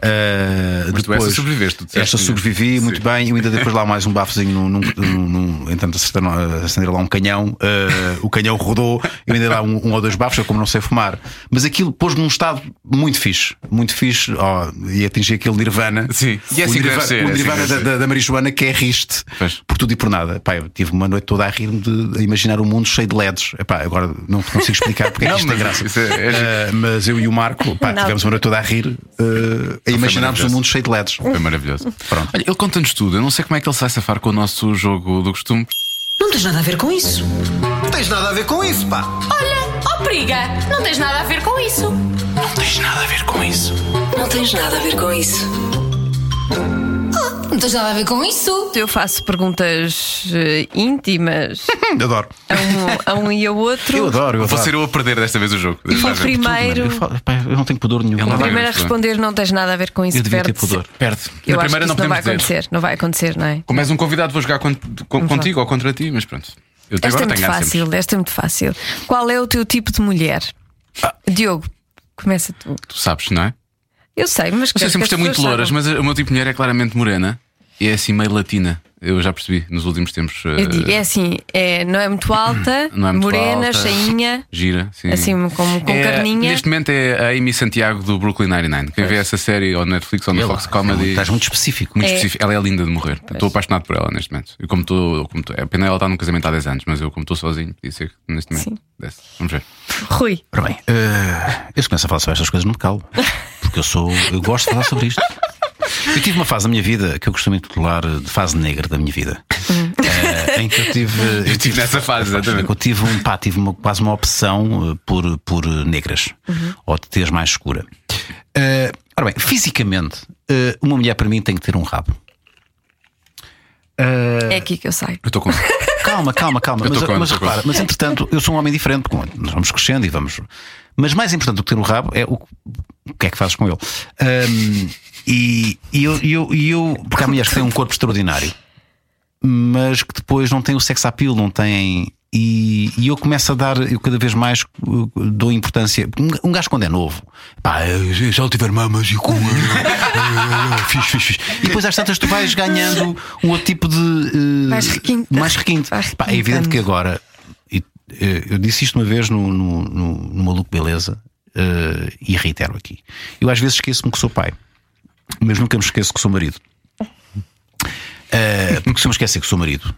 Speaker 5: Eh,
Speaker 2: Mas tu essa sobreviveste, tu disseste
Speaker 5: esta
Speaker 2: que-
Speaker 5: sobrevivi
Speaker 2: Sim.
Speaker 5: muito bem. Eu ainda depois lá mais um bafozinho, num, num, num, num- entanto acenderam, acenderam lá um canhão. eh, o canhão rodou. Eu ainda dei lá um, um ou dois bafos, eu como não sei fumar. Mas aquilo pôs-me num estado muito fixe, muito fixe. ó, e atingi aquele nirvana.
Speaker 2: Sim. E é
Speaker 5: o
Speaker 2: assim que deve
Speaker 5: nirvana,
Speaker 2: ser,
Speaker 5: o
Speaker 2: é assim que
Speaker 5: nirvana
Speaker 2: deve
Speaker 5: da,
Speaker 2: ser.
Speaker 5: da, da marijuana que é riste
Speaker 2: Pois.
Speaker 5: por tudo e por nada. Pá, eu tive uma noite toda a rir-me de, de imaginar um mundo cheio de LEDs. Epá, agora não consigo explicar porque é
Speaker 2: Não,
Speaker 5: que isto tem
Speaker 2: mas
Speaker 5: graça.
Speaker 2: isso é- é giro.
Speaker 5: Eh, mas eu e o Marco pá,
Speaker 3: Não.
Speaker 5: tivemos uma noite toda a rir eh, a imaginarmos um
Speaker 2: maravilhoso.
Speaker 5: mundo cheio de LEDs.
Speaker 2: Foi É maravilhoso.
Speaker 5: Pronto.
Speaker 2: Ah. Olha, ele conta-nos tudo. Eu não sei como é que ele sai safar com o nosso jogo do costume.
Speaker 1: Não tens nada a ver com isso.
Speaker 9: Não tens nada a ver com isso, pá.
Speaker 10: Olha, oh periga, não tens nada a ver com isso.
Speaker 1: Não tens nada a ver com isso.
Speaker 10: Oh, Não tens nada a ver com isso.
Speaker 3: Eu faço perguntas eh, íntimas
Speaker 5: Adoro.
Speaker 3: a um, a um e ao outro.
Speaker 5: Eu adoro,
Speaker 2: Vou
Speaker 5: eu adoro.
Speaker 2: ser eu a perder desta vez o jogo.
Speaker 3: E o primeiro,
Speaker 5: Eu, falo- pá, eu não tenho pudor nenhum.
Speaker 2: Ele
Speaker 3: o
Speaker 2: não vai
Speaker 3: primeiro a
Speaker 2: mesmo.
Speaker 3: responder não tens nada a ver com isso.
Speaker 5: Eu devia ter
Speaker 3: perde-se.
Speaker 5: pudor.
Speaker 2: Perde.
Speaker 3: Eu
Speaker 2: Na
Speaker 3: acho que
Speaker 2: primeira
Speaker 3: isso
Speaker 2: não
Speaker 3: não, vai
Speaker 2: podemos dizer.
Speaker 3: acontecer. Não vai acontecer, não é?
Speaker 2: Como és um convidado, vou jogar cont- con- contigo ou contra ti, mas pronto. Eu
Speaker 3: Esta é
Speaker 2: agora
Speaker 3: muito
Speaker 2: tenho a
Speaker 3: fácil,
Speaker 2: sempre.
Speaker 3: esta é muito fácil. Qual é o teu tipo de mulher?
Speaker 2: Ah.
Speaker 3: Diogo, começa tu.
Speaker 2: Tu sabes, não é?
Speaker 3: Eu sei, mas
Speaker 2: Não sei, sempre gostei muito de louras, mas o meu tipo de mulher é claramente morena e é assim meio latina. Eu já percebi nos últimos tempos. eh,
Speaker 3: É assim, é, não é muito alta,
Speaker 2: Não é muito
Speaker 3: morena,
Speaker 2: alta.
Speaker 3: cheinha,
Speaker 2: Gira, sim.
Speaker 3: assim como com
Speaker 2: É,
Speaker 3: carninha.
Speaker 2: Neste momento é a Amy Santiago do Brooklyn 99. Quem vê essa série ou na Netflix ou na
Speaker 5: Sei lá,
Speaker 2: Fox Comedy.
Speaker 5: Estás muito
Speaker 2: é
Speaker 5: específico.
Speaker 2: Muito
Speaker 3: É.
Speaker 2: específico. Ela é linda de morrer. Estou apaixonado por ela neste momento. Eu como estou. Como estou- é pena ela estar num casamento há 10 anos, mas eu, como estou sozinho, podia ser que neste momento.
Speaker 3: Sim.
Speaker 2: desse. Vamos ver.
Speaker 3: Rui,
Speaker 5: Ora bem, eh, eu se começo a falar sobre estas coisas, não me calo. Porque eu sou. Eu gosto de falar sobre isto. Eu tive uma fase da minha vida que eu costumo intitular eh, de fase negra da minha vida. Eh, em que eu tive. Eu
Speaker 2: Eu estive nessa fase, exatamente.
Speaker 5: Eu tive um pá, tive uma- quase uma opção eh, por, por eh, negras ou de teres mais escura. Eh, ora bem, fisicamente, eh, uma mulher para mim tem que ter um rabo.
Speaker 2: Eh,
Speaker 3: é aqui que eu saio.
Speaker 2: Eu estou com.
Speaker 5: Calma, calma, calma.
Speaker 2: Eu
Speaker 5: Mas,
Speaker 2: tô com,
Speaker 5: mas
Speaker 2: tô com.
Speaker 5: repara, mas entretanto, eu sou um homem diferente, porque nós vamos crescendo e vamos. Mas mais importante do que ter um rabo é o, o que é que fazes com ele. Ahm, e, e eu, e eu, e eu- Porque há mulheres que têm um corpo extraordinário, mas que depois não têm o sex appeal, não têm. E, e eu começo a dar, eu cada vez mais uh, dou importância. Um- Um gajo quando é novo, pá, eh, se ele tiver mamas e cu, eh, eh, eh, fixe, fixe, fixe. E depois às tantas tu vais ganhando um outro tipo de. eh,
Speaker 3: Mais requinte.
Speaker 5: Mais requinte.
Speaker 3: Vais
Speaker 5: Pá, é evidente
Speaker 3: requintando.
Speaker 5: que agora. e, eh, Eu disse isto uma vez no, no, no, no Maluco Beleza eh, e reitero aqui. Eu às vezes esqueço-me que sou pai, mas nunca me esqueço que sou marido. Eh, porque se eu me esquecer que sou marido,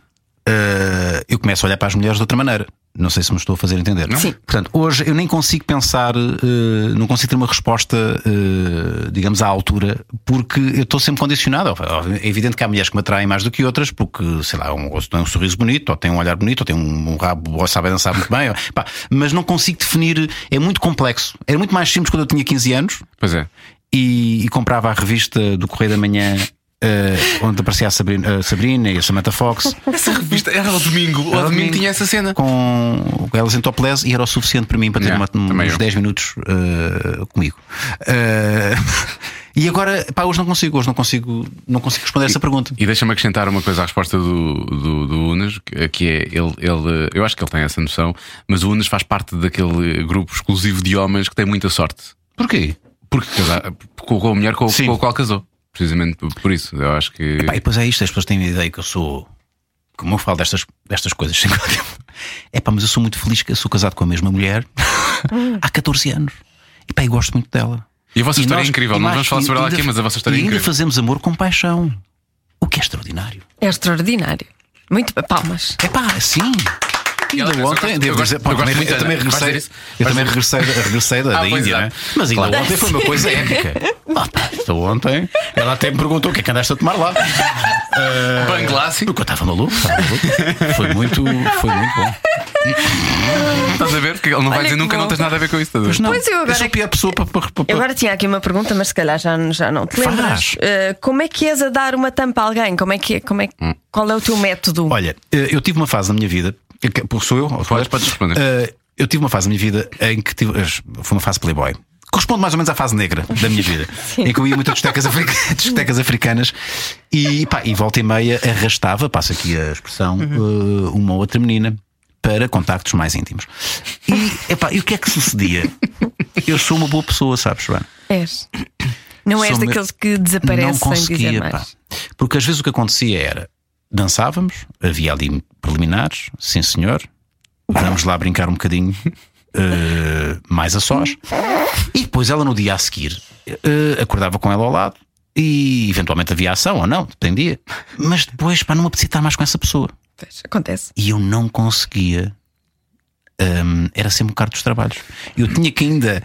Speaker 5: eh, eu começo a olhar para as mulheres de outra maneira. Não sei se me estou a fazer entender.
Speaker 2: Sim.
Speaker 5: Portanto, hoje eu nem consigo pensar, eh, não consigo ter uma resposta, eh, digamos, à altura, porque eu estou sempre condicionado. É evidente que há mulheres que me atraem mais do que outras, porque, sei lá, um, ou tem um sorriso bonito, ou tem um olhar bonito, ou tem um, um rabo, ou sabe dançar muito bem. ou- pá, mas não consigo definir, é muito complexo. Era muito mais simples quando eu tinha 15 anos,
Speaker 2: Pois é.
Speaker 5: e, e comprava a revista do Correio da Manhã. eh, onde aparecia a Sabrina, a Sabrina e a Samantha Fox
Speaker 2: Essa revista era ao domingo. Ao domingo,
Speaker 5: domingo.
Speaker 2: tinha essa cena.
Speaker 5: com elas em topless e era o suficiente para mim para ter
Speaker 2: Yeah,
Speaker 5: uma- um-
Speaker 2: também
Speaker 5: uns
Speaker 2: eu.
Speaker 5: 10 minutos eh, comigo. Eh, e agora, pá, hoje não consigo, hoje não consigo, não consigo responder essa pergunta.
Speaker 2: E deixa-me acrescentar uma coisa à resposta do, do, do Unas, que que é ele, ele, eu acho que ele tem essa noção, mas o Unas faz parte daquele grupo exclusivo de homens que tem muita sorte.
Speaker 5: Porquê?
Speaker 2: Porque casar, com com a mulher com,
Speaker 5: Sim.
Speaker 2: com a qual casou. Precisamente por isso. Eu acho que.
Speaker 5: Pá, e depois é isto, as pessoas têm a ideia que eu sou como eu falo destas, destas coisas sempre ao tempo, é pá, mas eu sou muito feliz que eu sou casado com a mesma mulher há 14 anos. E pá, eu gosto muito dela.
Speaker 2: E a vossa história é incrível,
Speaker 5: e
Speaker 2: não
Speaker 5: nós-
Speaker 2: vamos falar
Speaker 5: e
Speaker 2: sobre ela
Speaker 5: ainda-
Speaker 2: aqui, mas a vossa história
Speaker 5: e
Speaker 2: é
Speaker 5: ainda
Speaker 2: incrível.
Speaker 5: fazemos amor com paixão. O que é extraordinário.
Speaker 3: É extraordinário. Muito palmas.
Speaker 5: É pá, sim.
Speaker 2: E ela-
Speaker 5: Ainda
Speaker 2: eu
Speaker 5: ontem,
Speaker 2: gosto- eu
Speaker 5: devo
Speaker 2: gosto-
Speaker 5: dizer, pá,
Speaker 2: eu gosto
Speaker 5: também-
Speaker 2: muito,
Speaker 5: eu também
Speaker 2: Ana, gosto
Speaker 5: regressei,
Speaker 2: disso.
Speaker 5: eu também regressei, da- regressei da, da
Speaker 2: Ah, pois
Speaker 5: Índia,
Speaker 2: é.
Speaker 5: né? mas ainda
Speaker 2: Claro.
Speaker 5: ontem foi uma coisa épica. Ah, pá, ainda ontem, ela até me perguntou o que é que andaste a tomar lá.
Speaker 2: Bangladesh.
Speaker 5: Porque eu estava maluco, estava maluco. Foi muito, foi muito bom.
Speaker 2: Estás a ver? Porque ele não vai
Speaker 3: Olha
Speaker 2: dizer
Speaker 3: que
Speaker 2: nunca,
Speaker 3: bom.
Speaker 2: não tens nada a ver com isso. estás a ver?
Speaker 5: Pois não,
Speaker 3: Pois eu agora é
Speaker 5: sou a
Speaker 3: que-
Speaker 5: pior pessoa para. para, para-
Speaker 3: Eu agora tinha aqui uma pergunta, mas se calhar já, já não te lembras.
Speaker 5: Faz.
Speaker 3: Eh, como é que és a dar uma tampa a alguém? Como é que, é- como é, que-
Speaker 2: Hum.
Speaker 3: Qual é o teu método?
Speaker 5: Olha, eh, eu tive uma fase na minha vida. eh, que- Sou eu?
Speaker 2: Podes- podes responder.
Speaker 5: Eh, Eu tive uma fase na minha vida em que tive. eh, Foi uma fase playboy. Corresponde mais ou menos à fase negra da minha vida, em que eu ia muito a discotecas, africa- discotecas africanas e, pá, e volta e meia arrastava, passa aqui a expressão, eh, uma outra menina para contactos mais íntimos. E, epá, e o que é que sucedia? Eu sou uma boa pessoa, sabes, Joana?
Speaker 3: És. Não és
Speaker 5: Sou me-
Speaker 3: daqueles que desaparecem
Speaker 5: não conseguia,
Speaker 3: sem dizer
Speaker 5: pá.
Speaker 3: mais.
Speaker 5: Porque às vezes o que acontecia era dançávamos, havia ali preliminares, sim senhor, vamos lá brincar um bocadinho eh, mais a sós. E depois ela no dia a seguir eh, acordava com ela ao lado e eventualmente havia ação ou não, dependia. Mas depois, pá, não me apetecia estar mais com essa pessoa.
Speaker 3: Pois, acontece.
Speaker 5: E eu não conseguia. hum, era sempre um bocado dos trabalhos. Eu tinha que ainda.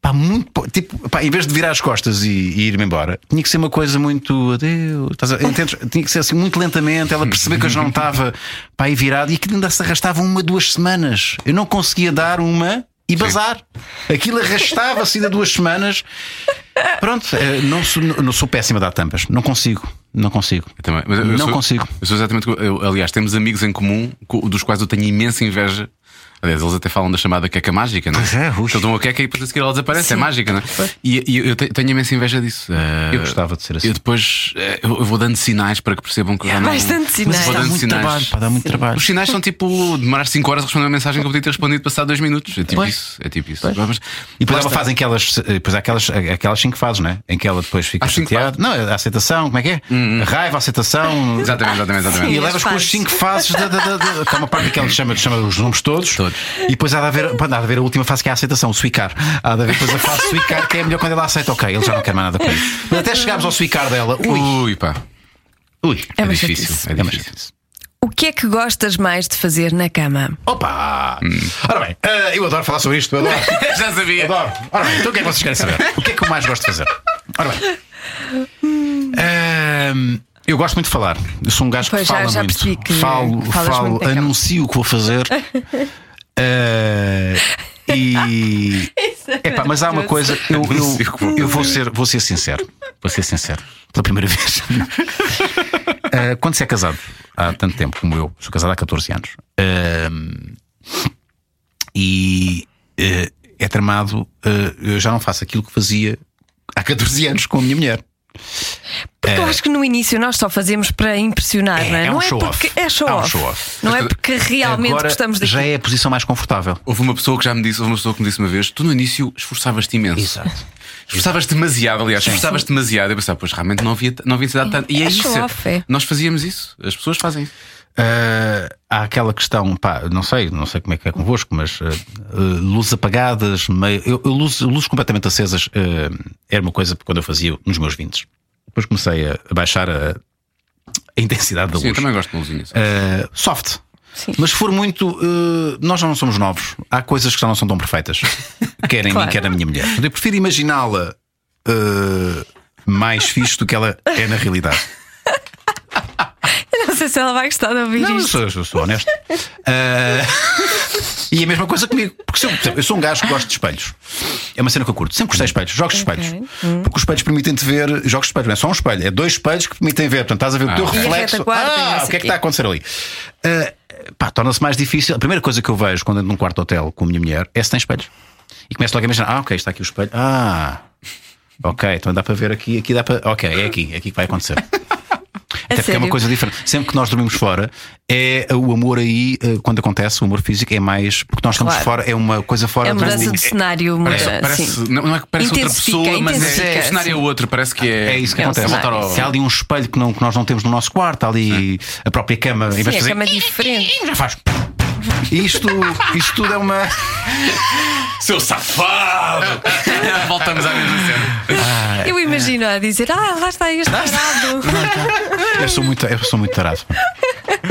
Speaker 5: Pá, muito, po- tipo, pá, em vez de virar as costas e, e ir-me embora, tinha que ser uma coisa muito adeus. Estás a, entendes? Tinha que ser assim muito lentamente, ela perceber que eu já não estava pá, aí virado e aquilo ainda se arrastava uma, duas semanas. Eu não conseguia dar uma e bazar. Aquilo arrastava-se ainda duas semanas. Pronto, eh, não sou, não sou péssima a dar tampas. Não consigo, não consigo.
Speaker 2: Eu também. Mas eu- eu
Speaker 5: não
Speaker 2: sou-
Speaker 5: consigo.
Speaker 2: Eu sou exatamente. co- eu- aliás, temos amigos em comum co- dos quais eu tenho imensa inveja. Aliás, eles até falam da chamada queca mágica, não
Speaker 5: Pois é,
Speaker 2: é?
Speaker 5: ui.
Speaker 2: Eles dão a queca e depois a seguir ela desaparece. É mágica, não é? E, e eu te- tenho imensa inveja disso. Eh,
Speaker 5: Eu gostava de ser assim.
Speaker 2: Eu depois eh, eu eu vou dando sinais para que percebam que eu já não.
Speaker 3: Vais dando sinais.
Speaker 2: Vou
Speaker 3: Mas
Speaker 5: Dá
Speaker 2: dando
Speaker 5: muito trabalho,
Speaker 2: sinais.
Speaker 5: pá, dá muito trabalho.
Speaker 2: Os sinais são tipo demorar 5 horas a responder uma mensagem que eu podia ter respondido passado 2 minutos. É tipo
Speaker 5: Pois.
Speaker 2: isso. É tipo isso. Mas-
Speaker 5: E depois há uma
Speaker 2: Lá está.
Speaker 5: fase em que elas, depois há aquelas, aquelas cinco fases, né? Em que ela depois fica
Speaker 2: Há cinco Uhum.
Speaker 5: chateada. Não, a aceitação, como é que é? A raiva, a aceitação.
Speaker 2: Exatamente, exatamente, exatamente.
Speaker 5: E
Speaker 3: as
Speaker 5: levas com as
Speaker 3: fases.
Speaker 5: cinco fases da, da, da, da- que há uma parte que ela chama, chama os nomes todos,
Speaker 2: Todos.
Speaker 5: E depois há de, haver, pá, há de haver a última fase que é a aceitação, o suicar Há de haver depois a fase suicar que é melhor quando ela aceita Ok, ele já não quer mais nada com isso Mas até chegarmos ao suicar dela, ui,
Speaker 2: Ui, pá.
Speaker 5: ui
Speaker 2: É,
Speaker 3: É uma chatice.
Speaker 2: difícil. É
Speaker 5: é uma
Speaker 2: difícil.
Speaker 5: chatice.
Speaker 3: O que é que gostas mais de fazer na cama?
Speaker 5: Opa!
Speaker 2: Hum.
Speaker 5: Ora bem, eh, eu adoro falar sobre isto, eu adoro
Speaker 2: Já sabia.
Speaker 5: Adoro. Ora bem, então o que é que vocês querem saber? O que é que eu mais gosto de fazer? Ora bem. Ahm, eu gosto muito de falar. Eu sou um gajo
Speaker 3: Pois,
Speaker 5: que
Speaker 3: já-
Speaker 5: fala
Speaker 3: já
Speaker 5: muito.
Speaker 3: percebi que
Speaker 5: falo,
Speaker 3: falas
Speaker 5: falo,
Speaker 3: muito daquela.
Speaker 5: anuncio o que vou fazer. Ah, e.
Speaker 3: é
Speaker 5: Epá, mas há uma coisa, eu, eu, eu vou, ser, vou ser sincero. Vou ser sincero. Pela primeira vez. Ah, quando se é casado, há tanto tempo como eu, sou casado há 14 anos. ahm, e eh, é tramado. eh, eu já não faço aquilo que fazia há 14 anos com a minha mulher.
Speaker 3: Porque eu acho que no início nós só fazemos para impressionar, não é?
Speaker 5: é um
Speaker 3: não é
Speaker 5: show-off.
Speaker 3: porque é show
Speaker 5: É um
Speaker 3: off.
Speaker 5: show-off.
Speaker 3: Não é porque realmente
Speaker 5: Agora
Speaker 3: gostamos daquilo.
Speaker 5: já é a posição mais confortável.
Speaker 2: Houve uma pessoa que já me disse, houve uma pessoa que me disse uma vez: tu no início esforçavas-te imenso. Esforçavas demasiado, aliás, esforçavas demasiado. Eu pensava, pois realmente não havia, não havia necessidade de tanto. E é,
Speaker 3: É
Speaker 2: isso.
Speaker 3: show-off, é.
Speaker 2: Nós fazíamos isso, as pessoas fazem isso.
Speaker 5: Ah, há aquela questão, pá, não sei, não sei como é que é convosco, mas ah, ah, luzes apagadas, meio, eu, eu luzes, luzes completamente acesas ah, era uma coisa quando eu fazia nos meus 20. Depois comecei a a baixar a, a intensidade da
Speaker 2: Sim, eu
Speaker 5: luz.
Speaker 2: também gosto de luzinhas.
Speaker 5: Uh, soft. Mas se for muito. uh, nós já não somos novos. Há coisas que já não são tão perfeitas. Quer em
Speaker 3: Claro.
Speaker 5: mim, quer na minha mulher. Eu prefiro imaginá-la uh, mais fixe do que ela é na realidade.
Speaker 3: Não sei se ela vai gostar de ouvir
Speaker 5: Não, eu
Speaker 3: isto.
Speaker 5: sou, eu sou honesto. Uh, e a mesma coisa comigo. Porque se eu, por exemplo, eu sou um gajo que gosto de espelhos. É uma cena que eu curto. Sempre gostei de espelhos. Jogos de
Speaker 3: Ok. Hum.
Speaker 5: espelhos. Porque os espelhos permitem-te ver. Jogos de espelhos. Não é só um espelho. É dois espelhos que permitem ver. Portanto, estás a ver o teu
Speaker 3: E a
Speaker 5: reflexo.
Speaker 3: retaguarda e não
Speaker 5: ah,
Speaker 3: sei
Speaker 5: o que é que
Speaker 3: quê.
Speaker 5: está a acontecer ali? Uh, pá, torna-se mais difícil. A primeira coisa que eu vejo quando entro num quarto de hotel com a minha mulher é se tem espelhos. E começo logo a imaginar: ah, ok, está aqui o espelho. Ah, ok, então dá para ver aqui. Aqui dá para. Ok, é aqui. É aqui que vai acontecer.
Speaker 3: É
Speaker 5: Até porque é uma
Speaker 3: sério?
Speaker 5: coisa diferente. Sempre que nós dormimos fora, é o amor aí, eh, quando acontece, o amor físico é mais. Porque nós estamos
Speaker 3: Claro.
Speaker 5: fora, é uma coisa fora
Speaker 3: É
Speaker 5: do-
Speaker 3: mudança de cenário,
Speaker 2: Parece,
Speaker 3: muda,
Speaker 2: parece-
Speaker 3: sim.
Speaker 2: não, não é que parece outra
Speaker 3: Intensifica,
Speaker 2: pessoa, mas é,
Speaker 3: intensifica,
Speaker 2: o cenário é outro, parece que é.
Speaker 5: É isso que
Speaker 3: É um
Speaker 5: acontece.
Speaker 3: cenário,
Speaker 5: Se há ali um espelho que, não, que nós não temos no nosso quarto, há ali a própria cama, em
Speaker 3: Sim,
Speaker 5: vez de
Speaker 3: a
Speaker 5: fazer.
Speaker 3: cama é diferente.
Speaker 5: Já faz. Isto, isto tudo é uma.
Speaker 2: Seu safado! Voltamos à mesma cena.
Speaker 3: Eu imagino a dizer, ah, lá está este parado.
Speaker 5: Eu sou muito, eu sou muito tarado.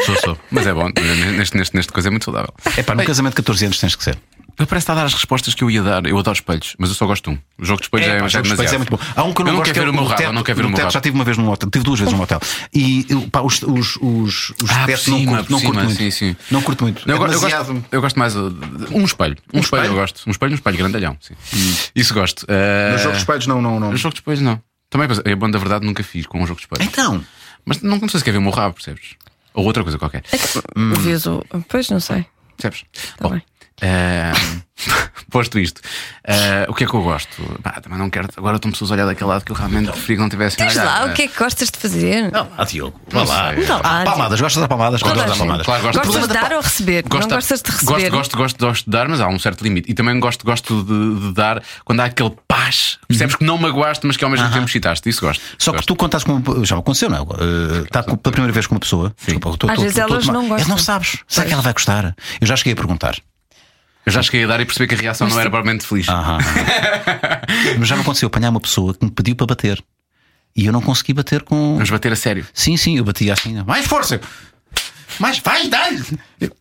Speaker 2: Sou, sou. Mas é bom, neste, neste, neste coisa é muito saudável.
Speaker 5: É pá, num casamento de 14 anos tens que ser.
Speaker 2: Eu parece estar a dar as respostas que eu ia dar. Eu adoro espelhos, mas eu só gosto de um. O jogo de espelhos é,
Speaker 5: pá,
Speaker 2: já
Speaker 5: jogo de espelhos
Speaker 2: demasiado.
Speaker 5: é muito bom. Há um que eu não,
Speaker 2: eu não
Speaker 5: gosto
Speaker 2: quero ver
Speaker 5: que é
Speaker 2: o meu
Speaker 5: no
Speaker 2: rabo, eu
Speaker 5: teto,
Speaker 2: não quero ver
Speaker 5: no
Speaker 2: o meu
Speaker 5: teto,
Speaker 2: rabo.
Speaker 5: Já tive uma vez num hotel, tive duas vezes num hotel. E eu, pá, os, os, os, os
Speaker 2: Ah,
Speaker 5: tetos
Speaker 2: por
Speaker 5: não
Speaker 2: cima,
Speaker 5: curto,
Speaker 2: por
Speaker 5: não curto
Speaker 2: cima,
Speaker 5: muito.
Speaker 2: sim, sim.
Speaker 5: Não curto muito.
Speaker 2: Não,
Speaker 5: É
Speaker 2: eu, go- eu
Speaker 5: demasiado-
Speaker 2: gosto, eu gosto mais uh, de- um espelho. Um, espelho,
Speaker 5: espelho?
Speaker 2: eu gosto. Um espelho, um espelho grandalhão. Sim.
Speaker 3: Hum.
Speaker 2: Isso gosto.
Speaker 5: No
Speaker 2: Uh,
Speaker 5: jogo de espelhos não, não, não.
Speaker 2: no jogo de espelhos, não. Também, mas é bom da verdade, nunca fiz com um jogo de espelhos.
Speaker 5: Então,
Speaker 2: Mas não, não sei se quer ver o meu rabo, percebes? Ou outra coisa qualquer.
Speaker 3: Vês o- Pois não sei.
Speaker 2: Percebes?
Speaker 3: Então. Tá
Speaker 2: Bom,
Speaker 3: bem.
Speaker 2: ehm, posto isto, eh, o que é que eu gosto? Pá, também não quero. Agora estão pessoas a olhar daquele lado que eu realmente preferia que não tivessem
Speaker 3: Diz lá,
Speaker 2: olhado.
Speaker 3: o que é Então, que gostas de fazer?
Speaker 5: não lá, Diogo. Vá
Speaker 2: Não
Speaker 5: lá.
Speaker 2: sei.
Speaker 3: Não lá,
Speaker 5: Palmadas, gostas de dar palmadas? Gosto de dar
Speaker 3: gente.
Speaker 5: palmadas.
Speaker 2: Claro, gosto.
Speaker 3: Gostas de
Speaker 2: Problema da
Speaker 3: dar ou receber?
Speaker 2: Gosto
Speaker 3: não
Speaker 2: dar-
Speaker 3: gostas de receber?
Speaker 2: Gosto, gosto, gosto, gosto de dar, mas há um certo limite. E também gosto, gosto de, de dar quando há aquele paz.
Speaker 3: Uhum.
Speaker 2: Percebes que não magoaste, mas que ao mesmo tempo excitaste. Isso gosto.
Speaker 5: Só que
Speaker 2: Gosto.
Speaker 5: tu contaste com uma- Já aconteceu, não? Uh, Está com- pela primeira vez com uma pessoa. Desculpa, eu tô-
Speaker 3: Às
Speaker 5: tô-
Speaker 3: vezes
Speaker 5: tô- tô-
Speaker 3: elas
Speaker 5: tô-
Speaker 3: não
Speaker 5: Ela
Speaker 3: gostam.
Speaker 5: não sabes. Será que ela vai gostar? Eu já cheguei a perguntar.
Speaker 2: Eu já cheguei a dar e percebi que a reação não era propriamente feliz.
Speaker 3: Ah.
Speaker 5: Aham. Mas já me aconteceu apanhar uma pessoa que me pediu para bater. E eu não consegui bater com.
Speaker 2: Vamos bater a sério.
Speaker 5: Sim, sim, eu batia assim. Mais força! Mais vai, dá-lhe! Eu-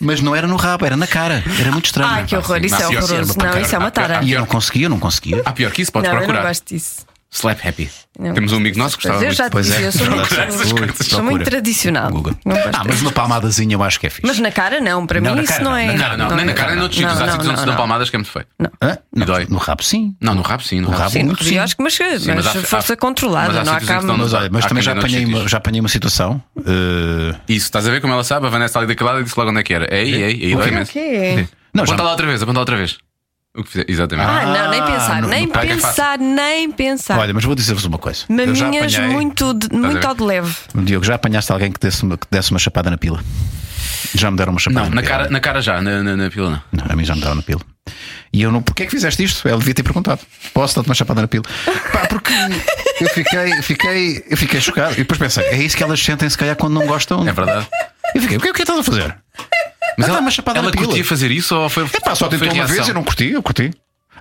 Speaker 5: Mas não era no rabo, era na cara. Era muito estranho.
Speaker 3: Ai, que horror, isso
Speaker 2: Não,
Speaker 3: é
Speaker 2: senhor,
Speaker 3: horroroso.
Speaker 2: senhora,
Speaker 3: Não, isso é uma tara.
Speaker 5: E eu não conseguia, eu não conseguia.
Speaker 3: Ah,
Speaker 2: Há pior que isso, podes
Speaker 3: Não, eu não
Speaker 2: procurar.
Speaker 3: gosto disso.
Speaker 2: Slap Happy.
Speaker 3: Não.
Speaker 2: Temos um amigo nosso que gostava
Speaker 3: Mas eu
Speaker 2: muito.
Speaker 3: já te
Speaker 5: Pois
Speaker 3: disse,
Speaker 5: é,
Speaker 3: eu sou
Speaker 5: procura
Speaker 3: muito,
Speaker 5: essas coisas.
Speaker 3: sou muito
Speaker 5: Procura.
Speaker 3: tradicional.
Speaker 5: Google.
Speaker 3: Não gosto
Speaker 5: Ah, mas uma palmadazinha eu acho que é fixe.
Speaker 3: Mas na cara não, para
Speaker 5: Não,
Speaker 3: mim
Speaker 5: na
Speaker 3: isso
Speaker 5: cara
Speaker 3: não
Speaker 5: não,
Speaker 3: é.
Speaker 2: Não, não, nem na cara, nem noutros sítios. Há
Speaker 3: Não,
Speaker 2: sítios
Speaker 3: não,
Speaker 2: onde se
Speaker 3: não.
Speaker 2: dão palmadas que é muito feio.
Speaker 5: Hã?
Speaker 2: Me
Speaker 5: Não,
Speaker 2: dói.
Speaker 5: no rabo, sim.
Speaker 2: Não, no rabo sim, no rabo
Speaker 5: rabo,
Speaker 2: sim.
Speaker 3: Sim, no
Speaker 5: Sim.
Speaker 3: pediótico, mas,
Speaker 2: Sim, mas
Speaker 3: mas,
Speaker 2: há-
Speaker 3: força
Speaker 2: há-
Speaker 3: controlada,
Speaker 2: mas há
Speaker 3: não
Speaker 2: sítios
Speaker 3: há
Speaker 2: em que
Speaker 3: cá.
Speaker 2: estão
Speaker 5: Mas olha, mas
Speaker 2: Há
Speaker 5: também
Speaker 2: quem
Speaker 5: já
Speaker 2: ainda não
Speaker 5: apanhei, uma,
Speaker 2: sentiste.
Speaker 5: já apanhei uma situação. eh,
Speaker 2: Isso, estás a ver como ela sabe? A Vanessa ali daquele lado e disse logo onde é que era. Ei,
Speaker 3: Uhum.
Speaker 2: ei, ei, dói imenso.
Speaker 3: quê?
Speaker 5: não, já
Speaker 2: Aponta lá outra vez, aponta lá outra vez. O que fizer, exatamente.
Speaker 3: Ah, não, nem
Speaker 5: Ah,
Speaker 3: pensar,
Speaker 5: no-
Speaker 3: nem
Speaker 5: no parque
Speaker 2: é
Speaker 3: pensar, nem pensar.
Speaker 5: Olha, mas vou dizer-vos uma coisa. Eu já
Speaker 3: Maminhas
Speaker 5: apanhei,
Speaker 3: muito, de,
Speaker 2: a ver?
Speaker 3: muito ao de leve.
Speaker 5: Diogo, já apanhaste alguém que desse, uma, que desse uma chapada na pila? Já me deram uma chapada
Speaker 2: Não, na
Speaker 3: Ah.
Speaker 5: pila.
Speaker 2: cara, na cara já, na, na, na pila não.
Speaker 5: Não, a mim já me deram na pila. E eu não. Porquê é que fizeste isto? Ela devia ter perguntado. Posso dar-te uma chapada na pila? Pá, porque eu fiquei, fiquei, eu fiquei chocado. E depois pensei, é isso que elas sentem se calhar quando não gostam.
Speaker 2: É verdade.
Speaker 5: Eu fiquei, o que é que estás a fazer?
Speaker 2: Mas
Speaker 5: Ah,
Speaker 2: ela,
Speaker 5: dá uma chapada
Speaker 2: ela
Speaker 5: na pila.
Speaker 2: curtia fazer isso ou foi.
Speaker 5: É pá, só
Speaker 2: foi
Speaker 5: tentou uma
Speaker 2: reação?
Speaker 5: vez, eu não curti, eu curti.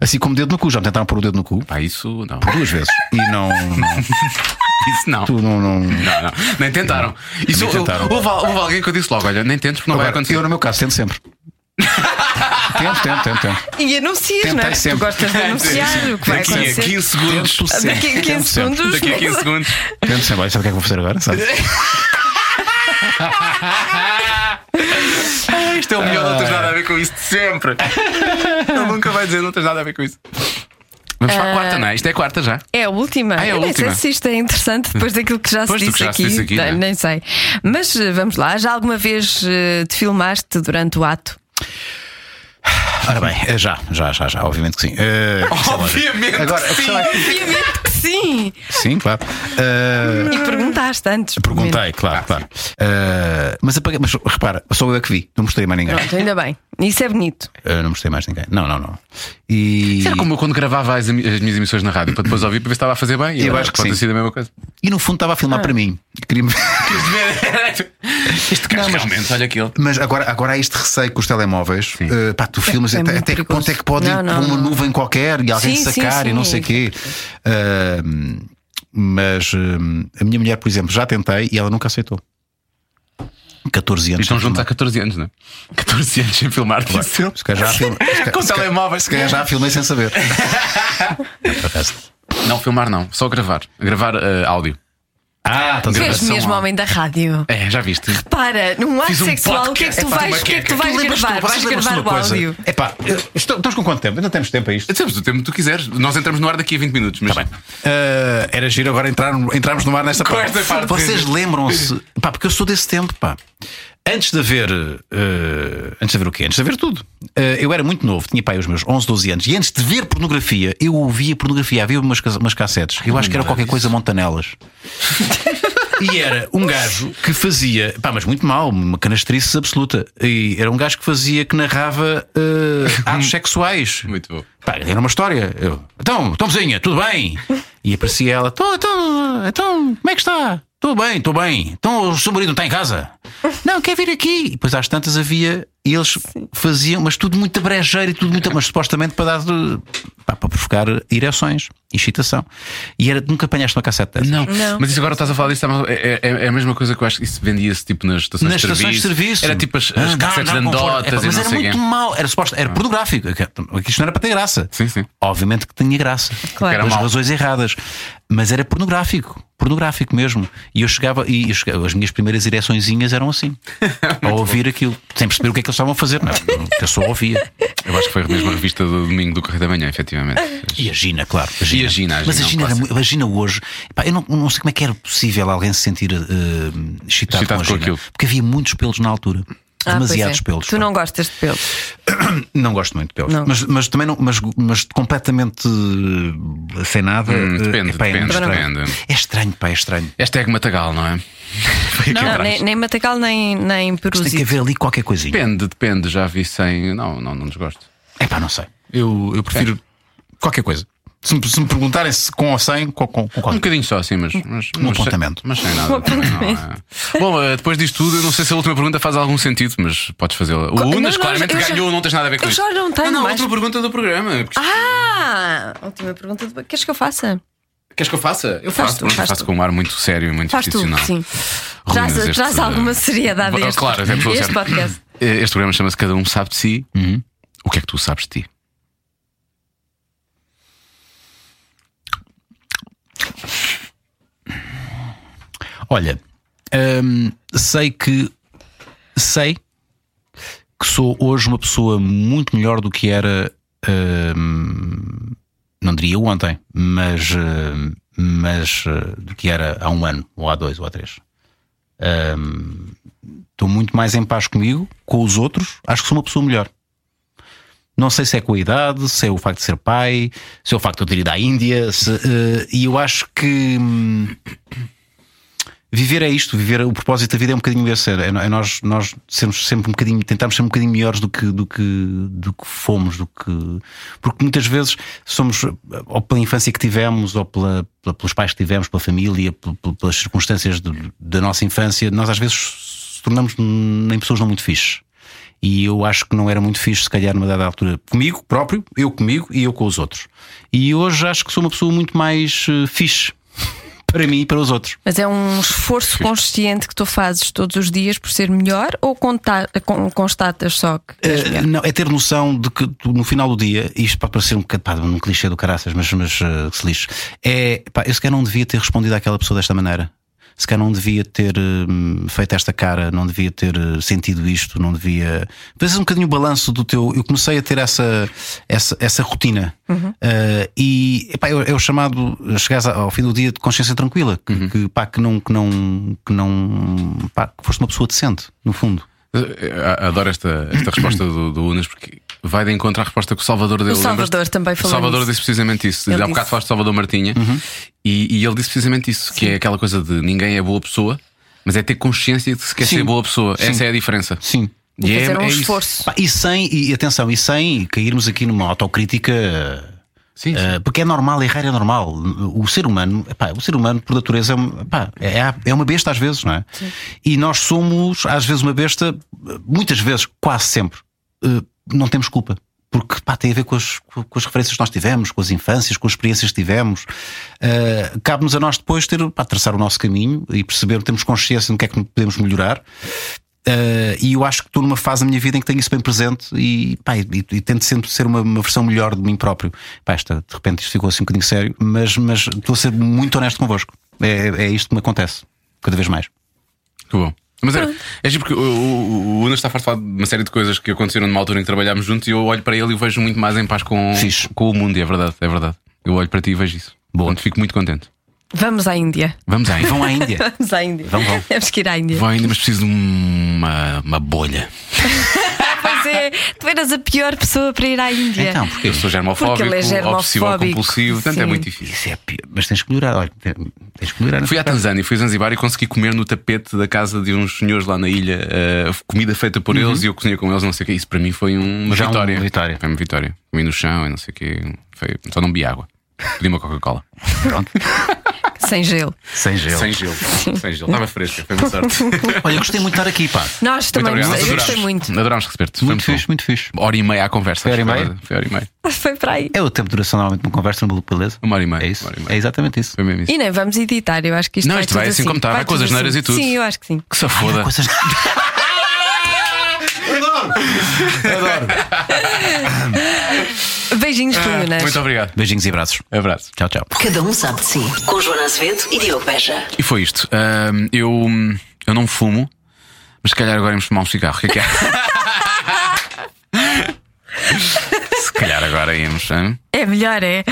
Speaker 5: Assim como dedo no cu, já me tentaram pôr o dedo no cu.
Speaker 2: Pá, isso não.
Speaker 5: Duas vezes. E não. não-
Speaker 2: Isso não.
Speaker 5: tu não. não...
Speaker 2: Não, não. Nem tentaram. Isso,
Speaker 5: Nem tentaram.
Speaker 2: Houve, houve alguém que eu disse logo: olha, nem tentes porque não vai
Speaker 5: Agora,
Speaker 2: acontecer.
Speaker 5: eu, no meu caso, tento sempre. tento, tento, tento, tento.
Speaker 3: E anuncias,
Speaker 5: Tentei
Speaker 3: não é? Tu
Speaker 5: sempre.
Speaker 3: gostas de anunciar o é que vai
Speaker 2: Daqui a
Speaker 3: acontecer.
Speaker 2: 15 segundos.
Speaker 5: Tento sempre.
Speaker 3: Daqui a 15
Speaker 5: Tento sempre.
Speaker 3: segundos.
Speaker 2: Daqui a 15 segundos.
Speaker 5: Tento sempre. Olha, sabe o que é que eu vou fazer agora? Sabe?
Speaker 2: Isto é o melhor, não tens nada a ver com isso de sempre. Ele nunca vai dizer, não tens nada a ver com isso. Vamos para a quarta, não é? Isto é a quarta já.
Speaker 3: É a última.
Speaker 2: Ah, é a
Speaker 3: Eu nem
Speaker 2: última.
Speaker 3: sei se isto é interessante depois daquilo que já
Speaker 2: Pois,
Speaker 3: se
Speaker 2: do
Speaker 3: disse
Speaker 2: que já se
Speaker 3: aqui.
Speaker 2: disse aqui,
Speaker 3: Tá,
Speaker 2: não é?
Speaker 3: Nem sei. Mas eh, vamos lá, já alguma vez eh, te filmaste durante o ato?
Speaker 5: Ora bem, eh, já, já, já, já, obviamente que sim. Eh, sei lá,
Speaker 2: Obviamente
Speaker 5: Agora, a questão é-
Speaker 3: Obviamente que sim!
Speaker 5: sim, claro. Eh,
Speaker 3: E perguntaste antes. pelo menos.
Speaker 5: perguntei, claro, claro. Eh, mas, apaguei, mas repara, sou eu é que vi, não mostrei mais ninguém.
Speaker 3: Pronto, ainda bem. Isso é bonito.
Speaker 5: Eh, não mostrei mais ninguém. Não, não, não. E,
Speaker 2: Será como eu quando gravava as, emi- as minhas emissões na rádio para depois ouvir para ver se estava a fazer bem?
Speaker 5: Eu
Speaker 2: agora
Speaker 5: acho que
Speaker 2: pode
Speaker 5: sim.
Speaker 2: ter sido a mesma coisa.
Speaker 5: e no fundo estava a
Speaker 3: Ah.
Speaker 5: filmar para mim. Queria-me.
Speaker 2: Este gajo é realmente, olha aquilo.
Speaker 5: Mas agora, agora há este receio com os telemóveis. Eh, pá, tu filmas
Speaker 3: é
Speaker 5: até,
Speaker 3: muito
Speaker 5: até que
Speaker 3: perigoso.
Speaker 5: ponto é que pode
Speaker 3: Não,
Speaker 5: ir
Speaker 3: não,
Speaker 5: para uma
Speaker 3: não.
Speaker 5: nuvem qualquer e alguém
Speaker 3: Sim,
Speaker 5: sacar
Speaker 3: sim,
Speaker 5: e não
Speaker 3: sim.
Speaker 5: sei o quê. Ah, mas eh, a minha mulher, por exemplo, já tentei e ela nunca aceitou. 14
Speaker 2: E
Speaker 5: anos.
Speaker 2: estão juntos há 14 anos, não é? 14 anos sem filmar.
Speaker 5: Claro. Se calhar já filme, se calhar-
Speaker 2: Com
Speaker 5: se calhar-
Speaker 2: telemóveis.
Speaker 5: se calhar já filmei sem saber. Por acaso.
Speaker 2: Não, filmar não, só gravar. Gravar eh, áudio.
Speaker 5: ah, estás
Speaker 3: Tu
Speaker 5: a
Speaker 3: és
Speaker 5: ver?
Speaker 3: mesmo homem da rádio.
Speaker 2: É, já viste.
Speaker 3: Para, num ato
Speaker 2: Fiz um
Speaker 3: sexual, o que é que
Speaker 2: podcast,
Speaker 3: tu
Speaker 2: é pá,
Speaker 3: vais,
Speaker 2: uma
Speaker 3: o que é que tu
Speaker 2: queca.
Speaker 3: vais
Speaker 5: Tu lembras-te
Speaker 3: gravar?
Speaker 5: de uma
Speaker 3: Vais
Speaker 5: coisa,
Speaker 3: gravar
Speaker 5: lembras-te de
Speaker 3: o
Speaker 5: uma coisa?
Speaker 3: áudio.
Speaker 5: Epá, eh, estou- estás com quanto tempo? Ainda temos tempo para isto.
Speaker 2: Temos o tempo que tu quiseres. Nós entramos no ar daqui a 20 minutos.
Speaker 5: Tá
Speaker 2: Mas...
Speaker 5: Ah, era giro agora entrar, entrarmos no mar nesta
Speaker 2: Com
Speaker 5: parte.
Speaker 2: esta parte.
Speaker 5: Vocês lembram-se, pá, porque eu sou desse tempo, pá. Antes de haver. eh, antes de haver o quê? Antes de haver tudo. Eh, eu era muito novo, tinha pai os meus 11, 12 anos. E antes de ver pornografia, eu ouvia pornografia, havia umas, cas- umas cassetes. Eu acho que era qualquer coisa Montanelas. E era um gajo que fazia, pá, mas muito mal, uma canastrice absoluta. E era um gajo que fazia, que narrava eh, atos sexuais.
Speaker 2: Muito bom.
Speaker 5: Pá, era uma história. Eu, então, Tomzinha, tudo bem? E aparecia ela, então, então, então, como é que está? Estou bem, estou bem. Então o seu marido não está em casa? Não, quer vir aqui. E depois às tantas havia, e eles faziam, mas tudo muito brejeiro e tudo muito, mas supostamente para dar, de- pá, para provocar ereções, excitação. E era, nunca apanhaste uma cassete dessas?
Speaker 2: Não. mas isso agora estás a falar disso é, é- é a mesma coisa que eu acho que isso vendia-se tipo nas estações,
Speaker 5: Nas
Speaker 2: de, serviço.
Speaker 5: estações de serviço.
Speaker 2: Era tipo as, as
Speaker 5: Ah,
Speaker 2: cassetes de
Speaker 5: dá, dá, conforto.
Speaker 2: andotas
Speaker 5: Epá,
Speaker 2: e
Speaker 5: Mas
Speaker 2: não
Speaker 5: era
Speaker 2: sei
Speaker 5: muito
Speaker 2: quem. Ah.
Speaker 5: mau, era suposto, era pornográfico. Que Isto não era para ter graça.
Speaker 2: Sim, sim.
Speaker 5: Obviamente que tinha graça.
Speaker 3: Claro.
Speaker 5: Pelas
Speaker 3: Era mau.
Speaker 5: razões erradas. Mas era pornográfico. Pornográfico mesmo. E eu chegava e eu chegava- as minhas primeiras ereçõezinhas eram assim. ao ouvir aquilo. Sem perceber o que é que eles estavam a fazer. Não, eu só ouvia.
Speaker 2: Eu acho que foi a mesma revista do domingo do Correio da Manhã, efetivamente.
Speaker 5: E a Gina, claro. A
Speaker 2: E a Gina, a
Speaker 5: Mas
Speaker 2: Gina é
Speaker 5: a
Speaker 2: um
Speaker 5: Gina, era
Speaker 2: clássico.
Speaker 5: mu- a Gina hoje. pá, eu não, não sei como é que era possível alguém se sentir eh, excitado,
Speaker 2: Excitado
Speaker 5: com, a
Speaker 2: com
Speaker 5: Gina.
Speaker 2: aquilo.
Speaker 5: Porque havia muitos pelos na altura.
Speaker 3: Ah, pois
Speaker 5: Demasiados
Speaker 3: é.
Speaker 5: pelos.
Speaker 3: Tu não gostas de pelos.
Speaker 5: Não gosto muito deles.
Speaker 3: Não.
Speaker 5: Mas, mas também não, mas, mas completamente eh, sem nada.
Speaker 2: Hum,
Speaker 5: eh,
Speaker 2: depende,
Speaker 5: epá, é
Speaker 2: depende,
Speaker 5: muito estranho.
Speaker 2: depende.
Speaker 5: É estranho, pá, é estranho.
Speaker 2: Esta é que Matagal, não é? Foi aqui
Speaker 3: Não,
Speaker 2: atrás.
Speaker 3: nem, nem matagal, nem, nem
Speaker 5: Mas tem que
Speaker 3: perusito.
Speaker 5: haver ali qualquer coisinha.
Speaker 2: Depende, depende, já vi sem. Não, não, não nos gosto.
Speaker 5: É pá, não sei. Eu, eu prefiro qualquer coisa. Se me, se me perguntarem se com ou sem, com, com, com
Speaker 2: Um
Speaker 5: qualquer
Speaker 2: bocadinho só, sim, mas. mas
Speaker 5: Um
Speaker 2: mas sem-
Speaker 5: apontamento.
Speaker 2: mas sem nada. também não é. Bom, eh, depois disto tudo, eu não sei se a última pergunta faz algum sentido, mas podes fazê-la.
Speaker 3: Co-
Speaker 2: O
Speaker 3: não,
Speaker 2: Unas
Speaker 3: não,
Speaker 2: claramente
Speaker 3: eu já-
Speaker 2: ganhou, não tens nada a ver com
Speaker 3: eu
Speaker 2: isto. Ah,
Speaker 3: já não tenho
Speaker 2: Não, não,
Speaker 3: mais.
Speaker 2: última pergunta do programa. porque isto-
Speaker 3: Ah! Última pergunta. do- Queres que eu faça?
Speaker 2: Queres que eu faça? Eu
Speaker 3: Faz
Speaker 2: faço,
Speaker 3: tu,
Speaker 2: pronto,
Speaker 3: faz
Speaker 2: faço
Speaker 3: tu.
Speaker 2: com um ar muito sério e muito
Speaker 3: Faz tu,
Speaker 2: profissional.
Speaker 3: sim.
Speaker 2: Ruínas
Speaker 3: Traz,
Speaker 2: este-
Speaker 3: traz alguma seriedade a
Speaker 2: Bom,
Speaker 3: este,
Speaker 2: Claro, é pelo
Speaker 3: este
Speaker 2: certo.
Speaker 3: podcast.
Speaker 2: Eh, Este programa chama-se Cada Um Sabe de Si.
Speaker 5: Uhum.
Speaker 2: O que é que tu sabes de ti?
Speaker 5: Olha, hum, sei que sei que sou hoje uma pessoa muito melhor do que era, hum, não diria ontem, mas, hum, mas hum, do que era há um ano, ou há dois, ou há três. Hum, Estou muito mais em paz comigo, com os outros, acho que sou uma pessoa melhor. Não sei se é com a idade, se é o facto de ser pai, se é o facto de eu ter ido à Índia, se, eh, e eu acho que. hum, viver é isto, viver o propósito da vida é um bocadinho esse, é, é nós, nós sermos sempre um bocadinho, tentarmos ser um bocadinho melhores do que, do que, do que fomos, do que. Porque muitas vezes somos, ou pela infância que tivemos, ou pela, pela- pelos pais que tivemos, pela família, pel- pel- pelas circunstâncias do- da nossa infância, nós às vezes tornamos em pessoas não muito fixes. E eu acho que não era muito fixe, se calhar, numa dada altura, comigo próprio, eu comigo e eu com os outros. E hoje acho que sou uma pessoa muito mais eh, fixe para mim e para os outros.
Speaker 3: Mas é um esforço consciente que tu fazes todos os dias por ser melhor ou conta- con- constatas só que és
Speaker 5: Eh,
Speaker 3: melhor?
Speaker 5: não, é ter noção de que tu, no final do dia, isto pode parecer um bocado pá, um clichê do caraças, mas, mas eh, que se lixe. É, pá, eu se calhar não devia ter respondido àquela pessoa desta maneira. Se calhar não devia ter hum, feito esta cara, não devia ter eh, sentido isto, não devia. Fazes um bocadinho o balanço do teu. Eu comecei a ter essa, essa, essa rotina. Eh, e epá, eu- é o chamado. Chegares ao fim do dia de consciência tranquila, que, que, pá, que não. Que não, que não pá, que foste uma pessoa decente, no fundo.
Speaker 2: A- Eh, Adoro esta, esta resposta do, do Unas porque vai de encontro à resposta que o Salvador deu.
Speaker 3: O Salvador
Speaker 2: Lembras-te?
Speaker 3: também
Speaker 2: O
Speaker 3: falou
Speaker 2: Salvador
Speaker 3: nisso.
Speaker 2: disse precisamente isso.
Speaker 3: Ele
Speaker 2: Há bocado
Speaker 3: disse. Uhum.
Speaker 2: falaste de Salvador Martinha e, e ele disse precisamente isso: que é aquela coisa de ninguém é boa pessoa, mas é ter consciência de que se quer
Speaker 5: Sim.
Speaker 2: ser boa pessoa. Essa é a diferença.
Speaker 5: Sim.
Speaker 2: E é,
Speaker 3: Fazer um
Speaker 2: é isso.
Speaker 3: esforço.
Speaker 5: Pá, E sem, e atenção, e sem cairmos aqui numa autocrítica.
Speaker 2: Sim, sim.
Speaker 5: eh, porque é normal, errar é normal. O ser humano, epá, o ser humano, por natureza, é um- epá, é, é uma besta às vezes, não é? E nós somos, às vezes, uma besta, muitas vezes, quase sempre, eh, não temos culpa. Porque pá, tem a ver com as, com com as referências que nós tivemos, com as infâncias, com as experiências que tivemos. Eh, Cabe-nos a nós depois ter, pá, traçar o nosso caminho e perceber, temos consciência do que é que podemos melhorar. Uh, e eu acho que estou numa fase da minha vida em que tenho isso bem presente e, pá, e, e tento sempre ser uma, uma versão melhor de mim próprio. Pá, esta, de repente isto ficou assim um bocadinho sério, mas, mas estou a ser muito honesto convosco. É, é isto que me acontece, cada vez mais.
Speaker 2: Que bom. Mas é, é giro porque o, o, o Unas está farto de falar de uma série de coisas que aconteceram numa altura em que trabalhámos juntos e eu olho para ele e o vejo muito mais em paz com,
Speaker 5: Fixe.
Speaker 2: com o mundo, e é verdade, é verdade. Eu olho para ti e vejo isso. Bom, Portanto, fico muito contente.
Speaker 3: Vamos à Índia.
Speaker 2: Vamos aí.
Speaker 5: Vão à Índia.
Speaker 3: Vamos à Índia.
Speaker 5: Vão, vão.
Speaker 3: Temos que ir à Índia.
Speaker 2: Vou ainda, mas preciso de uma, uma bolha.
Speaker 3: Pois é, tu tu eras a pior pessoa para ir à Índia.
Speaker 2: Então, porque eu sou germofóbico,
Speaker 3: Porque ele é germofóbico,
Speaker 2: obsessivo ou compulsivo, portanto é
Speaker 3: sim.
Speaker 2: muito difícil.
Speaker 5: Isso é pior. Mas tens que melhorar, olha, tens que melhorar. é?
Speaker 2: Fui à Tanzânia, fui a Zanzibar e consegui comer no tapete da casa de uns senhores lá na ilha eh, comida feita por eles e eu cozinha com eles, não sei o quê. Isso para mim foi uma
Speaker 5: Uhum. Já é uma
Speaker 2: vitória.
Speaker 5: vitória.
Speaker 2: Foi uma vitória. Comi no chão e não sei o quê. Foi... Só não bebi água. Pedi uma Coca-Cola.
Speaker 3: Sem gelo.
Speaker 5: Sem gelo.
Speaker 2: Sem gelo. Sem gelo. Estava fresca, foi uma sorte.
Speaker 5: Olha, gostei muito de estar aqui, pá.
Speaker 3: Nós também
Speaker 2: obrigado,
Speaker 3: gostei- eu
Speaker 2: adorámos.
Speaker 3: gostei muito.
Speaker 2: Adorámos receber-te.
Speaker 5: Muito
Speaker 2: Foi
Speaker 5: fixe, muito fixe.
Speaker 2: bom. Hora e meia à conversa.
Speaker 5: Foi hora e
Speaker 2: acho que
Speaker 5: meia?
Speaker 2: Foi hora e meia.
Speaker 3: Foi para aí.
Speaker 5: É o tempo de duração normalmente de uma conversa, uma beleza?
Speaker 2: Uma hora e meia.
Speaker 5: É isso?
Speaker 2: Uma hora e meia.
Speaker 5: É exatamente isso.
Speaker 2: Foi mesmo isso.
Speaker 3: E nem vamos editar, eu acho que isto
Speaker 2: Não,
Speaker 3: vai
Speaker 2: isto vai
Speaker 3: tudo
Speaker 2: assim como está, vai com
Speaker 3: tudo
Speaker 2: as asneiras
Speaker 3: assim.
Speaker 2: e tudo.
Speaker 3: Sim, eu acho que sim.
Speaker 2: Que safoda.
Speaker 5: Coisas.
Speaker 3: Beijinhos,
Speaker 5: né?
Speaker 3: Lunas.
Speaker 2: Ah, Muito obrigado.
Speaker 5: Beijinhos e abraços.
Speaker 2: Abraço.
Speaker 5: Tchau, tchau.
Speaker 1: Cada um sabe de si. Com Joana Azevedo e Diogo Beja.
Speaker 2: E foi isto. Ahm, eu, eu não fumo, mas se calhar agora íamos fumar um cigarro. O que é que é? se calhar agora íamos. hã?
Speaker 3: É melhor, é?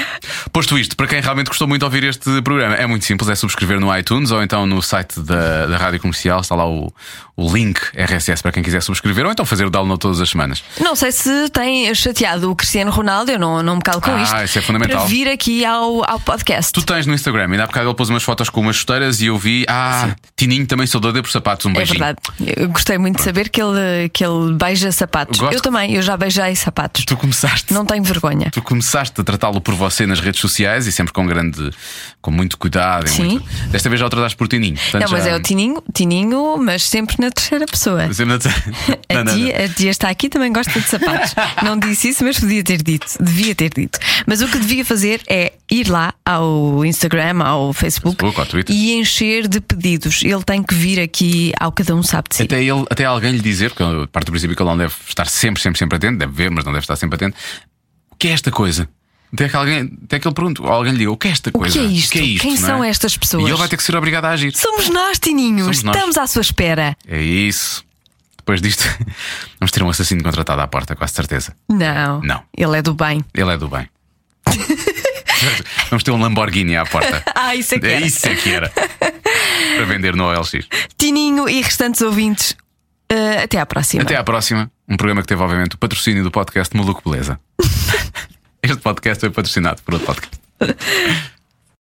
Speaker 2: Posto isto, para quem realmente gostou muito de ouvir este programa, é muito simples: é subscrever no iTunes ou então no site da, da Rádio Comercial. Está lá o, o link RSS para quem quiser subscrever ou então fazer o download todas as semanas.
Speaker 3: Não sei se tem chateado o Cristiano Ronaldo, eu não, não me calo com
Speaker 2: Ah,
Speaker 3: isto.
Speaker 2: isso é fundamental.
Speaker 3: Para vir aqui ao, ao podcast.
Speaker 2: Tu tens no Instagram, ainda há bocado ele pôs umas fotos com umas chuteiras e eu vi. Ah, Tininho também sou doida por sapatos. Um
Speaker 3: É
Speaker 2: beijinho.
Speaker 3: verdade. Eu gostei muito de saber que ele, que ele beija sapatos.
Speaker 2: Gosto-
Speaker 3: Eu também, eu já beijei sapatos.
Speaker 2: Tu começaste.
Speaker 3: Não tenho vergonha.
Speaker 2: Tu começaste a tratá-lo por você nas redes sociais e sempre com grande, com muito cuidado. e
Speaker 3: Sim.
Speaker 2: muito- Desta vez já o trataste por Tininho. portanto
Speaker 3: não, mas
Speaker 2: já-
Speaker 3: é o tininho, tininho, mas sempre na terceira pessoa.
Speaker 2: Sempre
Speaker 3: A
Speaker 2: na- Não, não, não.
Speaker 3: tia, a tia está aqui também gosta de sapatos. Não disse isso, mas podia ter dito. Devia ter dito. Mas o que devia fazer é ir lá ao Instagram, ao Facebook,
Speaker 2: Facebook, ao Twitter.
Speaker 3: e encher de pedidos. Ele tem que vir aqui ao Cada Um Sabe de Si.
Speaker 2: Até, ele, até alguém lhe dizer, porque eu parto do princípio é que ele não deve estar sempre, sempre, sempre atento, deve ver, mas não deve estar sempre atento. O que é esta coisa? Até que, alguém, até que ele pergunte, ou alguém lhe diga, o que é esta
Speaker 3: que
Speaker 2: coisa?
Speaker 3: é isto? Quem
Speaker 2: não é?
Speaker 3: são estas pessoas?
Speaker 2: E ele vai ter que ser obrigado a agir.
Speaker 3: Somos nós, Tininhos.
Speaker 2: Somos nós.
Speaker 3: Estamos à sua espera.
Speaker 2: É isso. Depois disto, vamos ter um assassino contratado à porta, com a certeza.
Speaker 3: Não.
Speaker 2: Não.
Speaker 3: Ele é do bem.
Speaker 2: Ele é do bem. Vamos ter um Lamborghini à porta.
Speaker 3: Ah, isso é que
Speaker 2: é
Speaker 3: era.
Speaker 2: isso é que era. Para vender no OLX.
Speaker 3: Tininho e restantes ouvintes. eh, até à próxima.
Speaker 2: Até à próxima. Um programa que teve, obviamente, o patrocínio do podcast Maluco Beleza. Este podcast foi patrocinado por outro podcast.